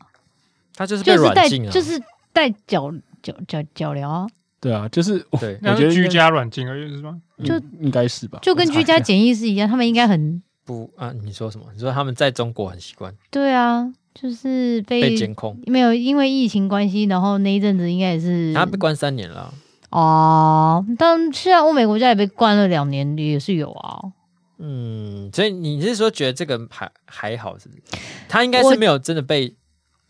Speaker 1: 他就是被
Speaker 5: 就是
Speaker 1: 软
Speaker 5: 带
Speaker 1: 禁啊，
Speaker 5: 就是带脚脚脚脚镣啊，
Speaker 2: 对啊，就是我
Speaker 1: 对，
Speaker 4: 那
Speaker 2: 觉得
Speaker 4: 是居家软禁而已是吗？
Speaker 5: 就
Speaker 2: 嗯应该是吧，
Speaker 5: 就跟
Speaker 2: 我查
Speaker 5: 居
Speaker 2: 一
Speaker 5: 家
Speaker 2: 下
Speaker 5: 检疫是一样，他们应该很
Speaker 1: 不啊，你说什么？你说他们在中国很习惯
Speaker 5: 对啊，就是被
Speaker 1: 被监控，
Speaker 5: 没有因为疫情关系，然后那一阵子应该也是
Speaker 1: 他被关三年了啊，
Speaker 5: 哦，但现在欧美国家也被关了两年，也是有啊。
Speaker 1: 嗯，所以你是说觉得这个还还好是不是？他应该是没有真的被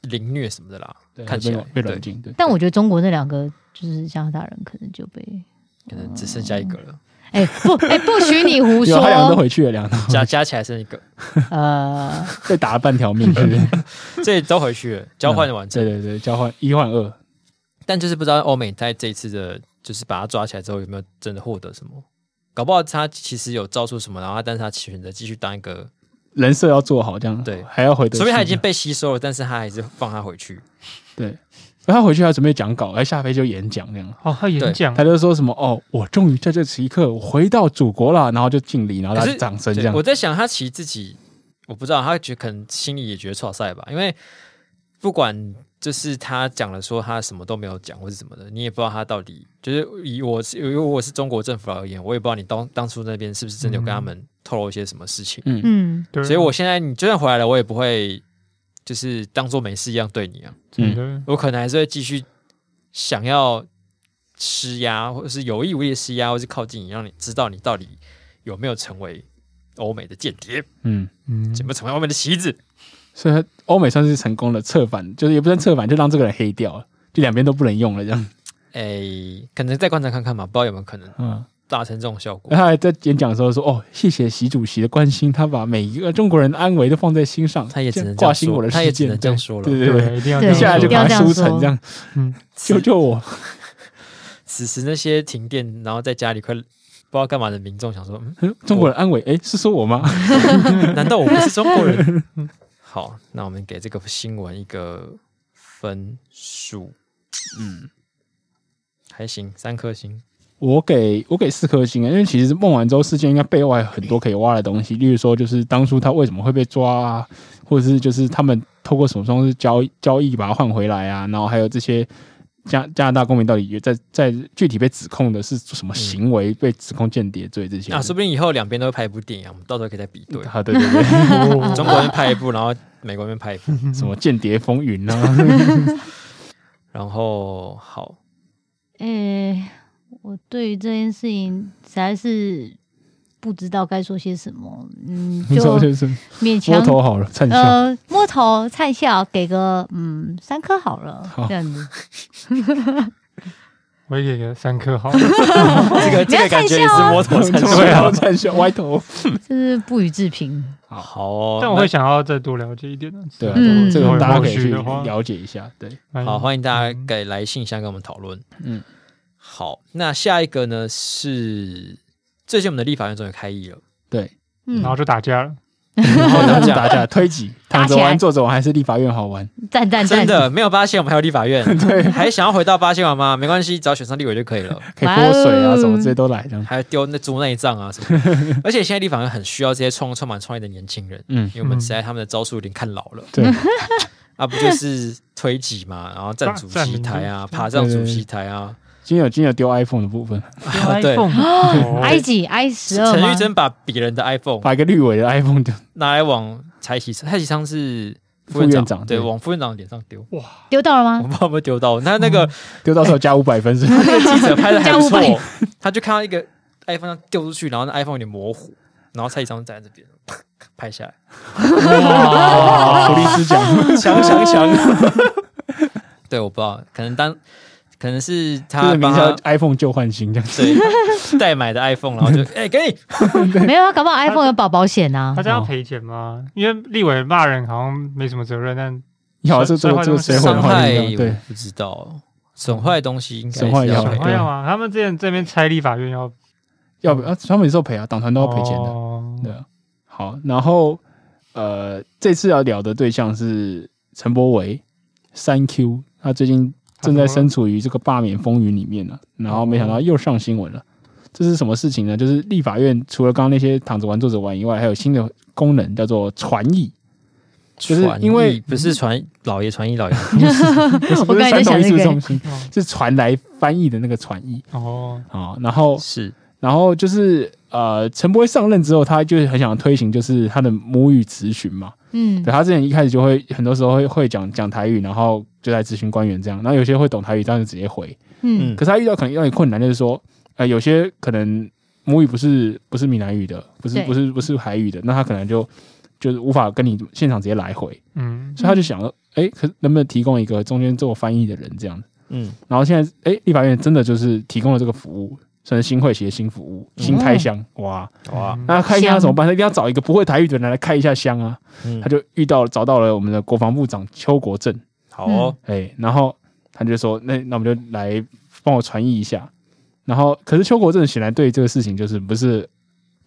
Speaker 1: 凌虐什么的啦，看起来
Speaker 2: 被
Speaker 1: 对
Speaker 2: 软禁，对，
Speaker 5: 但我觉得中国那两个就是加拿大人，可能就被
Speaker 1: 可能只剩下一个了，
Speaker 5: 哎、不哎、不许你胡
Speaker 2: 有
Speaker 5: 说
Speaker 2: 他，两个都回去了，两个
Speaker 1: 加加起来剩一个，
Speaker 5: 呃，
Speaker 2: 都 被打了半 条命，是不是？
Speaker 1: 这都回去了，交换完
Speaker 2: 嗯对
Speaker 1: 成。
Speaker 2: 对对，交换一换二，
Speaker 1: 但就是不知道欧美在这一次的，就是把他抓起来之后有没有真的获得什么？搞不好他其实有造出什么，然后他但是他选择继续当一个，
Speaker 2: 人设要做好，这样
Speaker 1: 对
Speaker 2: 还要回得去。
Speaker 1: 说明他已经被吸收了，但是他还是放他回去。
Speaker 2: 对，然后他回去还准备讲稿，哎，下飞机就演讲这样。
Speaker 4: 哦，他
Speaker 1: 对
Speaker 4: 演讲
Speaker 2: 他就说什么哦，我终于在这时刻我回到祖国了，然后就敬礼，然后
Speaker 1: 可
Speaker 2: 大
Speaker 1: 是
Speaker 2: 家掌声这
Speaker 1: 对
Speaker 2: 样
Speaker 1: 我。在想，他其实自己我不知道，他觉得可能心里也觉得挫赛吧，因为不管就是他讲了说他什么都没有讲或是什么的，你也不知道他到底就是以我是因为我是中国政府而言，我也不知道你当当初那边是不是真的有跟他们透露一些什么事情，
Speaker 2: 嗯，
Speaker 5: 嗯，
Speaker 4: 对，
Speaker 1: 所以我现在你就算回来了，我也不会就是当做没事一样对你
Speaker 2: 嗯
Speaker 1: 啊，
Speaker 5: 嗯
Speaker 4: 真的
Speaker 1: 我可能还是会继续想要施压，或者是有意无意的施压，或是靠近你，让你知道你到底有没有成为欧美的间谍，
Speaker 2: 嗯，
Speaker 4: 嗯
Speaker 1: 有没有成为欧美的棋子。
Speaker 2: 所以他欧美算是成功的策反，就是也不算策反，就让这个人黑掉了，就两边都不能用了这样。
Speaker 1: 诶、哎可能再观察看看嘛，不知道有没有可能
Speaker 2: 嗯，
Speaker 1: 达成这种效果
Speaker 2: 然。后他还在演讲的时候说：“哦，谢谢习主席的关心，他把每一个中国人的安危都放在心上。”
Speaker 1: 他也只能这样说
Speaker 2: 挂心我的事件，
Speaker 1: 他也只能这样说了
Speaker 2: 对对对对，
Speaker 4: 对，一定要
Speaker 5: 对
Speaker 4: 这
Speaker 2: 接下来
Speaker 4: 样
Speaker 2: 就
Speaker 4: 做
Speaker 2: 把
Speaker 5: 一定要这
Speaker 2: 他
Speaker 5: 样
Speaker 2: 书
Speaker 5: 说
Speaker 2: 城这样，
Speaker 4: 嗯，
Speaker 2: 救救我！
Speaker 1: 此时那些停电，然后在家里快不知道干嘛的民众想说，嗯，
Speaker 2: 中国人安危，哎，是说我吗？
Speaker 1: 难道我不是中国人？ 好，那我们给这个新闻一个分数，
Speaker 2: 嗯，
Speaker 1: 还行，三颗星。
Speaker 2: 我给我给四颗星啊，因为其实孟晚舟事件应该背后还有很多可以挖的东西，例如说就是当初他为什么会被抓啊，或者是就是他们透过什么方式交易交易把他换回来啊，然后还有这些加加拿大公民到底也在在具体被指控的是什
Speaker 4: 嗯
Speaker 2: 么行为，被指控间谍罪这些的
Speaker 1: 啊，说不定以后两边都会拍一部电影啊，我们到时候可以再比对。
Speaker 2: 好对对对，
Speaker 4: 哦
Speaker 1: 中国人拍一部，然后美国人拍一 部，
Speaker 2: 什么间谍风云 啊，
Speaker 1: 然后好，
Speaker 5: 哎、我对于这件事情实在是不知道该说些什么，嗯，
Speaker 2: 你
Speaker 5: 就
Speaker 2: 说就是
Speaker 5: 勉
Speaker 2: 摸
Speaker 5: 强
Speaker 2: 头好了，灿笑。
Speaker 5: 呃摸头菜笑给个嗯三颗好了，
Speaker 2: 好
Speaker 5: 这样子。
Speaker 4: 我也给个三颗 好了，
Speaker 2: 嗯
Speaker 1: 这个这个感
Speaker 2: 哦
Speaker 1: 觉也是摸头
Speaker 2: 怎
Speaker 1: 参
Speaker 4: 啊
Speaker 2: 么会
Speaker 1: 笑
Speaker 2: 要。灿笑啊歪头？
Speaker 5: 就是不予置评。
Speaker 1: 好哦，
Speaker 4: 但我会想要再多了解一点啊。
Speaker 2: 对啊，
Speaker 5: 嗯
Speaker 2: 这个大家可以
Speaker 4: 后
Speaker 2: 去
Speaker 4: 续的话嗯
Speaker 2: 了解一下。对，
Speaker 1: 那
Speaker 4: 蛮
Speaker 1: 好，欢迎大家给来信箱跟我们讨论。
Speaker 2: 嗯
Speaker 1: 好，那下一个呢是最近我们的立法院终于开议了，
Speaker 2: 对，
Speaker 5: 嗯
Speaker 4: 然，后就打架了，
Speaker 2: 然后他们 打架推挤，躺着
Speaker 5: 打起来
Speaker 2: 玩、坐着玩还是立法院好玩？
Speaker 5: 赞赞
Speaker 1: 真
Speaker 5: 赞！
Speaker 1: 的没有八仙，我们还有立法 院，还想要回到八仙玩吗？没关系，只要选上立委就可以了。
Speaker 2: 可以
Speaker 5: 哇哦
Speaker 2: 泼水啊，什么这些都来这样。
Speaker 1: 还有丢那猪内脏啊什么 的，而且现在立法院很需要这些充充满创意的年轻人，
Speaker 2: 嗯
Speaker 1: 因为我们实在他们的招数有点看老了。
Speaker 2: 对，
Speaker 1: 啊，不就是推挤嘛，然后站
Speaker 4: 霸
Speaker 1: 主
Speaker 4: 占
Speaker 1: 席
Speaker 4: 民
Speaker 1: 台
Speaker 4: 主
Speaker 1: 啊，
Speaker 4: 对
Speaker 1: 爬上主
Speaker 2: 对
Speaker 1: 席台啊。
Speaker 2: 今天有今天有丢 iPhone 的部分，
Speaker 1: 对
Speaker 4: iPhone 哦
Speaker 2: 啊
Speaker 5: 埃及 i 十二
Speaker 1: 陈
Speaker 5: 吗
Speaker 1: 玉？珍把别人的 iPhone
Speaker 2: 把一个绿委的 iPhone 丢，
Speaker 1: 拿来往蔡其昌，蔡其昌是
Speaker 2: 副院
Speaker 1: 长，
Speaker 2: 长
Speaker 1: 对，
Speaker 2: 对
Speaker 1: 往副院长脸上丢，
Speaker 5: 丢到了
Speaker 1: 我
Speaker 5: 吗？
Speaker 1: 不知道有没有丢到。那那
Speaker 2: 哦
Speaker 1: 个
Speaker 2: 丢到时候加五百 分是不是。
Speaker 1: 那个记者 拍的还不错
Speaker 5: 加五，
Speaker 1: 他就看到一个 iPhone 上丢出去，然后那 iPhone 有点模糊，然后蔡其昌站在这边啪拍下来，
Speaker 2: 哇，福利师奖，
Speaker 1: 强强强！对，我不知道，可能当可能是
Speaker 2: 就
Speaker 1: 他
Speaker 2: 是名
Speaker 1: 帮
Speaker 2: 叫
Speaker 1: 他
Speaker 2: iPhone 旧换新这样。
Speaker 1: 对代买的 iPhone，然后就 哎、给你，
Speaker 5: 没有啊，搞不好 iPhone 有保保险啊
Speaker 4: 他。这样要赔钱吗？因为立委骂人好像没什么责任，但
Speaker 2: 好，啊这这这个谁毁
Speaker 1: 伤
Speaker 2: 坏
Speaker 1: 害
Speaker 2: 的这样？
Speaker 1: 我
Speaker 2: 对，
Speaker 1: 不知道，损坏东西应该
Speaker 2: 损坏
Speaker 1: 是要
Speaker 2: 要赔
Speaker 1: 赔
Speaker 4: 损坏要啊吗？他们之前这边拆立法院要
Speaker 2: 要不啊，他们也是要赔啊，党团都要赔钱的。
Speaker 4: 的，
Speaker 2: 对啊，好，然后呃，这次要聊的对象是陈柏维，三 Q，他最近正在身处于这个罢免风云里面呢、然后没想到又上新闻了。这是什么事情呢？就是立法院除了刚刚那些躺着玩、坐着玩以外，还有新的功能叫做传译，就是
Speaker 1: 传
Speaker 2: 因为
Speaker 1: 艺不是传老爷传艺老爷，
Speaker 2: 不是
Speaker 5: 我
Speaker 2: 不
Speaker 5: 刚
Speaker 2: 是
Speaker 5: 才在
Speaker 2: 传统
Speaker 5: 想
Speaker 2: 艺
Speaker 5: 这
Speaker 2: 术
Speaker 5: 个
Speaker 2: 中心，是传来翻译的那个传译
Speaker 4: 哦，
Speaker 2: 啊、然后
Speaker 1: 是
Speaker 2: 然后就是呃，陈波上任之后，他就很想推行就是他的母语咨询嘛，
Speaker 5: 嗯
Speaker 2: 对他之前一开始就会很多时候会会讲讲台语，然后就在咨询官员这样，然后有些会懂台语，当然就直接回。
Speaker 5: 嗯
Speaker 1: 嗯
Speaker 2: 可是他遇到可能遇到一个困难，就是说，呃，有些可能母语不是不是闽南语的，不是
Speaker 5: 对
Speaker 2: 不是不是台语的，那他可能就就是无法跟你现场直接来回，
Speaker 4: 嗯，
Speaker 2: 所以他就想说，哎、可是能不能提供一个中间做翻译的人这样子？
Speaker 1: 嗯，
Speaker 2: 然后现在，哎、立法院真的就是提供了这个服务，算是新会协新服务，新开箱、哇！
Speaker 1: 哇，
Speaker 4: 嗯
Speaker 2: 那开箱要
Speaker 5: 箱
Speaker 2: 怎么办？他一定要找一个不会台语的人来开一下箱啊！
Speaker 1: 嗯
Speaker 2: 他就遇到找到了我们的国防部长邱国正，
Speaker 1: 好哦，
Speaker 2: 哎、然后他就说，那那我们就来帮我传译一下。然后，可是邱国正显然对这个事情就是不是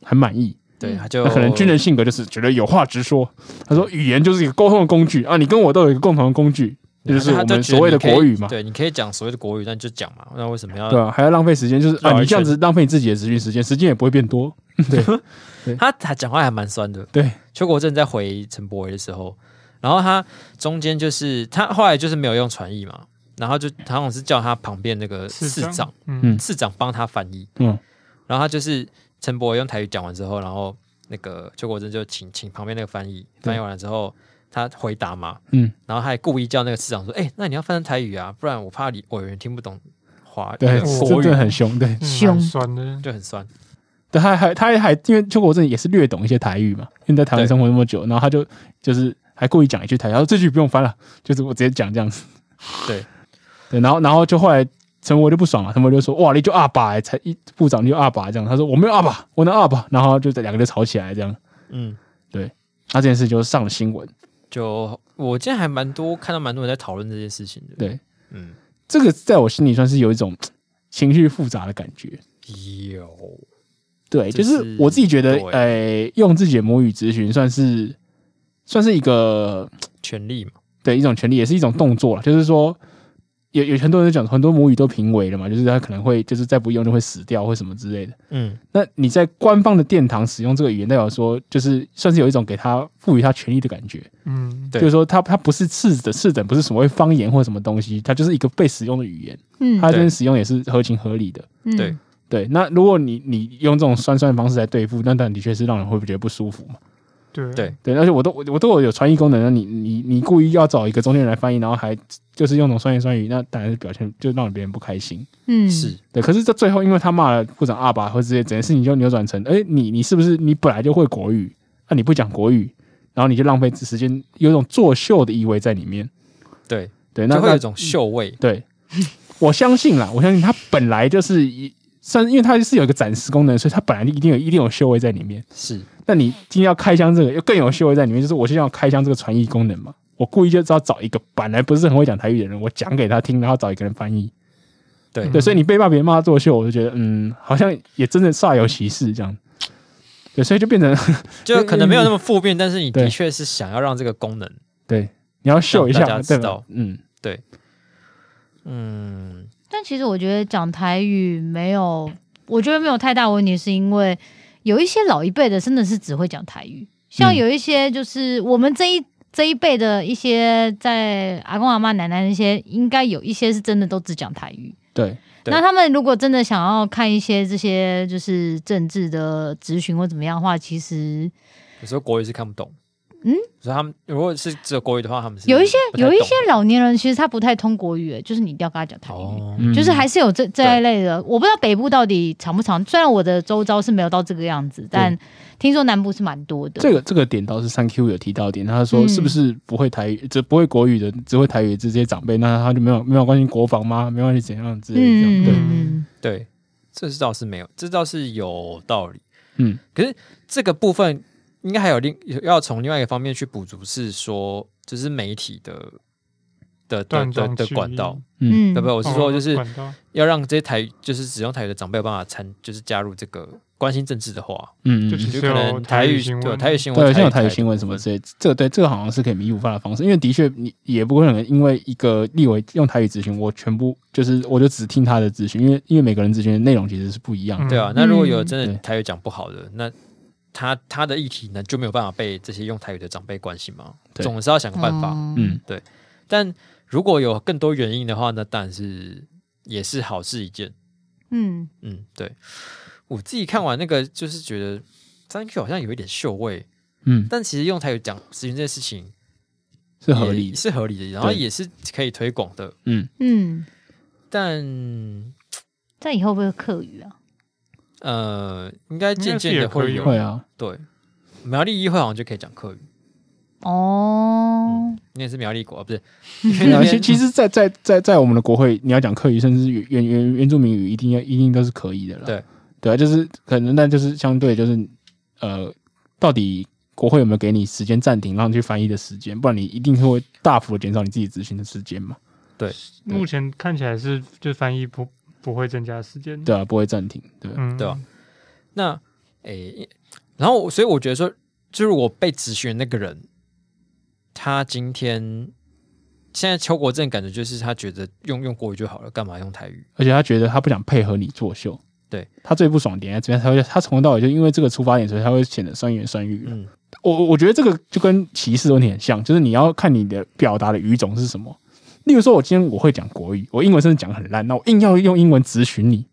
Speaker 2: 很满意，
Speaker 1: 对，
Speaker 5: 嗯
Speaker 1: 他就
Speaker 2: 那可能军人性格就是觉得有话直说。他说，语言就是一个沟通的工具啊，你跟我都有一个共同的工具，这就是
Speaker 1: 他
Speaker 2: 我们
Speaker 1: 觉得
Speaker 2: 所谓的
Speaker 1: 你可以
Speaker 2: 国语嘛。
Speaker 1: 对，你可以讲所谓的国语，但就讲嘛，那为什么要
Speaker 2: 对啊，还要浪费时间，就是
Speaker 1: 绕
Speaker 2: 啊，
Speaker 1: 一
Speaker 2: 你这
Speaker 1: 圈
Speaker 2: 样子浪费你自己的咨询时间，时间也不会变多。
Speaker 1: 他他讲话还蛮酸的。
Speaker 2: 对，
Speaker 1: 邱国正在回陈柏惟的时候，然后他中间就是他后来就是没有用传译嘛，然后就他好像是叫他旁边那个市长，，
Speaker 4: 嗯
Speaker 1: 市长帮他翻译。
Speaker 2: 嗯，
Speaker 1: 然后他就是陈柏惟用台语讲完之后，然后那个邱国正就请请旁边那个翻译，
Speaker 2: 对
Speaker 1: 翻译完了之后。他回答嘛，
Speaker 2: 嗯，
Speaker 1: 然后他还故意叫那个市长说：“哎、那你要翻成台语啊，不然我怕你委员听不懂华呃
Speaker 2: 对，
Speaker 4: 我
Speaker 2: 真的很凶。对，
Speaker 5: 凶
Speaker 4: 蛮酸的，
Speaker 1: 就很酸。
Speaker 2: 对，他还他还因为邱国正也是略懂一些台语嘛，因为在台湾
Speaker 1: 对
Speaker 2: 生活那么久，然后他就就是还故意讲一句台语，他说这句不用翻了，就是我直接讲这样子。
Speaker 1: 对
Speaker 2: 对，然后然后就后来陈博就不爽了，陈博就说哇你就阿爸、欸、才一部长你就阿爸这样，他说我没有阿爸，我能阿爸，然后就两个就吵起来这样，”
Speaker 1: 嗯，
Speaker 2: 那这件事就上了新闻。
Speaker 1: 就我今天还蛮多看到蛮多人在讨论这件事情的。
Speaker 2: 对，
Speaker 1: 嗯，
Speaker 2: 这个在我心里算是有一种情绪复杂的感觉。
Speaker 1: 有，
Speaker 2: 对，
Speaker 1: 这
Speaker 2: 就是
Speaker 1: 是
Speaker 2: 我自己觉得，
Speaker 1: 对
Speaker 2: 呃，用自己的母语咨询算是算是一个
Speaker 1: 权利嘛，
Speaker 2: 对一种权利，也是一种动作了。就是说，有有很多人讲，很多母语都濒危了嘛，就是他可能会就是再不用就会死掉或什么之类的。
Speaker 1: 嗯，
Speaker 2: 那你在官方的殿堂使用这个语言，代表说就是算是有一种给他赋予他权利的感觉，
Speaker 4: 嗯，
Speaker 1: 对
Speaker 2: 就是说他他不是次等次等，不是所谓方言或什么东西，它就是一个被使用的语言，
Speaker 5: 嗯
Speaker 2: 它这边
Speaker 1: 对
Speaker 2: 使用也是合情合理的。
Speaker 5: 嗯
Speaker 1: 对
Speaker 2: 对，那如果你你用这种酸酸的方式来对付，那当然的确是让人会觉得不舒服嘛。
Speaker 4: 对
Speaker 1: 对
Speaker 2: 对，而且我都我我都有有传译功能，那你你你故意要找一个中间人来翻译，然后还就是用那种酸言酸语，那当然是表现就让别人不开心。
Speaker 5: 嗯
Speaker 1: 是，
Speaker 2: 对，可是这最后因为他骂了部长阿爸或者这些，整件事情就扭转成，哎，你你是不是你本来就会国语，那、你不讲国语，然后你就浪费时间，有一种作秀的意味在里面。
Speaker 1: 对，
Speaker 2: 对，那
Speaker 1: 就会有
Speaker 2: 那
Speaker 1: 一种秀味，
Speaker 2: 对，我相信啦，我相信他本来就是一。算，因为它是有一个展示功能，所以它本来就一定有一定有修为在里面。
Speaker 1: 是
Speaker 2: 那你今天要开箱这个，又更有修为在里面，就是我现在要开箱这个传译功能嘛。我故意就知道找一个本来不是很会讲台语的人，我讲给他听，然后找一个人翻译。
Speaker 5: 嗯
Speaker 1: 对，
Speaker 2: 对，所以你被骂别人骂作秀，我就觉得嗯，好像也真的煞有其事这样。对，所以就变成
Speaker 1: 就可能没有那么负面，但是你
Speaker 2: 嗯对
Speaker 1: 的确是想要让这个功能，
Speaker 2: 对，你要秀一下，
Speaker 1: 让大家知
Speaker 2: 对吧
Speaker 1: 道？
Speaker 2: 嗯，
Speaker 1: 嗯，
Speaker 5: 但其实我觉得讲台语没有，我觉得没有太大问题，是因为有一些老一辈的真的是只会讲台语，像
Speaker 2: 嗯
Speaker 5: 有一些就是我们这一。这一辈的一些在阿公阿妈奶奶那些，应该有一些是真的都只讲台语。
Speaker 2: 对，
Speaker 1: 对
Speaker 5: 那他们如果真的想要看一些这些就是政治的咨询或怎么样的话，其实
Speaker 1: 有时候国语是看不懂，
Speaker 5: 嗯，
Speaker 1: 所以他们如果是只有国语的话，他们是
Speaker 5: 有一些
Speaker 1: 不太
Speaker 5: 有
Speaker 1: 懂
Speaker 5: 一些老年人其实他不太通国语，欸就是你一定要跟他讲台语。
Speaker 1: 哦，
Speaker 2: 嗯
Speaker 5: 就是还是有这这一类的。我不知道北部到底长不长，虽然我的周遭是没有到这个样子，但听说南部是蛮多的。
Speaker 2: 这个这个点倒是三 Q 有提到的点，他说
Speaker 5: 嗯
Speaker 2: 是不是不会台语，只不会国语的，只会台语的这些长辈，那他就没有没有关心国防吗？没关系怎样之类的这样，对，
Speaker 5: 嗯嗯
Speaker 1: 对，这是倒是没有，这倒是有道理。
Speaker 2: 嗯，
Speaker 1: 可是这个部分应该还有另要从另外一个方面去补足，是说就是媒体的的的
Speaker 4: 断
Speaker 1: 的
Speaker 4: 章
Speaker 1: 的
Speaker 4: 取
Speaker 1: 管
Speaker 4: 义
Speaker 1: 道，
Speaker 5: 嗯，
Speaker 1: 对不对？我
Speaker 4: 我
Speaker 1: 是说，就是
Speaker 4: 哦管道
Speaker 1: 要让这些台就是使用台语的长辈有办法参，就是加入这个关心政治的话，
Speaker 2: 嗯，嗯
Speaker 4: 就
Speaker 2: 嗯
Speaker 4: 是
Speaker 1: 就
Speaker 4: 只
Speaker 1: 可
Speaker 4: 有
Speaker 1: 能台
Speaker 4: 台语
Speaker 1: 语
Speaker 4: 新
Speaker 1: 对
Speaker 4: 闻
Speaker 1: 台语新闻，
Speaker 2: 对，像有台
Speaker 1: 语
Speaker 2: 语新闻什么
Speaker 1: 的
Speaker 2: 之类，这个对这个好像是可以弥补办法的方式，因为的确你也不可能因为一个立委用台语咨询，我全部就是我就只听他的咨询，因为因为每个人咨询的内容其实是不一样
Speaker 1: 部分，
Speaker 2: 的。
Speaker 1: 对啊
Speaker 4: 嗯。
Speaker 1: 那如果有
Speaker 5: 嗯
Speaker 1: 真
Speaker 2: 对
Speaker 1: 的台语讲不好的，那他他的议题呢就没有办法被这些用台语的长辈关心嘛，
Speaker 2: 对
Speaker 1: 总是要想个办法。
Speaker 5: 哦
Speaker 2: 嗯，
Speaker 1: 但如果有更多原因的话，那当然是也是好事一件。
Speaker 5: 嗯，
Speaker 1: 嗯，对我自己看完那个，就是觉得三 Q 好像有一点秀味，
Speaker 2: 嗯，
Speaker 1: 但其实用台语讲咨询这件事情
Speaker 2: 是合理
Speaker 1: 也
Speaker 2: 的，
Speaker 1: 是合理的，然后
Speaker 2: 对
Speaker 1: 也是可以推广的。
Speaker 2: 嗯，
Speaker 3: 嗯，
Speaker 1: 但
Speaker 5: 这样以后会不会有客语啊？
Speaker 1: 呃，应该渐渐
Speaker 4: 应该是
Speaker 1: 的
Speaker 4: 也可
Speaker 1: 会
Speaker 4: 以
Speaker 1: 有
Speaker 2: 会啊，
Speaker 1: 对。苗栗议会好像就可以讲客语，
Speaker 5: 哦，
Speaker 1: 你也是苗栗国，啊 不是？
Speaker 2: 那
Speaker 1: 其
Speaker 2: 其其实在，在在在我们的国会，你要讲客语，甚至是原原原住民语，一定要一定都是可以的了。
Speaker 1: 对，
Speaker 2: 对啊，就是可能，那就是相对就是呃，到底国会有没有给你时间暂停，让你去翻译的时间？不然你一定会大幅地减少你自己执行的时间嘛。
Speaker 4: 目前看起来是就翻译不不会增加时间，
Speaker 2: 对啊，不会暂停。对，
Speaker 4: 嗯，
Speaker 1: 对啊那诶、然后我所以我觉得说，就是我被咨询的那个人，他今天现在邱国正感觉就是他觉得用用国语就好了，干嘛用台语？
Speaker 2: 而且他觉得他不想配合你作秀。
Speaker 1: 对
Speaker 2: 他最不爽的点在这边，他会他从头到尾就因为这个出发点，所以他会显得酸言酸语了。
Speaker 1: 嗯，
Speaker 2: 我我我觉得这个就跟歧视问题很像，就是你要看你的表达的语种是什么。例如说，我今天我会讲国语，我英文甚至讲得很烂，那我硬要用英文咨询你，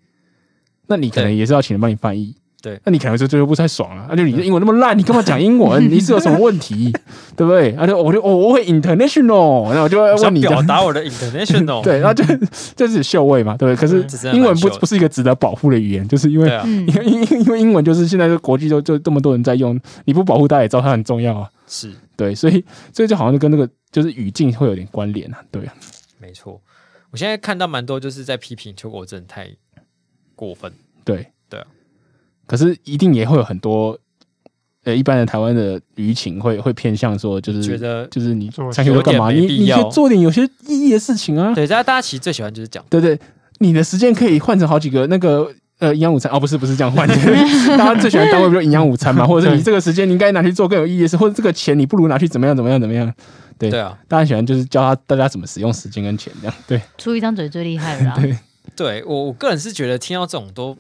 Speaker 2: 那你可能
Speaker 1: 对
Speaker 2: 也是要请人帮你翻译。
Speaker 1: 对
Speaker 2: 那你可能就最后不太爽啊了、那、就你的英文那么烂，你干嘛讲英文？你是有什么问题， 对不对？而、啊、且我就哦，我会 international，然后我就会
Speaker 1: 我想
Speaker 2: 问你这样
Speaker 1: 表达我的 international，
Speaker 2: 对，然后就就是秀位嘛，对不对？可
Speaker 4: 嗯
Speaker 1: 这
Speaker 2: 是
Speaker 1: 真的
Speaker 2: 英文
Speaker 1: 蛮
Speaker 2: 不
Speaker 1: 秀的
Speaker 2: 不是一个值得保护的语言，就是因为
Speaker 1: 对啊，
Speaker 3: 嗯
Speaker 2: 因为因为因为英文就是现在就国际就就这么多人在用，你不保护大家也知道它很重要啊。
Speaker 1: 是
Speaker 2: 对，所以所以就好像就跟那个就是语境会有点关联啊，对啊，
Speaker 1: 没错。我现在看到蛮多就是在批评邱国正太过分，
Speaker 2: 对
Speaker 1: 对啊。
Speaker 2: 可是一定也会有很多，呃，一般的台湾的舆情会会偏向说，就是
Speaker 1: 觉得
Speaker 2: 就是你
Speaker 4: 做
Speaker 2: 参选都干嘛？
Speaker 1: 有点
Speaker 2: 你
Speaker 1: 没必
Speaker 2: 你
Speaker 1: 要
Speaker 2: 去做点有些意义的事情啊，
Speaker 1: 对，大家大家其实最喜欢就是讲
Speaker 2: 对对，你的时间可以换成好几个那个。呃，营养午餐哦，不是不是这样换，大家最喜欢单位不就营养午餐嘛？或者是你这个时间你应该拿去做更有意义的事，或者这个钱你不如拿去怎么样怎么样怎么样？对
Speaker 1: 对啊，
Speaker 2: 大家喜欢就是教他大家怎么使用时间跟钱这样。对，。
Speaker 5: 出一张嘴最厉害了啦
Speaker 2: 对
Speaker 1: 对我我个人是觉得听到这种都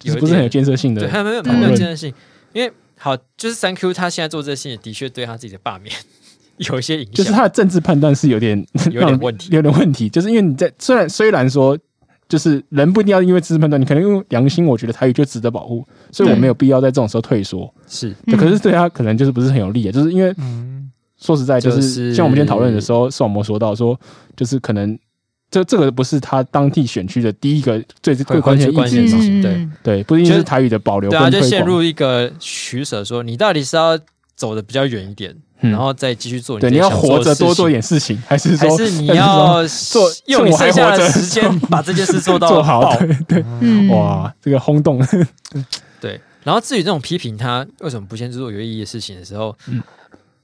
Speaker 2: 就
Speaker 1: 有
Speaker 2: 是
Speaker 1: 一
Speaker 2: 不是很有
Speaker 1: 点
Speaker 2: 建设性的
Speaker 1: 对，他没有
Speaker 5: 讨
Speaker 1: 他没有
Speaker 2: 论
Speaker 1: 这件事情，因为好就是三 Q 他现在做这些事情，的确对他自己的罢免 有一些影响，
Speaker 2: 就是他的政治判断是有点
Speaker 1: 有点问题
Speaker 2: 有点问题。就是因为你在虽然虽然说，就是人不一定要因为政治判断，你可能用良心，我觉得台语就值得保护，所以我
Speaker 5: 对
Speaker 2: 没有必要在这种时候退缩。
Speaker 1: 是
Speaker 2: 对
Speaker 5: 嗯
Speaker 2: 可是对他可能就是不是很有利啊，就是因为
Speaker 4: 嗯，
Speaker 2: 说实在，就
Speaker 1: 就是是
Speaker 2: 像我们今天讨论的时候，宋魔说到说，就是可能这这个不是他当地选区的第一个最最
Speaker 1: 会
Speaker 2: 关键
Speaker 1: 会
Speaker 2: 的
Speaker 1: 去
Speaker 2: 意
Speaker 1: 关
Speaker 2: 见
Speaker 1: 心嗯，
Speaker 2: 嘛
Speaker 5: 嗯，
Speaker 1: 对
Speaker 5: 嗯
Speaker 2: 对，不一定
Speaker 1: 就是是
Speaker 2: 台语的保留
Speaker 1: 对啊，
Speaker 2: 跟
Speaker 1: 就
Speaker 2: 推
Speaker 1: 陷
Speaker 2: 广。
Speaker 1: 入一个取舍，说你到底是要走的比较远一点，
Speaker 2: 嗯
Speaker 1: 然后再继续做你
Speaker 2: 对，
Speaker 1: 自
Speaker 2: 你
Speaker 1: 己
Speaker 2: 要
Speaker 1: 想做
Speaker 2: 活
Speaker 1: 的
Speaker 2: 着
Speaker 1: 事
Speaker 2: 多做一
Speaker 1: 情，
Speaker 2: 点事情，还是
Speaker 1: 还
Speaker 2: 说
Speaker 1: 是你
Speaker 2: 还是
Speaker 1: 要
Speaker 2: 做
Speaker 1: 用你
Speaker 2: 趁我
Speaker 1: 剩
Speaker 2: 还
Speaker 1: 下的
Speaker 2: 活着
Speaker 1: 时间 把这件事做到
Speaker 2: 做好
Speaker 1: 爆？
Speaker 2: 对对，
Speaker 5: 嗯，
Speaker 2: 哇，这个轰动，
Speaker 1: 对，然后至于这种批评他为什么不先做有意义的事情的时候，
Speaker 2: 嗯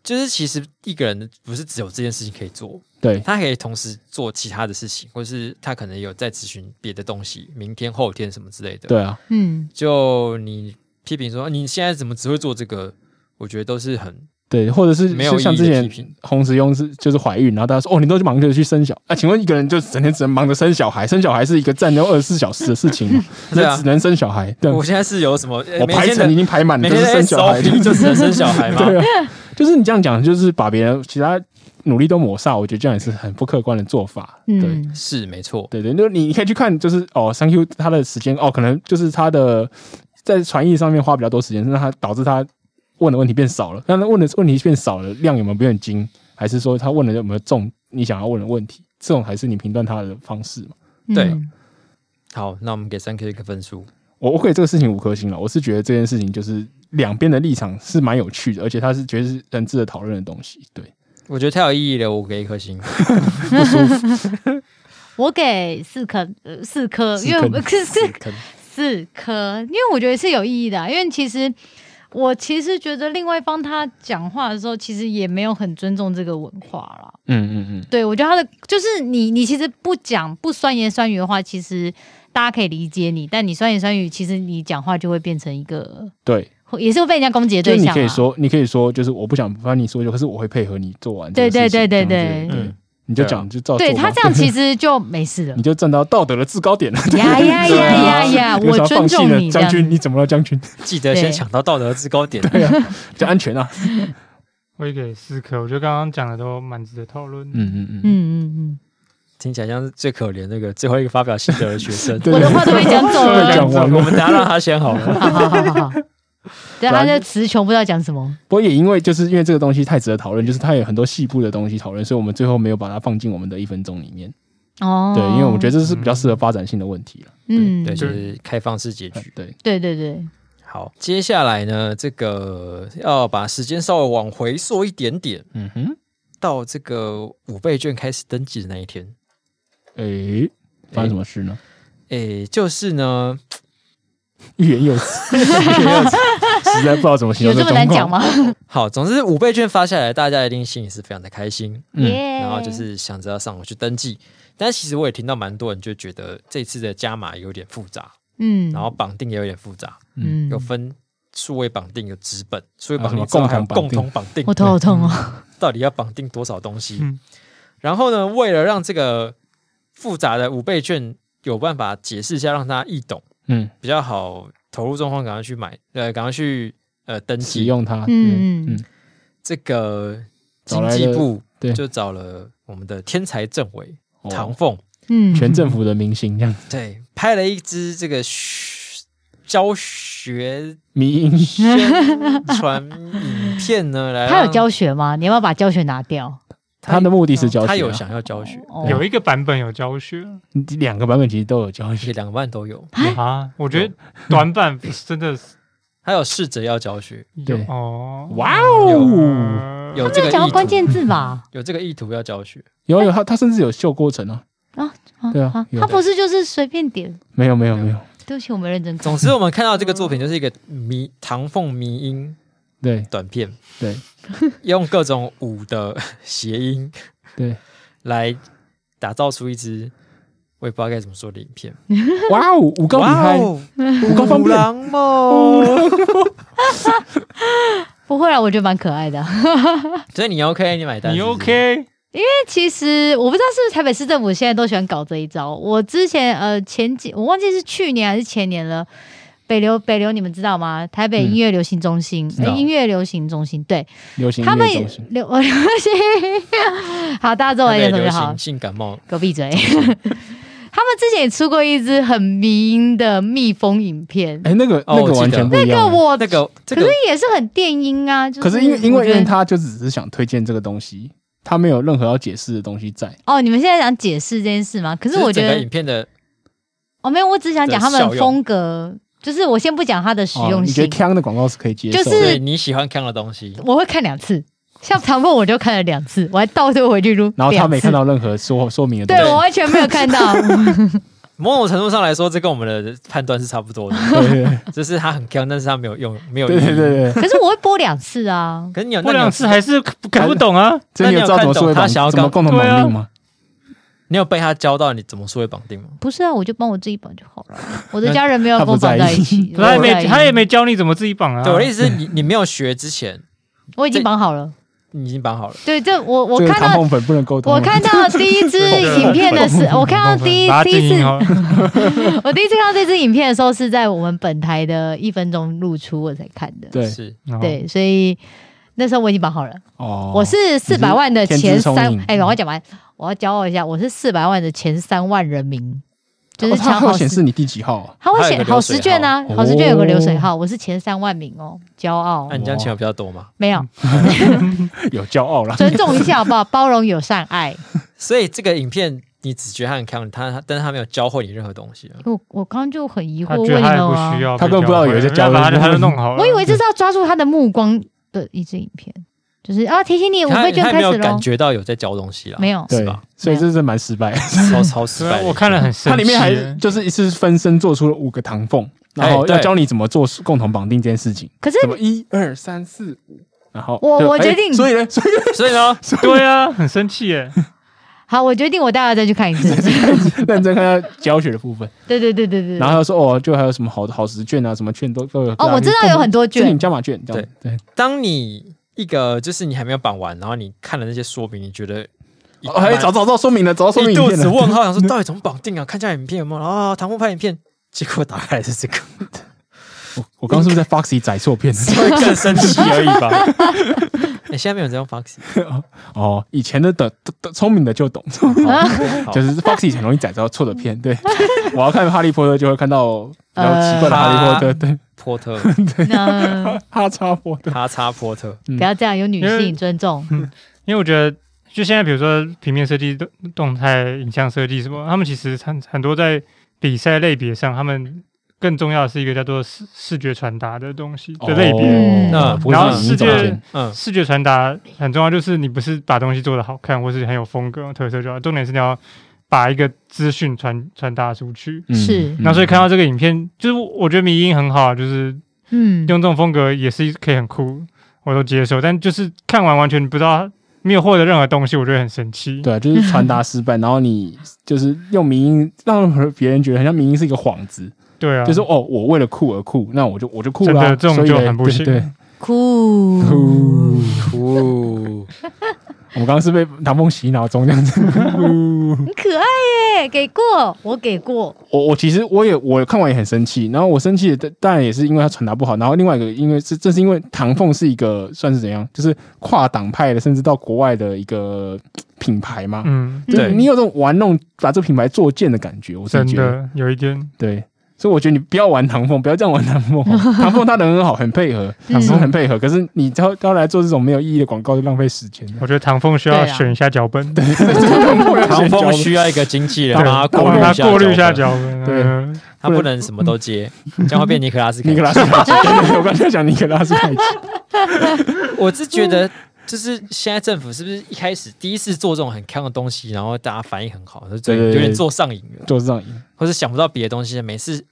Speaker 1: 就是其实一个人不是只有这件事情可以做，
Speaker 2: 对
Speaker 1: 他可以同时做其他的事情，或是他可能有在咨询别的东西，明天、后天什么之类的。，
Speaker 2: 对啊，
Speaker 5: 嗯，
Speaker 1: 就你批评说哦你现在怎么只会做这个，我觉得都是很
Speaker 2: 对，或者是
Speaker 1: 没有
Speaker 2: 就像
Speaker 1: 意义
Speaker 2: 之
Speaker 1: 的
Speaker 2: 前
Speaker 1: 批评
Speaker 2: 洪石庸是就是怀孕，然后大家说哦，你都去忙着去生小啊？请问一个人就整天只能忙着生小孩，生小孩是一个占用二十四小时的事情吗？
Speaker 1: 对
Speaker 2: 那
Speaker 1: 啊
Speaker 2: 只能生小孩，对啊，
Speaker 1: 我现在是有什么呃
Speaker 2: 我
Speaker 1: 每
Speaker 2: 排
Speaker 1: 天
Speaker 2: 程
Speaker 1: 的
Speaker 2: 已经排满了，
Speaker 1: 每
Speaker 2: 就
Speaker 1: 天
Speaker 2: 是
Speaker 1: 的
Speaker 2: 生小孩，
Speaker 1: SOP 就只能生小 孩
Speaker 2: 对
Speaker 1: 嘛？
Speaker 2: 啊，就是你这样讲，就是把别人其他努力都抹煞，我觉得这样也是很不客观的做法，对。
Speaker 5: 嗯，
Speaker 1: 是没错，
Speaker 2: 对对，就你你可以去看，就是哦，三 Q 它的时间哦，可能就是它的在传译上面花比较多时间，那它导致它问的问题变少了。那他问的问题变少了，量有没有变精，还是说他问的有没有中你想要问的问题？这种还是你评断他的方式嘛？
Speaker 5: 嗯
Speaker 1: 对好，那我们给三 Q 一个分数，
Speaker 2: 我我给这个事情五颗星了，我是觉得这件事情就是两边的立场是蛮有趣的，而且它是觉得是人质的讨论的东西，对，
Speaker 1: 我觉得太有意义了，我给一颗 星。
Speaker 5: 我给四颗，呃四颗，
Speaker 2: 四
Speaker 5: 因为
Speaker 2: 颗
Speaker 5: 我可是
Speaker 2: 可能
Speaker 5: 四颗，因为我觉得是有意义的啊、因为其实我其实觉得另外一方他讲话的时候，其实也没有很尊重这个文化啦。
Speaker 2: 嗯嗯嗯，
Speaker 5: 对，我觉得他的就是你，你其实不讲不酸言酸语的话，其实大家可以理解你，但你酸言酸语，其实你讲话就会变成一个，
Speaker 2: 对，
Speaker 5: 会也是会被人家攻击的
Speaker 2: 就
Speaker 5: 对
Speaker 2: 是你
Speaker 5: 象
Speaker 2: 可以
Speaker 5: 啊。
Speaker 2: 说，你可以说，就是我不想帮你说就，可是我会配合你做完这个事
Speaker 5: 对
Speaker 2: 情。
Speaker 5: 对对
Speaker 2: 这样
Speaker 5: 对
Speaker 2: 子
Speaker 1: 对
Speaker 2: 对，你就
Speaker 1: 对啊
Speaker 2: 讲就照做吧。
Speaker 5: 对他这样其实就没 事了
Speaker 2: 你。就站到道德的制高点了。
Speaker 5: 呀呀
Speaker 2: 对啊
Speaker 5: 呀呀呀！
Speaker 2: 你为什么
Speaker 5: 我
Speaker 2: 要
Speaker 5: 尊
Speaker 2: 放弃
Speaker 5: 重
Speaker 2: 呢
Speaker 5: 你这
Speaker 2: 将
Speaker 5: 样
Speaker 2: 军，
Speaker 5: 子。
Speaker 2: 你怎么了，将军？
Speaker 1: 记得先
Speaker 5: 对
Speaker 1: 抢到道德制高点，
Speaker 2: 比较安全啊。
Speaker 4: 我也给四颗，我觉得刚刚讲的都蛮值得讨论。
Speaker 2: 嗯嗯嗯，
Speaker 5: 嗯嗯
Speaker 1: 听起来像是最可怜那个最后一个发 表心得的学生。
Speaker 5: 嗯，我的话都被讲走
Speaker 2: 对
Speaker 5: 了。
Speaker 2: 讲完
Speaker 1: 我
Speaker 2: 了
Speaker 1: 们等下让他先好了。
Speaker 5: 好好好好好，对，他在词穷，不知道讲什么。
Speaker 2: 不过也因为就是因为这个东西太值得讨论，就是它有很多细部的东西讨论，所以我们最后没有把它放进我们的一分钟里面。
Speaker 5: 哦，
Speaker 2: 对，因为我们觉
Speaker 5: 得，
Speaker 2: 得这是比较适合发展性的问题了。嗯
Speaker 5: 嗯，
Speaker 1: 对，
Speaker 5: 对
Speaker 1: 就是开放式结局。
Speaker 2: 对，
Speaker 5: 对对对，
Speaker 1: 好，接下来呢，这个要把时间稍微往回缩一点点，
Speaker 2: 嗯哼，
Speaker 1: 到这个五倍券开始登记的那一天。
Speaker 2: 诶、发生什么事呢？
Speaker 1: 诶、就是呢，
Speaker 2: 欲言又止，欲言又止，实在不知道怎么形
Speaker 5: 有
Speaker 2: 容
Speaker 5: 这么
Speaker 2: 个
Speaker 5: 难
Speaker 2: 状
Speaker 5: 讲
Speaker 2: 况。
Speaker 5: 吗？
Speaker 1: 好，总之五倍券发下来，大家一定心里是非常的开心，
Speaker 2: 嗯，
Speaker 5: 耶
Speaker 1: 然后就是想着要上网去登记。但其实我也听到蛮多人就觉得这次的加码有点复杂，
Speaker 5: 嗯，
Speaker 1: 然后绑定也有点复杂，
Speaker 5: 嗯
Speaker 1: 有分数位绑定、有纸本，数位绑
Speaker 2: 还
Speaker 1: 定
Speaker 2: 有啊什么
Speaker 1: 之后还有共
Speaker 2: 共同绑定
Speaker 1: 同绑定
Speaker 5: 我，头好痛哦。
Speaker 1: 到底要绑定多少东西？
Speaker 4: 嗯
Speaker 1: 然后呢，为了让这个复杂的五倍券有办法解释一下，让大家易懂，
Speaker 2: 嗯，
Speaker 1: 比较好投入状况，赶快去买，呃，赶快去呃登
Speaker 2: 使
Speaker 1: 记。
Speaker 2: 用它，嗯，
Speaker 5: 嗯嗯
Speaker 1: 这个
Speaker 2: 找
Speaker 1: 经
Speaker 2: 来
Speaker 1: 济
Speaker 2: 了
Speaker 1: 部
Speaker 2: 对
Speaker 1: 就找了我们的天才政委
Speaker 2: 哦
Speaker 1: 唐凤，
Speaker 5: 嗯，
Speaker 2: 全政府的明星这样，
Speaker 1: 对，拍了一支这个嘘教学
Speaker 2: 迷音
Speaker 1: 宣传影片呢，来
Speaker 5: 他有
Speaker 1: 让
Speaker 5: 教学吗？你要不要把教学拿掉？
Speaker 2: 他的目的是教学啊
Speaker 1: 他有想要教学，
Speaker 5: 哦
Speaker 4: 有一个版本有教学
Speaker 2: 两个版本其实都有教
Speaker 1: 而且
Speaker 2: 学，
Speaker 1: 两万都有，
Speaker 4: 啊，我觉得 短版真的是
Speaker 1: 他有试着要教学，
Speaker 4: 有
Speaker 2: 对
Speaker 4: 哦，
Speaker 2: 哇哦，
Speaker 4: 呃
Speaker 1: 有这个
Speaker 5: 没有
Speaker 1: 意
Speaker 5: 讲到
Speaker 1: 图，
Speaker 5: 关键字 吧？
Speaker 1: 有这个意图要教学，
Speaker 2: 有有他他甚至有秀过程啊，
Speaker 5: 啊
Speaker 2: 对啊有
Speaker 5: 他不是就是随便点？
Speaker 2: 没有没有没有，
Speaker 5: 对不起，我没认真看。
Speaker 1: 总之，我们看到这个作品就是一个迷唐凤迷音
Speaker 2: 对
Speaker 1: 短片，
Speaker 2: 对
Speaker 1: 用各种舞的谐音
Speaker 2: 对，
Speaker 1: 来打造出一支我也不知道该怎么说的影片。
Speaker 2: 哇哦，武高厉害，
Speaker 1: 哦，
Speaker 2: 武高方
Speaker 1: 五
Speaker 2: 便，
Speaker 1: 郎梦。
Speaker 5: 不会啊，我觉得蛮可爱的。
Speaker 1: 所以你 OK，你买单
Speaker 4: 你
Speaker 1: 是不是
Speaker 4: OK？
Speaker 5: 其实我不知道是不是台北市政府现在都喜欢搞这一招。我之前呃前几我忘记是去年还是前年了。北流北流你们知道吗？台北
Speaker 2: 嗯
Speaker 5: 音乐流行中心，哎
Speaker 1: 道
Speaker 5: 诶音乐流行中心，对
Speaker 2: 流行音
Speaker 5: 他们
Speaker 2: 乐
Speaker 5: 也
Speaker 2: 中心，
Speaker 5: 流呃流行，好，大家知道我
Speaker 1: 台北
Speaker 5: 在讲什么
Speaker 1: 流
Speaker 5: 就好
Speaker 1: 行。性感冒，
Speaker 5: 给我闭嘴！ 他们之前也出过一支很迷因的蜜蜂影 片，
Speaker 2: 哎，那个
Speaker 1: 哦
Speaker 2: 那
Speaker 1: 我
Speaker 2: 个
Speaker 1: 记
Speaker 2: 完
Speaker 1: 得
Speaker 2: 全不一
Speaker 5: 那个
Speaker 2: 样。
Speaker 5: 我
Speaker 1: 那个这
Speaker 5: 哦可
Speaker 1: 个
Speaker 5: 是也是很电音啊。就
Speaker 2: 可是因为因
Speaker 5: 我
Speaker 2: 为
Speaker 5: 觉
Speaker 2: 因
Speaker 5: 得
Speaker 2: 为他就只是想推荐这个东西，他没有任何要解释的东西在。
Speaker 5: 哦，你们现在想解释这件事吗？可是
Speaker 1: 只
Speaker 5: 我觉
Speaker 1: 整
Speaker 5: 得
Speaker 1: 个影片的
Speaker 5: 哦，没有，我只想讲他们的风格，就是我先不讲它的实
Speaker 2: 哦，
Speaker 5: 用
Speaker 2: 你觉
Speaker 5: 性
Speaker 2: 得，康的广告是可以接受的？
Speaker 5: 就是
Speaker 1: 对你喜欢看的东西，
Speaker 5: 我会看两次。像长凤我就看了两次，我还倒退回去录，
Speaker 2: 然后他没看
Speaker 5: 两次，
Speaker 2: 到任何说说明的东
Speaker 5: 对
Speaker 2: 西。
Speaker 5: 我完全没有 看到。
Speaker 1: 某种程度上来说，这跟我们的判断是差不 多的，
Speaker 2: 对对
Speaker 1: 就是他很强，但是他没有用，没有
Speaker 2: 对对
Speaker 1: 意义。
Speaker 2: 对对，
Speaker 5: 可是我会播两次啊，
Speaker 1: 可是你有
Speaker 4: 过
Speaker 1: 那你有
Speaker 4: 两次还是看不懂啊？
Speaker 2: 这你有知道怎么说
Speaker 1: 那你有看懂
Speaker 2: 吧？
Speaker 1: 他想要
Speaker 2: 怎么
Speaker 1: 干
Speaker 2: 共同
Speaker 4: 对
Speaker 2: 绑
Speaker 4: 啊
Speaker 2: 定吗？
Speaker 1: 你有被他教到你怎么数位绑定吗？
Speaker 5: 不是啊，我就帮我自己绑就好 了。我的家人没有
Speaker 2: 他
Speaker 5: 跟我
Speaker 2: 不
Speaker 5: 绑
Speaker 2: 在
Speaker 5: 在
Speaker 2: 意
Speaker 5: 一 起，
Speaker 4: 他也
Speaker 5: 我在
Speaker 4: 没
Speaker 5: 意
Speaker 4: 他也，没教你怎么自己绑啊。
Speaker 1: 对我的意思是你你没有学之前，
Speaker 5: 我已经绑好了。
Speaker 1: 你已经绑好了。
Speaker 5: 对，这我我
Speaker 2: 这个
Speaker 5: 看
Speaker 2: 唐
Speaker 5: 到
Speaker 2: 凤粉不能沟通。
Speaker 5: 我看到第 一支
Speaker 2: 啊
Speaker 5: 影片的是，我看到第一
Speaker 4: 把它
Speaker 5: 第一
Speaker 4: 静
Speaker 5: 次
Speaker 4: 音哦。
Speaker 5: 我第一次看到这支影片的时候是在我们本台的一分钟露出我才看的，
Speaker 2: 对啊
Speaker 1: 是
Speaker 4: 然后，
Speaker 5: 对，所以那时候我已经绑好了。
Speaker 2: 哦，
Speaker 5: 我是四百万的前三
Speaker 2: 你是天之聪颖，
Speaker 5: 哎，我要讲完，我要骄傲一下，我是四百万的前三万人民，就是
Speaker 2: 哦
Speaker 5: 抢
Speaker 2: 它
Speaker 5: 好
Speaker 2: 会显示
Speaker 5: 时，
Speaker 2: 你第几号啊？
Speaker 5: 他会
Speaker 1: 它有
Speaker 5: 写
Speaker 1: 个
Speaker 5: 好
Speaker 1: 流水
Speaker 5: 时券啊，
Speaker 2: 号哦
Speaker 5: 好时券有个流水号，我是前三万名哦，骄傲
Speaker 1: 那、啊你这样钱有比较多吗？
Speaker 5: 没
Speaker 4: 嗯
Speaker 5: 有
Speaker 2: 有骄傲啦。
Speaker 5: 尊重一下好不好？ 包容友善爱，
Speaker 1: 所以这个影片你只觉得他很强，他他但是他没有教会你任何东西啊。
Speaker 5: 我我刚刚就很疑
Speaker 4: 他
Speaker 5: 惑问
Speaker 4: 觉
Speaker 5: 你
Speaker 4: 得他也
Speaker 5: 们
Speaker 4: 不需
Speaker 5: 啊，
Speaker 4: 要被教会，啊
Speaker 2: 他根本不知道有一些教
Speaker 4: 要
Speaker 2: 的
Speaker 4: 把他就
Speaker 2: 部
Speaker 4: 他就
Speaker 2: 分
Speaker 4: 弄好了。
Speaker 5: 我以为这是要抓住他的目光的一支影片，就是啊，提醒你五
Speaker 1: 他
Speaker 5: 倍券
Speaker 1: 他也
Speaker 5: 开
Speaker 1: 没有
Speaker 5: 始喽
Speaker 1: 感，觉啊到有在教东西啦，
Speaker 5: 没有，
Speaker 2: 对
Speaker 1: 吧，
Speaker 2: 所以这是蛮失败的。
Speaker 1: 超超失
Speaker 4: 对啊
Speaker 1: 败的。
Speaker 4: 我看了很生气。
Speaker 2: 它里面还就是一次分身做出了五个唐凤，然
Speaker 1: 哎
Speaker 2: 后要
Speaker 1: 对
Speaker 2: 教你怎么做共同绑定这件事情。
Speaker 5: 可是
Speaker 2: 什么一二三四五，然后
Speaker 5: 我
Speaker 2: 就
Speaker 5: 我
Speaker 2: 哎
Speaker 5: 决定
Speaker 2: 所以呢，所以
Speaker 1: 所以呢，
Speaker 4: 对啊，很生气耶。
Speaker 5: 好，我决定我待会再去看一次，
Speaker 2: 认真看他教学的部分，
Speaker 5: 对对对对对，
Speaker 2: 然后他说哦，就还有什么好好时券啊，什么券都都有。
Speaker 5: 哦，我知道有很多
Speaker 2: 多
Speaker 5: 卷
Speaker 2: 你。加码券，这样对
Speaker 1: 当你一个就是你还没有绑完，然后你看了那些说明，你觉得一
Speaker 2: 对。哦，哎，找找到说明了，找到说明
Speaker 1: 一
Speaker 2: 影
Speaker 1: 肚
Speaker 2: 片
Speaker 1: 子
Speaker 2: 了。
Speaker 1: 问号，想说到底怎么绑定啊？看一下影 片有没有？然后啊，唐凤拍影片，结果打开来是这个，
Speaker 2: 我刚刚是不是在 Foxy 载错片？
Speaker 1: 会更生 气而已吧。
Speaker 4: 吧，
Speaker 1: 你哎现在没有人在用 Foxy，
Speaker 2: 哦，以前的懂懂聪明的就懂，
Speaker 1: 好
Speaker 2: 就是 Foxy 很容易载到错的片。对，我要看《哈利波特》就会看到比较奇怪的《哈利波特》。对，
Speaker 1: 波特，
Speaker 5: 那
Speaker 1: 嗯
Speaker 2: 哈查波特，
Speaker 1: 哈查波特，
Speaker 5: 不要这样，有女
Speaker 4: 因为
Speaker 5: 性尊重。
Speaker 4: 因为我觉得，就现在比如说平面设计、动动态影像设计什么，他们其实很很多在比赛类别上，他们更重要的是一个叫做视视觉传达的东西
Speaker 2: 哦
Speaker 4: 的类别。
Speaker 5: 嗯
Speaker 1: 那
Speaker 2: 不会
Speaker 4: 然
Speaker 2: 是
Speaker 4: 后
Speaker 2: 你
Speaker 4: 世
Speaker 2: 总
Speaker 4: 界
Speaker 2: 监，
Speaker 1: 嗯，
Speaker 4: 视觉传达很重要，就是你不是把东西做的好看或是很有风格特色就好，重点是你要把一个资讯传传达出去。
Speaker 2: 嗯
Speaker 5: 是
Speaker 2: 嗯
Speaker 4: 那所以看到这个影片，就是我我觉得迷音很好，啊就是
Speaker 5: 嗯，
Speaker 4: 用这种风格也是可以很酷，我都接受。但就是看完完全不知道没有获得任何东西，我觉得很生气。
Speaker 2: 对啊，就是传达失败，然后你就是用民音让别人觉得很像民音是一个幌子，
Speaker 4: 对啊，
Speaker 2: 就是哦，我为了酷而酷，那我就我就酷
Speaker 4: 真
Speaker 2: 啦，
Speaker 4: 的这种
Speaker 2: 所以
Speaker 4: 就
Speaker 2: 嘞
Speaker 4: 很不
Speaker 2: 对
Speaker 4: 行
Speaker 2: 对，
Speaker 5: 酷
Speaker 2: 酷，
Speaker 1: 哦，
Speaker 2: 我们刚刚是被唐风洗脑中这样子。
Speaker 5: 很可爱耶，给过，我给过，
Speaker 2: 我我其实我也我看完也很生气，然后我生气的当然也是因为他传达不好，然后另外一个因为是正是因为唐凤是一个算是怎样，就是跨党派的，甚至到国外的一个品牌嘛，
Speaker 4: 嗯，
Speaker 2: 就是
Speaker 1: 对
Speaker 2: 你有种玩弄把这个品牌作贱的感觉，我是
Speaker 4: 真
Speaker 2: 觉得
Speaker 4: 的有一点，
Speaker 2: 对。所以我觉得你不要玩唐凤，不要这样玩唐凤。唐凤他人很好，很配合，唐凤很配合。可是你招招来做这种没有意义的广告，就浪费时间了。
Speaker 4: 我觉得唐风需要
Speaker 5: 对啊
Speaker 4: 选一下脚 本，
Speaker 1: 唐风需要一个经纪人
Speaker 4: 对
Speaker 1: 帮他 过
Speaker 4: 帮
Speaker 1: 滤一
Speaker 4: 他
Speaker 1: 下，
Speaker 4: 过滤一下，脚本。
Speaker 2: 对
Speaker 4: 嗯，
Speaker 1: 他不能什么都接，这样会变尼克拉 斯凯
Speaker 2: 尼
Speaker 1: 奇
Speaker 2: 克。拉斯凯奇，对我刚才讲尼克拉斯凯奇，
Speaker 1: 我是觉得，就是现在政府是不是一开始第一次做这种很坑的东西，然后大家反应很好，就
Speaker 2: 对对
Speaker 1: 有
Speaker 2: 对
Speaker 1: 点做上瘾了，
Speaker 2: 就是这 样赢。
Speaker 1: 或是想不到别的东西，每次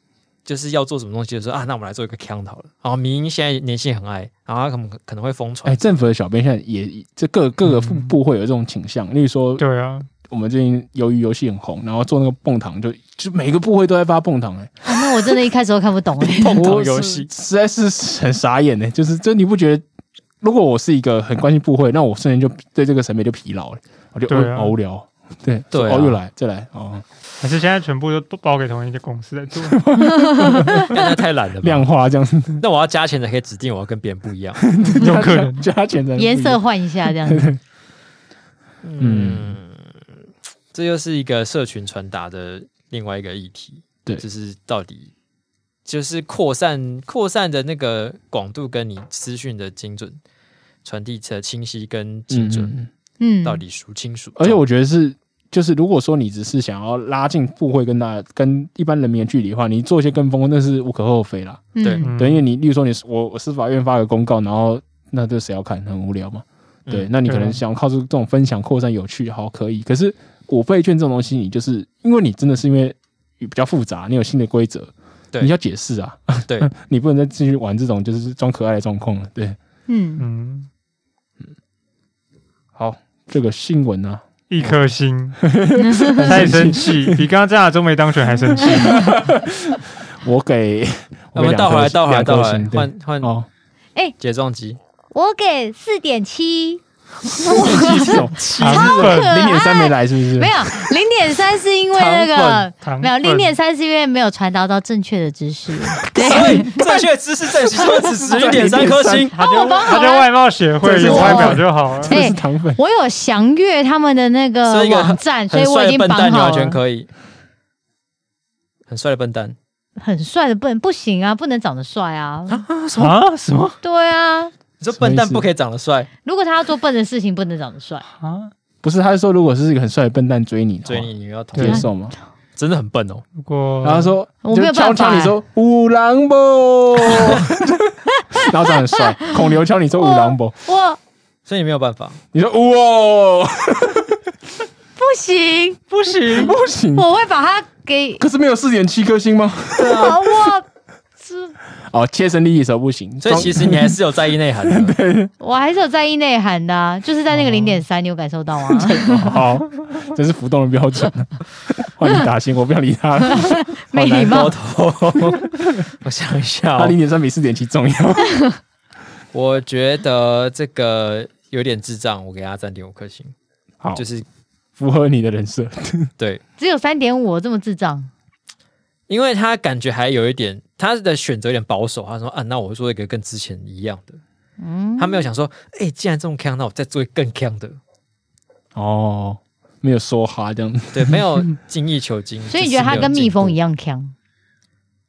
Speaker 1: 就是要做什么东西的时候啊，那我们来做一个坑好了。然后民音现在年轻人很爱，然后他们可能会疯
Speaker 2: 哎、
Speaker 1: 传，
Speaker 2: 政府的小编现在也这各各个部
Speaker 4: 嗯
Speaker 2: 部会有这种倾向，例如说
Speaker 4: 对啊，
Speaker 2: 我们最近由于游戏很红，然后做那个蹦糖就，就每个部会都在发蹦糖、哎，
Speaker 5: 哦那我真的一开始都看不懂 哎。
Speaker 1: 碰
Speaker 2: 我
Speaker 1: 糖
Speaker 2: 是
Speaker 1: 游戏，
Speaker 2: 实在是很傻眼呢、哎就是这你不觉得？如果我是一个很关心部会，那我瞬间就对这个审美就疲劳了，我就哦
Speaker 4: 对啊
Speaker 2: 好无聊。对
Speaker 1: 对啊
Speaker 2: 哦又来再来哦，
Speaker 4: 还是现在全部都都包给同一个公司在 做。
Speaker 1: 但那太懒了吧
Speaker 2: 量？化这样子，
Speaker 1: 那我要加钱才可以指定我要跟别人不一样。
Speaker 4: 有可能
Speaker 2: 加加钱的
Speaker 5: 颜色换一下，这 样子
Speaker 1: 嗯，这又是一个社群传达的另外一个议题，
Speaker 2: 对
Speaker 1: 就是到底就是扩散扩散的那个广度跟你资讯的精准传递的清晰跟精准，
Speaker 2: 嗯
Speaker 5: 嗯，
Speaker 1: 到底孰轻孰重？
Speaker 2: 而且我觉得是，就是如果说你只是想要拉近部会跟大跟一般人民的距离的话，你做一些跟风，那是无可厚非啦。
Speaker 5: 嗯
Speaker 1: 对
Speaker 4: 嗯
Speaker 2: 对，因为你例如说你我我司法院发个公告，然后那这谁要看？很无聊嘛。
Speaker 1: 嗯
Speaker 2: 对，那你可
Speaker 4: 对
Speaker 2: 能
Speaker 4: 啊
Speaker 2: 想靠这种分享扩散有趣，好可以。可是五倍券这种东西，你就是因为你真的是因为比较复杂，你有新的规则，
Speaker 1: 对
Speaker 2: 你要解释啊，
Speaker 1: 对，
Speaker 2: 你不能再继续玩这种就是装可爱的状况了。对，
Speaker 5: 嗯，
Speaker 4: 嗯，
Speaker 2: 好，这个新闻啊，
Speaker 4: 一 颗星，太生气， 比刚刚这样的中美当选还生气。
Speaker 2: 我给
Speaker 1: 我们倒回来，倒回来，倒回来，
Speaker 2: 换
Speaker 1: 换换
Speaker 2: 哦，
Speaker 1: 睫状肌，
Speaker 5: 我给四点 七，
Speaker 2: 气死我，
Speaker 4: 糖粉，
Speaker 2: 零点三没来是不是？。
Speaker 5: 没有零点三是因为那个
Speaker 4: 糖粉
Speaker 5: 没有零点三是因为没有传达到正确的知识。
Speaker 1: 所以正确知识正确只值一点三颗星
Speaker 4: 他
Speaker 5: 哦
Speaker 4: 就
Speaker 5: 我帮
Speaker 4: 他
Speaker 5: 好
Speaker 4: 就
Speaker 5: 了
Speaker 4: 外貌协会有外
Speaker 5: 啊
Speaker 4: 表就好了。
Speaker 2: 真
Speaker 1: 哎
Speaker 2: 的是糖粉。
Speaker 5: 我有详阅他们的那个
Speaker 1: 是一个很
Speaker 5: 网站，所
Speaker 1: 很
Speaker 5: 以我
Speaker 1: 帅
Speaker 5: 已
Speaker 1: 的
Speaker 5: 经
Speaker 1: 笨
Speaker 5: 绑
Speaker 1: 蛋，你
Speaker 5: 好
Speaker 1: 完全
Speaker 5: 了。
Speaker 1: 可以。很帅的笨蛋
Speaker 5: 很帅的笨不行啊，不能长得帅啊。
Speaker 1: 啊！什？
Speaker 4: 啊？什么
Speaker 5: 对啊，
Speaker 1: 你说笨蛋
Speaker 2: 什么意思
Speaker 1: 不可以长得帅，
Speaker 5: 如果他要做笨的事情，不能长得帅。
Speaker 4: 啊？
Speaker 2: 不是，他是说如果是一个很帅的笨蛋追你的话，
Speaker 1: 追你你要同
Speaker 2: 接
Speaker 1: 意，
Speaker 2: 受吗？
Speaker 1: 真的很笨哦。
Speaker 4: 如果
Speaker 2: 然后他说，
Speaker 5: 啊我没有
Speaker 2: 就敲
Speaker 5: 办法欸
Speaker 2: 敲你说五郎波， 然后这样很帅。孔刘敲你说五郎波，
Speaker 5: 我
Speaker 1: 所以你没有办法。
Speaker 2: 你说呜哦，
Speaker 5: 不行，
Speaker 4: 不行，
Speaker 2: 不行。
Speaker 5: 我会把他给
Speaker 2: 可是没有四点七颗星吗？
Speaker 1: 啊
Speaker 5: 我 我是
Speaker 2: 哦，切身利益的时候不行，
Speaker 1: 所以其实你还是有在意内涵 的。
Speaker 5: 我还是有在意内涵的啊、就是
Speaker 1: 哦
Speaker 5: 在那个零点三，你有感 受到吗？
Speaker 2: 装好，这是浮动的标 准。换你打星，我不想理他了。
Speaker 5: 没礼貌
Speaker 1: 好难沟通。我想一下
Speaker 2: 他
Speaker 1: 哦
Speaker 2: 零，点三比四点七重要。
Speaker 1: 我觉得这个有点智障，我给他三点五颗星，
Speaker 2: 好，
Speaker 1: 就是
Speaker 2: 符合你的人设。
Speaker 1: 对，
Speaker 5: 只有三点五，这么智障。
Speaker 1: 因为他感觉还有一点他的选择有点保守，他说啊，那我会做一个跟之前一样的。
Speaker 5: 嗯，
Speaker 1: 他没有想说，哎、既然这么坑，那我再做一个更坑的。
Speaker 2: 哦，没有说哈这样。
Speaker 1: 对，没有精益求精。
Speaker 5: 所以你觉得他跟蜜蜂一
Speaker 1: 样？
Speaker 5: 样强？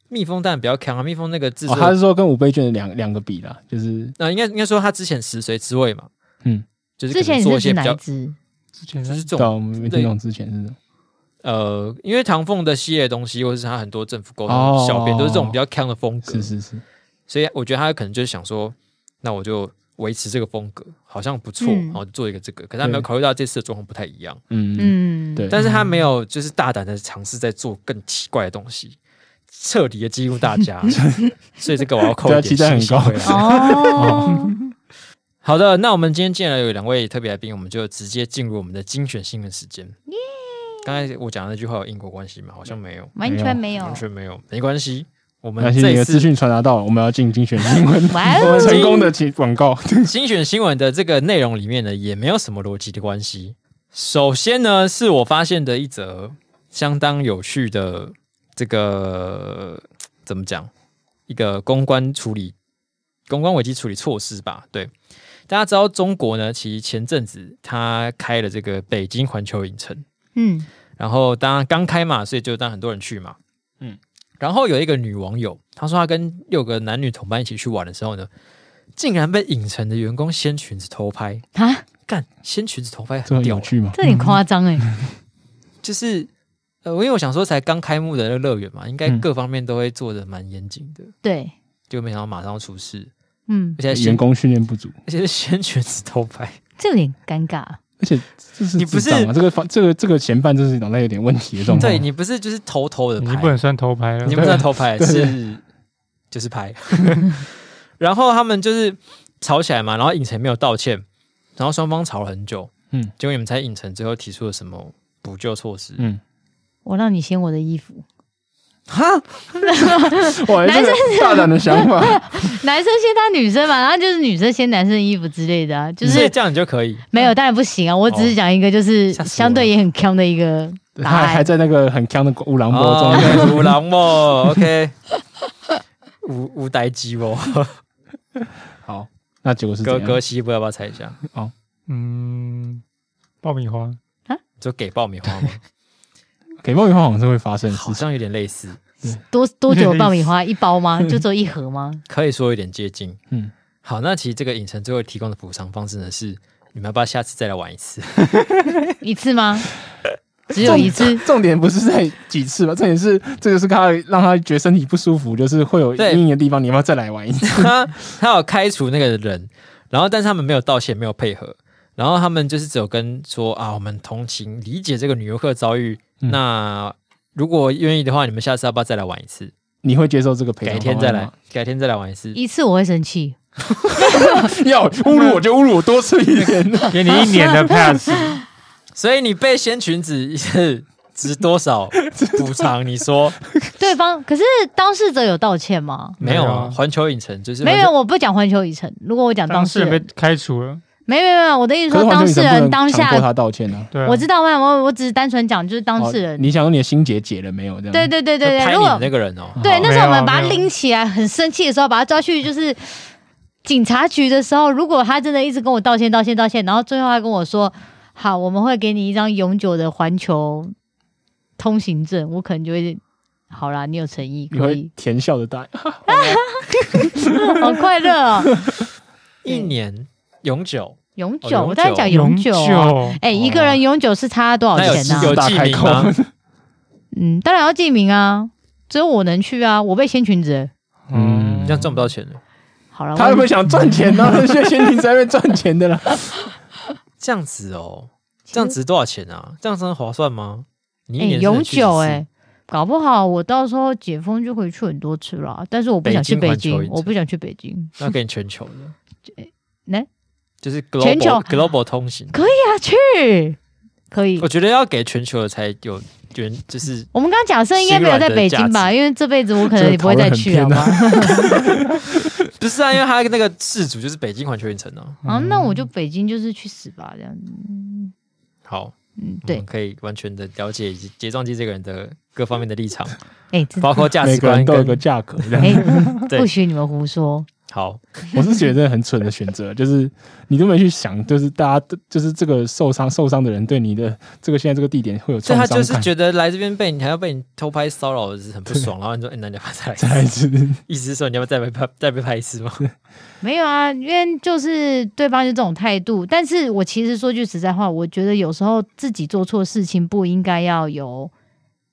Speaker 1: 蜜蜂当然比较强啊，蜜蜂那个制
Speaker 2: 哦，
Speaker 1: 作，
Speaker 2: 他是说跟五倍券的两两个比啦，就是
Speaker 1: 那、应该应该说他之前食髓知味嘛，
Speaker 2: 嗯，
Speaker 1: 就是可
Speaker 5: 之
Speaker 1: 能
Speaker 5: 前你
Speaker 1: 做
Speaker 5: 是
Speaker 1: 一些
Speaker 5: 指
Speaker 1: 比
Speaker 5: 哪一
Speaker 1: 较
Speaker 5: 只？
Speaker 4: 之前
Speaker 1: 就是这
Speaker 2: 对啊，
Speaker 1: 种
Speaker 2: 我们没听懂之前是什么
Speaker 1: 呃，因为唐凤的系列的东西，或是他很多政府沟通、
Speaker 2: 哦
Speaker 1: 小编都是这种比较强的风格，
Speaker 2: 是是是，
Speaker 1: 所以我觉得他可能就是想说，那我就维持这个风格，好像不错，
Speaker 3: 嗯
Speaker 1: 然后就做一个这个。可是他没
Speaker 2: 对
Speaker 1: 有考虑到这次的状况不太一样，
Speaker 2: 嗯，
Speaker 3: 嗯，
Speaker 2: 对，
Speaker 1: 但是他没有就是大胆的尝试在做更奇怪的东西，彻底的激怒大 家。所以这个我要扣
Speaker 2: 对啊
Speaker 1: 一点
Speaker 2: 期待很
Speaker 1: 信心
Speaker 2: 高
Speaker 1: 回来
Speaker 3: 哦，
Speaker 1: 好的，那我们今天既然有两位特别来宾，我们就直接进入我们的精选新闻时间。刚才我讲的那句话有因果关系吗？好像没有，
Speaker 3: 完全没有
Speaker 5: 哦
Speaker 1: 完，全没有，没关系。我们
Speaker 2: 那些
Speaker 1: 这
Speaker 2: 你
Speaker 1: 一
Speaker 2: 的资
Speaker 1: 次
Speaker 2: 讯传达到了，我们要进精选新闻，
Speaker 5: 哇
Speaker 2: 我
Speaker 5: 哦
Speaker 2: 们成功的请广 告，
Speaker 1: 精选 新闻的这个内容里面呢，也没有什么逻辑的关系。首先呢，是我发现的一则相当有趣的这个怎么讲，一个公关处理、公关危机处理措施吧。对，大家知道中国呢，其实前阵子它开了这个北京环球影城，
Speaker 3: 嗯，
Speaker 1: 然后当然刚开嘛，所以就当然很多人去嘛。嗯
Speaker 2: 嗯，
Speaker 1: 然后有一个女网友，她说她跟六个男女同伴一起去玩的时候呢，竟然被影城的员工掀裙子偷拍
Speaker 5: 啊！
Speaker 1: 干掀裙子偷拍
Speaker 2: 这
Speaker 1: 很
Speaker 2: 很
Speaker 1: 屌
Speaker 2: 有
Speaker 1: 欸，
Speaker 2: 趣吗？
Speaker 5: 这很夸张哎，
Speaker 1: 嗯就是呃，因为我想说才刚开幕的那个乐园嘛，应该
Speaker 2: 嗯
Speaker 1: 各方面都会做的蛮严谨的，
Speaker 5: 对，
Speaker 1: 就没想到马上要出事，
Speaker 5: 嗯
Speaker 1: 而，且还掀
Speaker 2: 员工训练不足，
Speaker 1: 而且是掀裙子偷拍，
Speaker 5: 这有点尴尬。
Speaker 2: 而且这是
Speaker 1: 你不
Speaker 2: 智障
Speaker 1: 是
Speaker 2: 啊？这个方这个这个嫌犯，这是脑袋有点问题的状况。
Speaker 1: 对你不是就是偷偷的
Speaker 4: 已
Speaker 1: 拍
Speaker 4: 经，不能算偷拍了
Speaker 1: 你。们在偷拍是就是拍， 然后他们就是吵起来嘛，然后影城没有道歉，然后双方吵了很久，嗯
Speaker 2: 嗯，
Speaker 1: 结果你们猜影城最后提出了什么补救措施？
Speaker 2: 嗯，
Speaker 5: 我让你掀我的衣 服，
Speaker 1: 哈，
Speaker 2: 哇，这个大胆的想 法，
Speaker 5: 男生掀他女生嘛，然后就是女生掀男生的衣服之类的啊，就
Speaker 1: 所以
Speaker 5: 是
Speaker 1: 这样你就可以，
Speaker 5: 没有，当然不行啊。我只是讲一个，就是
Speaker 1: 吓死我了
Speaker 5: 相对也很坑的一个答
Speaker 2: 他还
Speaker 5: 案。
Speaker 2: 在那个很强的乌狼波中，
Speaker 1: 五郎哦，OK，五五呆鸡哦，
Speaker 2: 好，那结果是怎
Speaker 1: 哥
Speaker 2: 样
Speaker 1: 哥西部要不要猜一下？
Speaker 4: 嗯，爆米花，
Speaker 1: 你说给爆米花吗？
Speaker 2: 给梦雨花好像是会发生的
Speaker 1: 好
Speaker 2: 事情，
Speaker 1: 像有点类似，
Speaker 5: 多多久的爆米 花一包吗？
Speaker 1: 嗯
Speaker 5: 就只有一盒吗？
Speaker 1: 可以说有点接近。
Speaker 2: 嗯，
Speaker 1: 好，那其实这个影城最后提供的补偿方式呢是，你们要不要下次再来玩一次？
Speaker 5: 一次 吗？只有一次
Speaker 2: 重。重点不是在几次吧？重点是这个是他让他觉得身体不舒服，就是会有
Speaker 1: 对
Speaker 2: 阴影的地方，你要不要再来玩一次？
Speaker 1: 他他有开除那个人，然后但是他们没有道歉，没有配合，然后他们就是只有跟说啊，我们同情理解这个女游客遭遇，
Speaker 2: 嗯
Speaker 1: 那如果愿意的话，你们下次要不要再来玩一次？
Speaker 2: 你会接受这个赔偿
Speaker 1: 改
Speaker 2: 方
Speaker 1: 天再
Speaker 2: 案
Speaker 1: 来
Speaker 2: 吗？，
Speaker 1: 改天再来玩一次。
Speaker 5: 一次我会生气，
Speaker 2: 要侮辱我就侮辱我多次一 点，
Speaker 4: 给你一年的 pass，
Speaker 1: 所以你被掀裙子是值多 少补偿？你说
Speaker 5: 对方可是当事者有道歉吗？
Speaker 1: 没有
Speaker 4: 没有
Speaker 1: 啊？
Speaker 4: 啊
Speaker 1: 环球影城就是
Speaker 5: 没
Speaker 1: 环
Speaker 5: 有，
Speaker 1: 球，
Speaker 5: 我不讲环球影城。如果我讲
Speaker 4: 当
Speaker 5: 当
Speaker 4: 事
Speaker 5: 事
Speaker 4: 人被
Speaker 5: 人，
Speaker 4: 开除了。
Speaker 5: 没有没有没有，我的意思
Speaker 2: 可是
Speaker 5: 说
Speaker 2: 黄
Speaker 5: 当
Speaker 2: 秋
Speaker 5: 事
Speaker 2: 明
Speaker 5: 人
Speaker 2: 不能
Speaker 5: 当
Speaker 2: 强
Speaker 5: 下
Speaker 2: 迫他道歉啊。
Speaker 4: 对啊，
Speaker 5: 我知道吗？我我只是单纯讲，就是当事
Speaker 2: 哦
Speaker 5: 人。
Speaker 2: 你想说你的心结解了没有？这样
Speaker 5: 对对对对
Speaker 1: 拍你
Speaker 5: 对，如
Speaker 1: 的
Speaker 5: 果嗯
Speaker 1: 那个人哦。
Speaker 5: 对
Speaker 4: 哦
Speaker 5: 那时候我
Speaker 4: 没有
Speaker 5: 们把他
Speaker 4: 没有
Speaker 5: 拎起来，很生气的时候，把他抓去就是警察局的时候，如果他真的一直跟我道歉道歉道歉，然后最后他跟我说：“好，我们会给你一张永久的环球通行证。”我可能就会好啦，你有诚意，
Speaker 2: 你
Speaker 5: 可
Speaker 2: 会
Speaker 5: 以，
Speaker 2: 甜笑的答，
Speaker 5: 好快乐哦，
Speaker 1: 一年永久，
Speaker 5: 永
Speaker 1: 哦
Speaker 5: 久，
Speaker 1: 永
Speaker 5: 我刚才
Speaker 1: 久
Speaker 5: 讲
Speaker 4: 永
Speaker 5: 久
Speaker 4: 久
Speaker 5: 啊。哎、一个人永久是差多少
Speaker 1: 哦那有
Speaker 5: 钱呢、
Speaker 1: 有
Speaker 2: 大
Speaker 1: 记
Speaker 2: 开
Speaker 1: 名
Speaker 2: 口
Speaker 1: 吗？
Speaker 5: 嗯，当然要记名啊，只有我能去啊，我被掀裙子了。
Speaker 2: 嗯
Speaker 1: 这样赚不到钱了。
Speaker 5: 好了，
Speaker 2: 他
Speaker 5: 我
Speaker 2: 会不会想赚钱呢？ 那些心情在那边赚钱的啦。
Speaker 1: 这样子哦，这样值多少钱啊？这样真的划算吗？你一
Speaker 5: 哎、
Speaker 1: 年
Speaker 5: 永久哎、
Speaker 1: 哎、
Speaker 5: 搞不好我到时候解封就可以去很多次了，但是我不想去
Speaker 1: 北京
Speaker 5: 北
Speaker 1: 环球
Speaker 5: 京
Speaker 1: 影，城
Speaker 5: 我不想去北京。
Speaker 1: 那给你全球的，
Speaker 5: 那
Speaker 1: 就是 global
Speaker 5: 全球啊
Speaker 1: global 通行。
Speaker 5: 可以啊，去可以
Speaker 1: 我。觉得要给全球的才有原，就是
Speaker 5: 我们刚刚假设应该没有在北京吧，因为这辈子我可能也不会再去 了
Speaker 2: 啊
Speaker 5: 吧。
Speaker 1: 不是啊？因为他那个事主就是北京环球影城啊。
Speaker 5: 啊，那我就北京就是去死吧，这样子。
Speaker 1: 好，
Speaker 5: 嗯，
Speaker 1: 我
Speaker 5: 对
Speaker 1: 们，可以完全的了解以及睫状肌这个人的各 方面的立场，
Speaker 5: 哎、这
Speaker 1: 包括价值
Speaker 2: 每个
Speaker 1: 观
Speaker 2: 人都有
Speaker 1: 跟
Speaker 2: 个价格，这样
Speaker 5: 哎、
Speaker 1: 对
Speaker 5: 不许你们胡说。
Speaker 1: 好，
Speaker 2: 我是觉得很蠢的选择，就是你都没去想，就是大家就是这个受伤受伤的人对你的这个现在这个地点会有
Speaker 1: 所以
Speaker 2: 创
Speaker 1: 他
Speaker 2: 伤
Speaker 1: 就是
Speaker 2: 感。
Speaker 1: 觉得来这边被你还要被你偷拍骚扰是很不爽，然后你说，哎、那你要不要再来一 次
Speaker 2: 再来一次，
Speaker 1: 意思是说你要不要再被拍再被拍一次 吗？
Speaker 5: 没有啊，因为就是对方就这种态度。但是我其实说句实在话，我觉得有时候自己做错事情不应该要由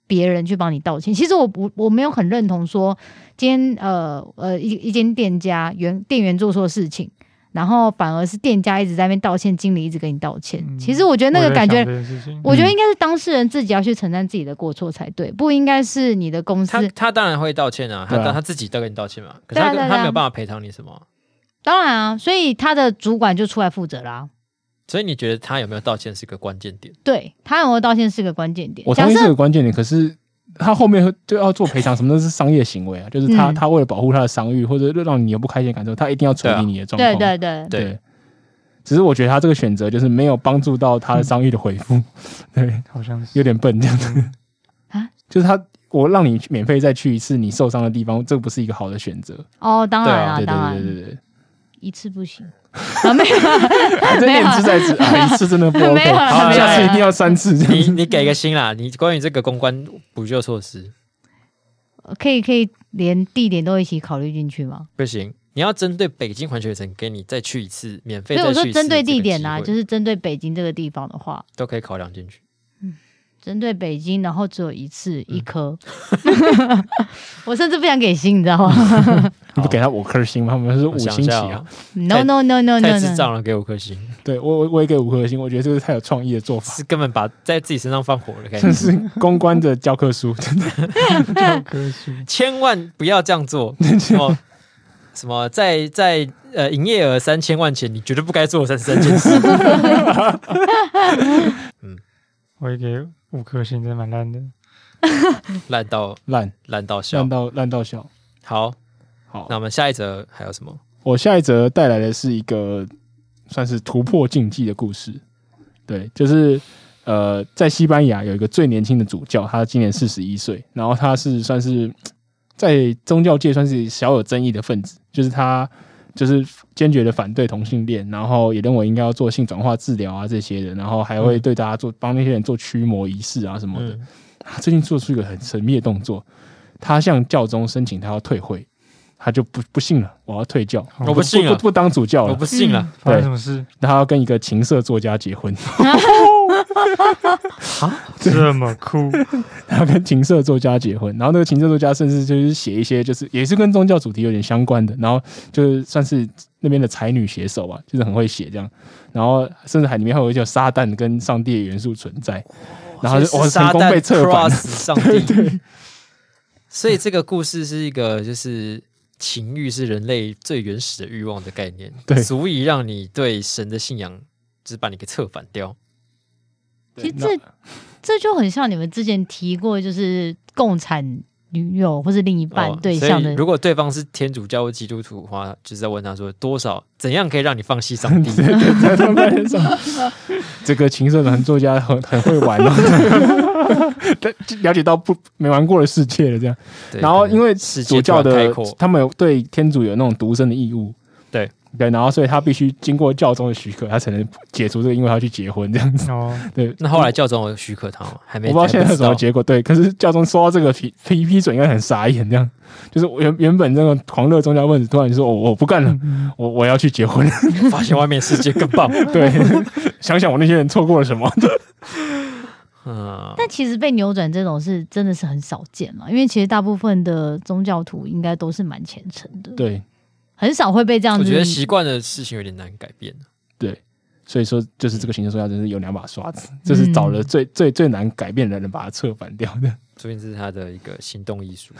Speaker 5: 别人去帮你道歉。其实我不我没有很认同说，今天呃呃一一间店家员店员做错事情，然后反而是店家一直在那边道歉，经理一直跟你道歉。
Speaker 4: 嗯
Speaker 5: 其实我觉得那个感觉
Speaker 4: 我在想嗯这件事情
Speaker 5: 我觉得应该是当事人自己要去承担自己的过错才对，不应该是你的公
Speaker 1: 他
Speaker 5: 司。
Speaker 1: 他当然会道歉啊，他
Speaker 2: 对啊
Speaker 1: 他自己都跟你道歉嘛，可是他
Speaker 5: 对啊对啊
Speaker 1: 他没有办法赔偿你什么啊、
Speaker 5: 当然啊，所以他的主管就出来负责啦、
Speaker 1: 所以你觉得他有没有道歉是个关键点？
Speaker 5: 对他有没有道歉是个关键点。
Speaker 2: 我
Speaker 5: 假
Speaker 2: 同意这
Speaker 5: 设
Speaker 2: 个观键点，可是他后面就要做赔偿，什么都是商业行为啊，就是他、
Speaker 5: 嗯
Speaker 2: 他为了保护他的商誉，或者让你有不开心的感受，他一定要处
Speaker 1: 对啊
Speaker 2: 理你的状况。
Speaker 5: 对对对，
Speaker 1: 对
Speaker 2: 对只是我觉得他这个选择就是没有帮助到他的商誉的回复，
Speaker 1: 嗯
Speaker 2: 对，
Speaker 4: 好像是
Speaker 2: 有点笨这样子。
Speaker 5: 啊，
Speaker 2: 就是他，我让你免费再去一次你受伤的地方，这不是一个好的选择。
Speaker 5: 哦，当然啊，
Speaker 2: 对
Speaker 5: 当
Speaker 2: 对对
Speaker 5: 然
Speaker 2: 对对
Speaker 5: 一次不行啊，没有啊，
Speaker 2: 对， 啊这
Speaker 5: 没有
Speaker 2: 点之在之，啊一次真的不
Speaker 5: 没
Speaker 2: OK，
Speaker 5: 有啊
Speaker 2: 好
Speaker 1: 没有啊
Speaker 2: 下次一定要三次这样
Speaker 1: 你
Speaker 2: 子。
Speaker 1: 你给个心啦，你关于这个公关补救措施
Speaker 5: 可以可以连地点都一起考虑进去吗？
Speaker 1: 不行，你要针对北京环球影城给你再去一次免费
Speaker 5: 所
Speaker 1: 再
Speaker 5: 以
Speaker 1: 去
Speaker 5: 我
Speaker 1: 一次，
Speaker 5: 说针对地点呐、
Speaker 1: 呐、
Speaker 5: 就是针对北京这个地方的话，
Speaker 1: 都可以考量进去。
Speaker 5: 针对北京，然后只有一次一颗， 我甚至不想给星，你知道吗
Speaker 2: 你不给他五颗星吗？他们是
Speaker 1: 我
Speaker 2: 五
Speaker 1: 想
Speaker 2: 星
Speaker 1: 一
Speaker 2: 起
Speaker 1: 下
Speaker 2: 啊
Speaker 1: 哦。，
Speaker 5: ？No No No No
Speaker 1: 太
Speaker 5: No
Speaker 1: 智
Speaker 5: No，
Speaker 1: 障了，给五颗星，
Speaker 2: 对我我我也给五颗星，我觉得这是太有创意的做法，
Speaker 1: 是根本把在自己身上放火的感
Speaker 2: 这
Speaker 1: 觉。
Speaker 2: 是公关的教科书，真的。
Speaker 4: 教科书，
Speaker 1: 千万不要这样 做。什么什么在在呃营业额三千万前，你绝对不该做三十三件 事。
Speaker 4: 我也给五颗星，真的蛮烂的。
Speaker 1: 烂到
Speaker 2: 烂
Speaker 1: 烂到笑
Speaker 2: 烂。到烂到笑。
Speaker 1: 好，
Speaker 2: 好
Speaker 1: 那，我们下一则还有什么？
Speaker 2: 我下一则带来的是一个算是突破禁忌的故事。对，就是呃，在西班牙有一个最年轻的主教，他今年四十一岁，然后他是算是嘖在宗教界算是小有争议的分子，就是他就是坚决的反对同性恋，然后也认为应该要做性转化治疗啊这些的，然后还会对大家做帮那些人做驱魔仪式啊什么的。
Speaker 1: 嗯，
Speaker 2: 他最近做出一个很神秘的动作，他向教宗申请他要退会，他就不不信了，我要退教，
Speaker 4: 我
Speaker 1: 哦不信啊了
Speaker 2: 不不当主教
Speaker 1: 我
Speaker 2: 了
Speaker 1: 不，信
Speaker 5: 嗯
Speaker 1: 了，
Speaker 4: 发生什么事？
Speaker 2: 他要跟一个情色作家结婚，
Speaker 4: 这么酷，
Speaker 2: 他要跟情色作家结婚，然后那个情色作家甚至就是写一些就是也是跟宗教主题有点相关的，然后就是算是那边的才女写手啊，就是很会写这样，然后甚至还里面还有一些撒旦跟上帝的元素存在，然后就
Speaker 1: 所以
Speaker 2: 哇
Speaker 1: 是
Speaker 2: 成
Speaker 1: 撒
Speaker 2: 功
Speaker 1: 旦
Speaker 2: 被策
Speaker 1: cross
Speaker 2: 反了，
Speaker 1: 上 帝。 所以这个故事是一个就是。情欲是人类最原始的欲望的概念，
Speaker 2: 对
Speaker 1: 足以让你对神的信仰，只把你给策反掉。
Speaker 5: 其实这这就很像你们之前提过，就是共产女友或是另一半
Speaker 1: 哦
Speaker 5: 对
Speaker 1: 所
Speaker 5: 象
Speaker 1: 以
Speaker 5: 的
Speaker 1: 如果对方是天主教或基督徒的话，就是在问他说多少怎样可以让你放弃 上帝？
Speaker 2: 在他们上，这个情色男作家很很会玩哦，但了解到不没玩过的世界了这样。
Speaker 1: 对
Speaker 2: 然后
Speaker 1: 可能
Speaker 2: 因为
Speaker 1: 世
Speaker 2: 主
Speaker 1: 界
Speaker 2: 教
Speaker 1: 突然开
Speaker 2: 的
Speaker 1: 阔，
Speaker 2: 他们有对天主有那种独身的义务，
Speaker 1: 对
Speaker 2: 对，然后所以他必须经过教宗的许可，他才能解除这个，因为他去结婚这样子。
Speaker 4: 哦，
Speaker 2: 对，
Speaker 1: 那后来教宗有许可他吗？还没，
Speaker 2: 我不知道现在
Speaker 1: 还
Speaker 2: 是什么
Speaker 1: 道
Speaker 2: 结果。对，可是教宗收到这个批批批准，应该很傻眼，这样就是我原原本这个狂热宗教分子突然就说：“我我不干了，我我要去结婚。”
Speaker 1: 发现外面世界更嗯 棒。
Speaker 2: 对，想想我那些人错过了什么。
Speaker 1: 嗯，
Speaker 5: 但其实被扭转这种事真的是很少见嘛，因为其实大部分的宗教徒应该都是蛮虔诚的，
Speaker 2: 对
Speaker 5: 很少会被这样子。
Speaker 1: 我觉得习惯的事情有点难改变。
Speaker 2: 对，所以说就是这个行政说家真是有两把刷子，这
Speaker 1: 嗯
Speaker 2: 是找了最最最难改变的人把它策反掉的。
Speaker 1: 最近这是他的一个行动艺 术，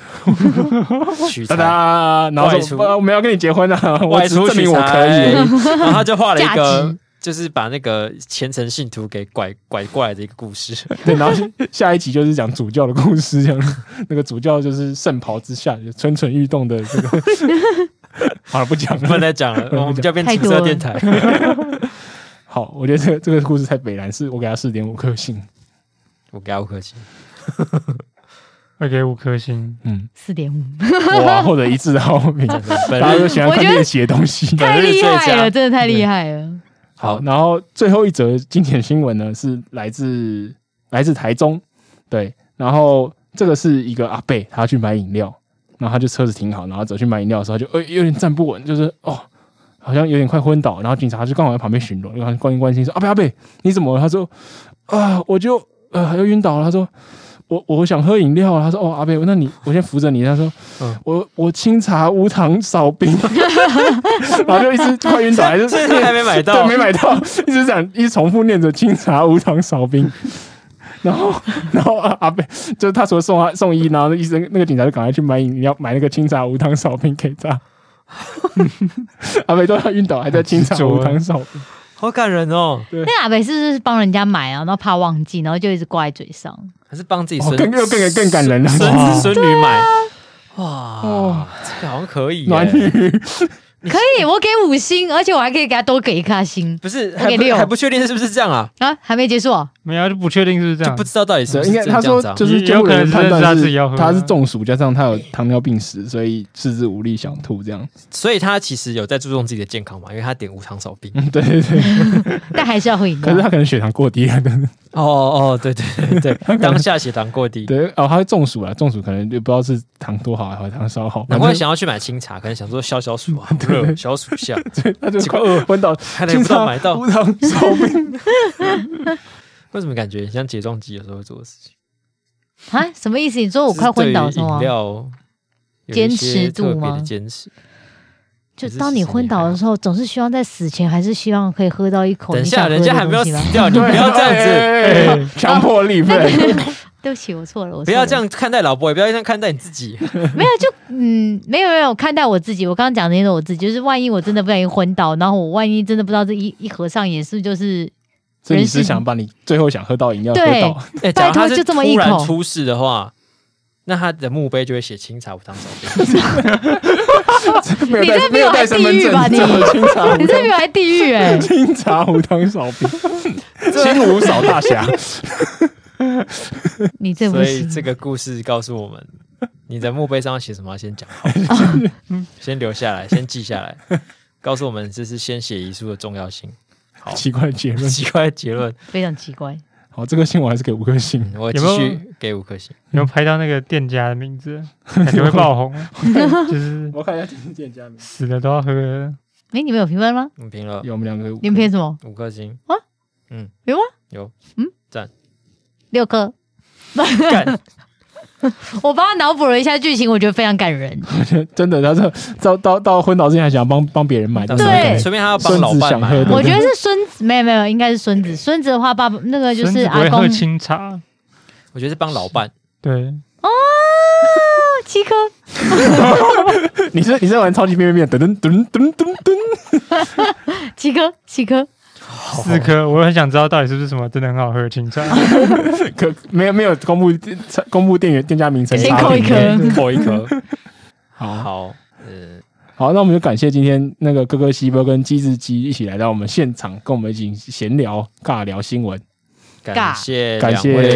Speaker 1: 取
Speaker 2: 哒
Speaker 1: 材，
Speaker 2: 哒，然后
Speaker 1: 外
Speaker 2: 说
Speaker 1: 出
Speaker 2: 呃我们要跟你结婚了，我
Speaker 1: 外
Speaker 2: 只
Speaker 1: 出
Speaker 2: 证
Speaker 1: 取
Speaker 2: 明我
Speaker 1: 材，
Speaker 2: 可以而已。
Speaker 1: 然后他就画了一
Speaker 5: 价
Speaker 1: 个
Speaker 5: 值，
Speaker 1: 就是把那个虔诚信徒给拐拐过来的一个故 事。
Speaker 2: 对，然后下一集就是讲主教的故事，这样那个主教就是圣袍之下就蠢蠢欲动的这个。 好了，不讲
Speaker 1: 不能
Speaker 2: 了。
Speaker 1: 再讲了，我们就要变
Speaker 5: 太
Speaker 1: 情
Speaker 5: 多
Speaker 1: 色
Speaker 5: 了
Speaker 1: 电台。
Speaker 2: 好，我觉得这个这个故事太北蓝，是我给他四点五颗星。
Speaker 1: 我给他五颗星。
Speaker 4: 会给五颗星。
Speaker 2: 嗯，
Speaker 5: 四点五，
Speaker 2: 哇，获得一致的好评，
Speaker 1: 本
Speaker 2: 大家都
Speaker 1: 日
Speaker 2: 喜欢看猎奇的东西。
Speaker 1: 本
Speaker 5: 太
Speaker 1: 日
Speaker 5: 厉
Speaker 1: 最
Speaker 5: 害
Speaker 1: 佳
Speaker 5: 了，真的太厉害了。
Speaker 1: 好
Speaker 2: 好，然后最后一则经典新闻呢，是来自来自台中，对，然后这个是一个阿贝，他去买饮料，然后他就车子停好，然后走去买饮料的时候，他就呃、有点站不稳，就是哦，好像有点快昏倒，然后警察就刚好在旁边巡逻，然后关心关心说阿贝阿贝你怎么了？他说啊、我就呃又晕倒了，他说。我我想喝饮料啊，他说哦阿贝，那你我先扶着你。他说，
Speaker 1: 嗯
Speaker 2: 我我清茶无糖 少冰，然后就一直快晕倒，还是
Speaker 1: 所以他还没买到
Speaker 2: 对，没买到， 一直讲，一直重复念着清茶无糖少冰。然后，然后啊阿阿贝就是他，除了送他送医，然后医生那个警察就赶快去买饮料，买那个清茶无糖少冰给他。 阿贝都要晕倒，还在清茶无糖少 冰。
Speaker 1: 好感人哦，
Speaker 5: 那阿北是不是帮人家买啊，然后怕忘记，然后就一直挂在嘴上？
Speaker 1: 还是帮自己
Speaker 2: 哦
Speaker 1: 孙
Speaker 2: 更又更更感人了
Speaker 1: 孙
Speaker 2: 哇
Speaker 1: 子孙女买，哇
Speaker 2: 哇，
Speaker 1: 这个好像可以耶
Speaker 2: 哦暖女，
Speaker 5: 可以，我给五星，而且我还可以给他多给一颗星
Speaker 1: 不是
Speaker 5: 我
Speaker 1: 还
Speaker 5: 给
Speaker 1: 不
Speaker 5: 六
Speaker 1: 还不确定是不是这样啊，
Speaker 5: 啊！还没结束哦，
Speaker 4: 没有、啊，就不确定是不是这
Speaker 1: 就
Speaker 4: 样
Speaker 1: 不。知道到底是不是
Speaker 2: 应该
Speaker 1: 真
Speaker 2: 他
Speaker 1: 的这样
Speaker 2: 说
Speaker 1: 子啊
Speaker 2: 就是监护人判
Speaker 4: 也有可能是他
Speaker 2: 断
Speaker 4: 自己要喝
Speaker 2: 是他是中暑，加上他有糖尿病史，所以四肢无力想吐这样。
Speaker 1: 所以他其实有在注重自己的健康嘛，因为他点无糖少冰。
Speaker 2: 嗯，对对对。
Speaker 5: 但还是要喝饮
Speaker 2: 可是
Speaker 5: 料。
Speaker 2: 他可能血糖过低了，但是
Speaker 1: 哦哦，对对对 对，当下血糖过低，
Speaker 2: 对哦，他会中暑了，中暑可能就不知道是糖多好还是糖少好。
Speaker 1: 难怪想要去买清茶，可能想说消消暑 啊，好热消暑一下，
Speaker 2: 他就
Speaker 1: 结
Speaker 2: 快
Speaker 1: 果
Speaker 2: 饿昏倒，
Speaker 1: 还来不到买到
Speaker 2: 无糖烧 饼。
Speaker 1: 为什么感觉很像睫状肌有时候会做的事情？
Speaker 5: 啊，什么意思？你说我快昏倒
Speaker 1: 就是对于饮
Speaker 5: 吗？
Speaker 1: 料有一
Speaker 5: 坚
Speaker 1: 些
Speaker 5: 啊持度
Speaker 1: 特别的
Speaker 5: 吗
Speaker 1: 坚持，
Speaker 5: 就
Speaker 1: 还是
Speaker 5: 当你昏倒的时候，总是希望在死前还是希望可以喝到一口
Speaker 1: 等一
Speaker 5: 你
Speaker 1: 下
Speaker 5: 想喝
Speaker 1: 人家还
Speaker 5: 的
Speaker 1: 没有
Speaker 5: 东西哎
Speaker 1: 死
Speaker 5: 吧。
Speaker 1: 掉，你不要 这样子，
Speaker 2: 样子，强迫力 对，
Speaker 5: 对不起，我错了，我
Speaker 1: 不
Speaker 5: 错
Speaker 1: 要
Speaker 5: 了
Speaker 1: 这样看待老婆，也不要这样看待你自己。
Speaker 5: 没有，就嗯，没有没有看待我自己。我刚刚讲的那个我自己，就是万一我真的不小心昏倒，然后我万一真的不知道这一一合上也是就是
Speaker 2: 所以你是想把你最后想喝到饮料喝
Speaker 5: 对
Speaker 2: 到，
Speaker 1: 哎，假如
Speaker 5: 拜托
Speaker 1: 他是
Speaker 5: 就这么一
Speaker 1: 突然
Speaker 5: 口
Speaker 1: 出事的话，那他的墓碑就会写清茶无糖少冰。
Speaker 2: 没有
Speaker 5: 你
Speaker 2: 带
Speaker 5: 这
Speaker 2: 没
Speaker 5: 比我
Speaker 2: 有
Speaker 5: 还
Speaker 2: 带身
Speaker 5: 地
Speaker 2: 份
Speaker 5: 狱
Speaker 2: 证
Speaker 5: 吧，你
Speaker 2: 这么清茶
Speaker 5: 你
Speaker 2: 无
Speaker 5: 这
Speaker 2: 糖
Speaker 5: 比我还地狱 哎、
Speaker 2: 清茶无糖少饼， 清无少大侠。
Speaker 5: 你这 不
Speaker 1: 所以
Speaker 5: 行。
Speaker 1: 这个故事告诉我们，你的墓碑上要写什么，要先讲好， 先留下来，先记下来，告诉我们这是先写遗书的重要性。好，
Speaker 2: 奇怪的结论。
Speaker 1: 奇怪的结论，
Speaker 5: 非常奇怪。
Speaker 2: 好，这个信我还是给五颗星。
Speaker 1: 嗯我继
Speaker 4: 有没有
Speaker 1: 续给五颗星。
Speaker 4: 有没有拍到那个店家的 名字，感觉会爆红，就是
Speaker 2: 我看一下今店家名，
Speaker 4: 死了都要喝。
Speaker 5: 哎、你们有评分吗？
Speaker 1: 我们评了
Speaker 2: 有我们两个
Speaker 5: 你们评什么？
Speaker 1: 五颗星
Speaker 5: 啊，
Speaker 1: 嗯，
Speaker 5: 有吗？
Speaker 1: 有，
Speaker 5: 六颗。
Speaker 1: 干，
Speaker 5: 我帮他脑补了一下剧情，我觉得非常感人。
Speaker 2: 真的，他是到到到昏倒之前还想帮帮别人买，
Speaker 1: 到
Speaker 2: 但
Speaker 1: 时候
Speaker 2: 是
Speaker 5: 对
Speaker 1: 可能随便他要帮老
Speaker 2: 孙子
Speaker 1: 伴
Speaker 2: 想
Speaker 1: 买
Speaker 2: 喝
Speaker 1: 啊，
Speaker 2: 的
Speaker 5: 我觉得是孙子，没有没有，应该是孙子。孙子的话，爸爸那个就
Speaker 4: 孙
Speaker 5: 是
Speaker 4: 子不
Speaker 5: 阿
Speaker 4: 会
Speaker 5: 公
Speaker 4: 喝。清茶，
Speaker 1: 我觉得是帮老伴，
Speaker 4: 对，
Speaker 5: 哦，七颗。
Speaker 2: 你是你是玩超级变变变，噔噔噔噔噔噔，
Speaker 5: 七颗，七颗，
Speaker 4: 四颗。我很想知道到底是不是什么真的很好喝的清茶。
Speaker 2: 可没有没有公布公布店员店家名称，
Speaker 5: 先
Speaker 2: 差
Speaker 5: 扣一
Speaker 2: 评
Speaker 5: 颗
Speaker 2: 对
Speaker 1: 扣一颗。
Speaker 2: 好
Speaker 1: 好，呃，
Speaker 2: 好，那我们就感谢今天那个哥哥西波跟机智鸡一起来到我们现场，跟我们一起闲聊尬聊新闻。
Speaker 1: 感谢
Speaker 2: 感
Speaker 1: 两
Speaker 2: 谢
Speaker 1: 位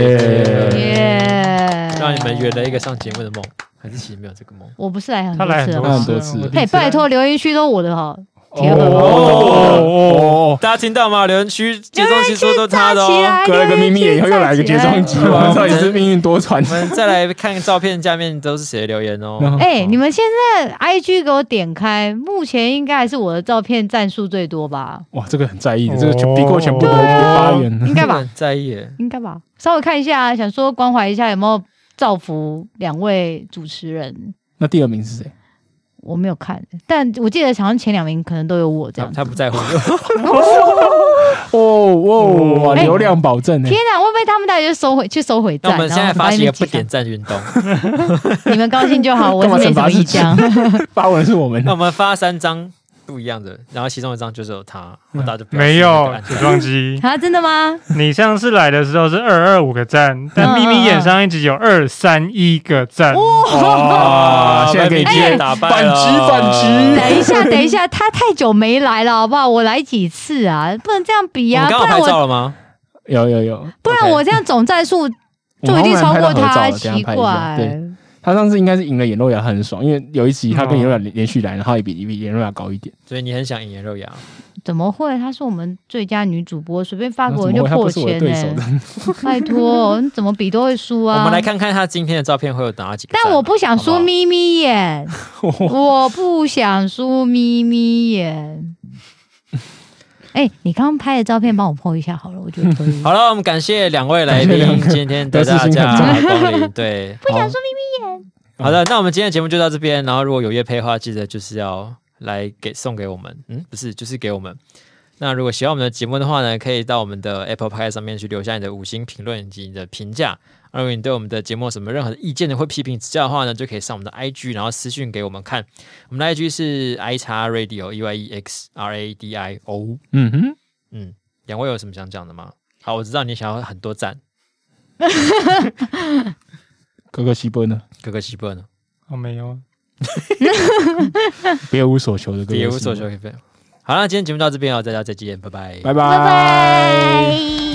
Speaker 5: 耶、
Speaker 1: 让你们圆了一个上节目的梦，还是其实没有这个梦？
Speaker 5: 我不是来很
Speaker 4: 他
Speaker 5: 多
Speaker 4: 来
Speaker 5: 次
Speaker 4: 很
Speaker 5: 了
Speaker 2: 他来
Speaker 4: 多
Speaker 5: 吗
Speaker 2: 很？多
Speaker 4: 次
Speaker 2: 次
Speaker 4: 了，
Speaker 2: 了
Speaker 4: 我第
Speaker 5: 哎、
Speaker 4: 一次
Speaker 5: 拜
Speaker 4: 来
Speaker 5: 托，留言区都我的哈，铁粉
Speaker 1: 哦
Speaker 2: 哦，
Speaker 1: 大家听到吗？留言区接送期说都他的
Speaker 5: 起
Speaker 1: 哦。
Speaker 5: 哎来，
Speaker 2: 隔了个秘密，以后又来一个
Speaker 5: 留言
Speaker 2: 睫
Speaker 5: 区站起来哦
Speaker 2: 状肌， 哇，到底是命运多舛
Speaker 1: 我。们再来看照片，下面都是谁的留言
Speaker 2: 然
Speaker 1: 哦？
Speaker 2: 后
Speaker 5: 哎、你们现在 I G 给我点开，目前应该还是我的照片赞数最多吧？
Speaker 2: 哇，这个很在意，这个就比过全部都发言。
Speaker 5: 应该吧？
Speaker 1: 很在意耶，
Speaker 5: 应该吧？稍微看一下，想说关怀一下有没有造福两位主持人。
Speaker 2: 那第二名是谁？
Speaker 5: 我没有看，但我记得好像前两名可能都有我 这
Speaker 1: 他
Speaker 5: 样。
Speaker 1: 他不在乎。
Speaker 2: 哦哇，流量保证呢
Speaker 5: 哎天？哪，会不会他们大家就收回去收回
Speaker 1: 那
Speaker 5: 赞？
Speaker 1: 我们现在
Speaker 5: 然后
Speaker 1: 发
Speaker 5: 把你
Speaker 1: 起一
Speaker 5: 们
Speaker 1: 个不
Speaker 5: 挤上
Speaker 1: 点赞运 动，
Speaker 5: 你们高兴就好，我是
Speaker 2: 干嘛
Speaker 5: 没什
Speaker 2: 惩罚
Speaker 5: 么意
Speaker 2: 自 己
Speaker 5: 见。。
Speaker 2: 发文是我们
Speaker 1: 那我们发三张不一样的，然后其中一张就是有他，然后
Speaker 2: 嗯
Speaker 1: 大家就表示
Speaker 4: 没
Speaker 1: 那个
Speaker 4: 有
Speaker 1: 按
Speaker 4: 起
Speaker 1: 赞
Speaker 4: 撞机
Speaker 5: 啊，真的吗？
Speaker 4: 你上次来的时候是二二五个赞，但咪咪演上一集有二三一个 赞。
Speaker 1: 哦
Speaker 2: 哇，啊现在可以
Speaker 1: 被
Speaker 5: 接
Speaker 1: 别人
Speaker 5: 哎
Speaker 1: 打败
Speaker 2: 反击
Speaker 1: 了
Speaker 2: 反 击
Speaker 5: 等一下，等一下，他太久没来了，好不好？我来几次啊？不能这样比
Speaker 1: 我
Speaker 5: 啊，
Speaker 1: 们刚
Speaker 5: 不
Speaker 1: 好
Speaker 5: 然
Speaker 1: 拍照
Speaker 5: 我
Speaker 1: 了吗？
Speaker 2: 有有有，
Speaker 5: 不然
Speaker 1: OK
Speaker 5: 我这样总战数
Speaker 2: 我们
Speaker 5: 就一定
Speaker 2: 后来拍到
Speaker 5: 超
Speaker 2: 合
Speaker 5: 过
Speaker 2: 照
Speaker 5: 他，
Speaker 2: 了，等一
Speaker 5: 奇
Speaker 2: 下拍一下。对，
Speaker 5: 怪。
Speaker 2: 他上次应该是赢了眼肉牙，很爽，因为有一集他跟
Speaker 4: 嗯
Speaker 2: 眼肉牙连连续来，然后也比也比眼肉牙高一点。
Speaker 1: 所以你很想引颜肉芽，
Speaker 5: 怎么会？她是我们最佳女主播，随便发
Speaker 2: 然后
Speaker 5: 国
Speaker 2: 怎么
Speaker 5: 人就
Speaker 2: 会他
Speaker 5: 破
Speaker 2: 不是我的
Speaker 5: 千
Speaker 2: 对
Speaker 5: 呢、
Speaker 2: 手的？
Speaker 5: 拜托，你怎么比都会输啊！
Speaker 1: 我们来，看看他今天的照片会有哪几个赞啊。
Speaker 5: 但我不想
Speaker 1: 好
Speaker 5: 输
Speaker 1: 好，
Speaker 5: 咪咪眼， 我不想输咪咪眼。
Speaker 3: 哎、你刚刚拍的照片帮我 po 一下好了，我觉得可以。
Speaker 1: 好了，我们感谢两位来
Speaker 2: 感谢两
Speaker 1: 宾
Speaker 2: 个
Speaker 1: 今天的大家的光临。对，
Speaker 2: 不想说嗯
Speaker 1: 好的，那我们今天的节目就到这边。然后如果有乐配的话，记得就是要来给送给我们，嗯，不是，就是给我们。那如果喜欢我们的节目的话呢，可以到我们的 Apple Podcast 上面去留下你的五星评论以及你的评价。那如果你对我们的节目有什么任何的意见或批评指教的话呢，就可以上我们的 IG，然后私讯给我们看。我们的 IG 是 i x radio e y e x r a d i o。
Speaker 2: 嗯哼，
Speaker 1: 嗯，两位有什么想讲的吗？好，我知道你想要很多赞，
Speaker 2: 哥哥西波呢？
Speaker 1: 哥哥希伯呢？
Speaker 4: 我没有，
Speaker 2: 别无所求的哥哥，
Speaker 1: 也无所求，可以分享。好了，今天节目到这边哦，大家再见，拜拜，
Speaker 2: 拜拜。
Speaker 5: 拜拜。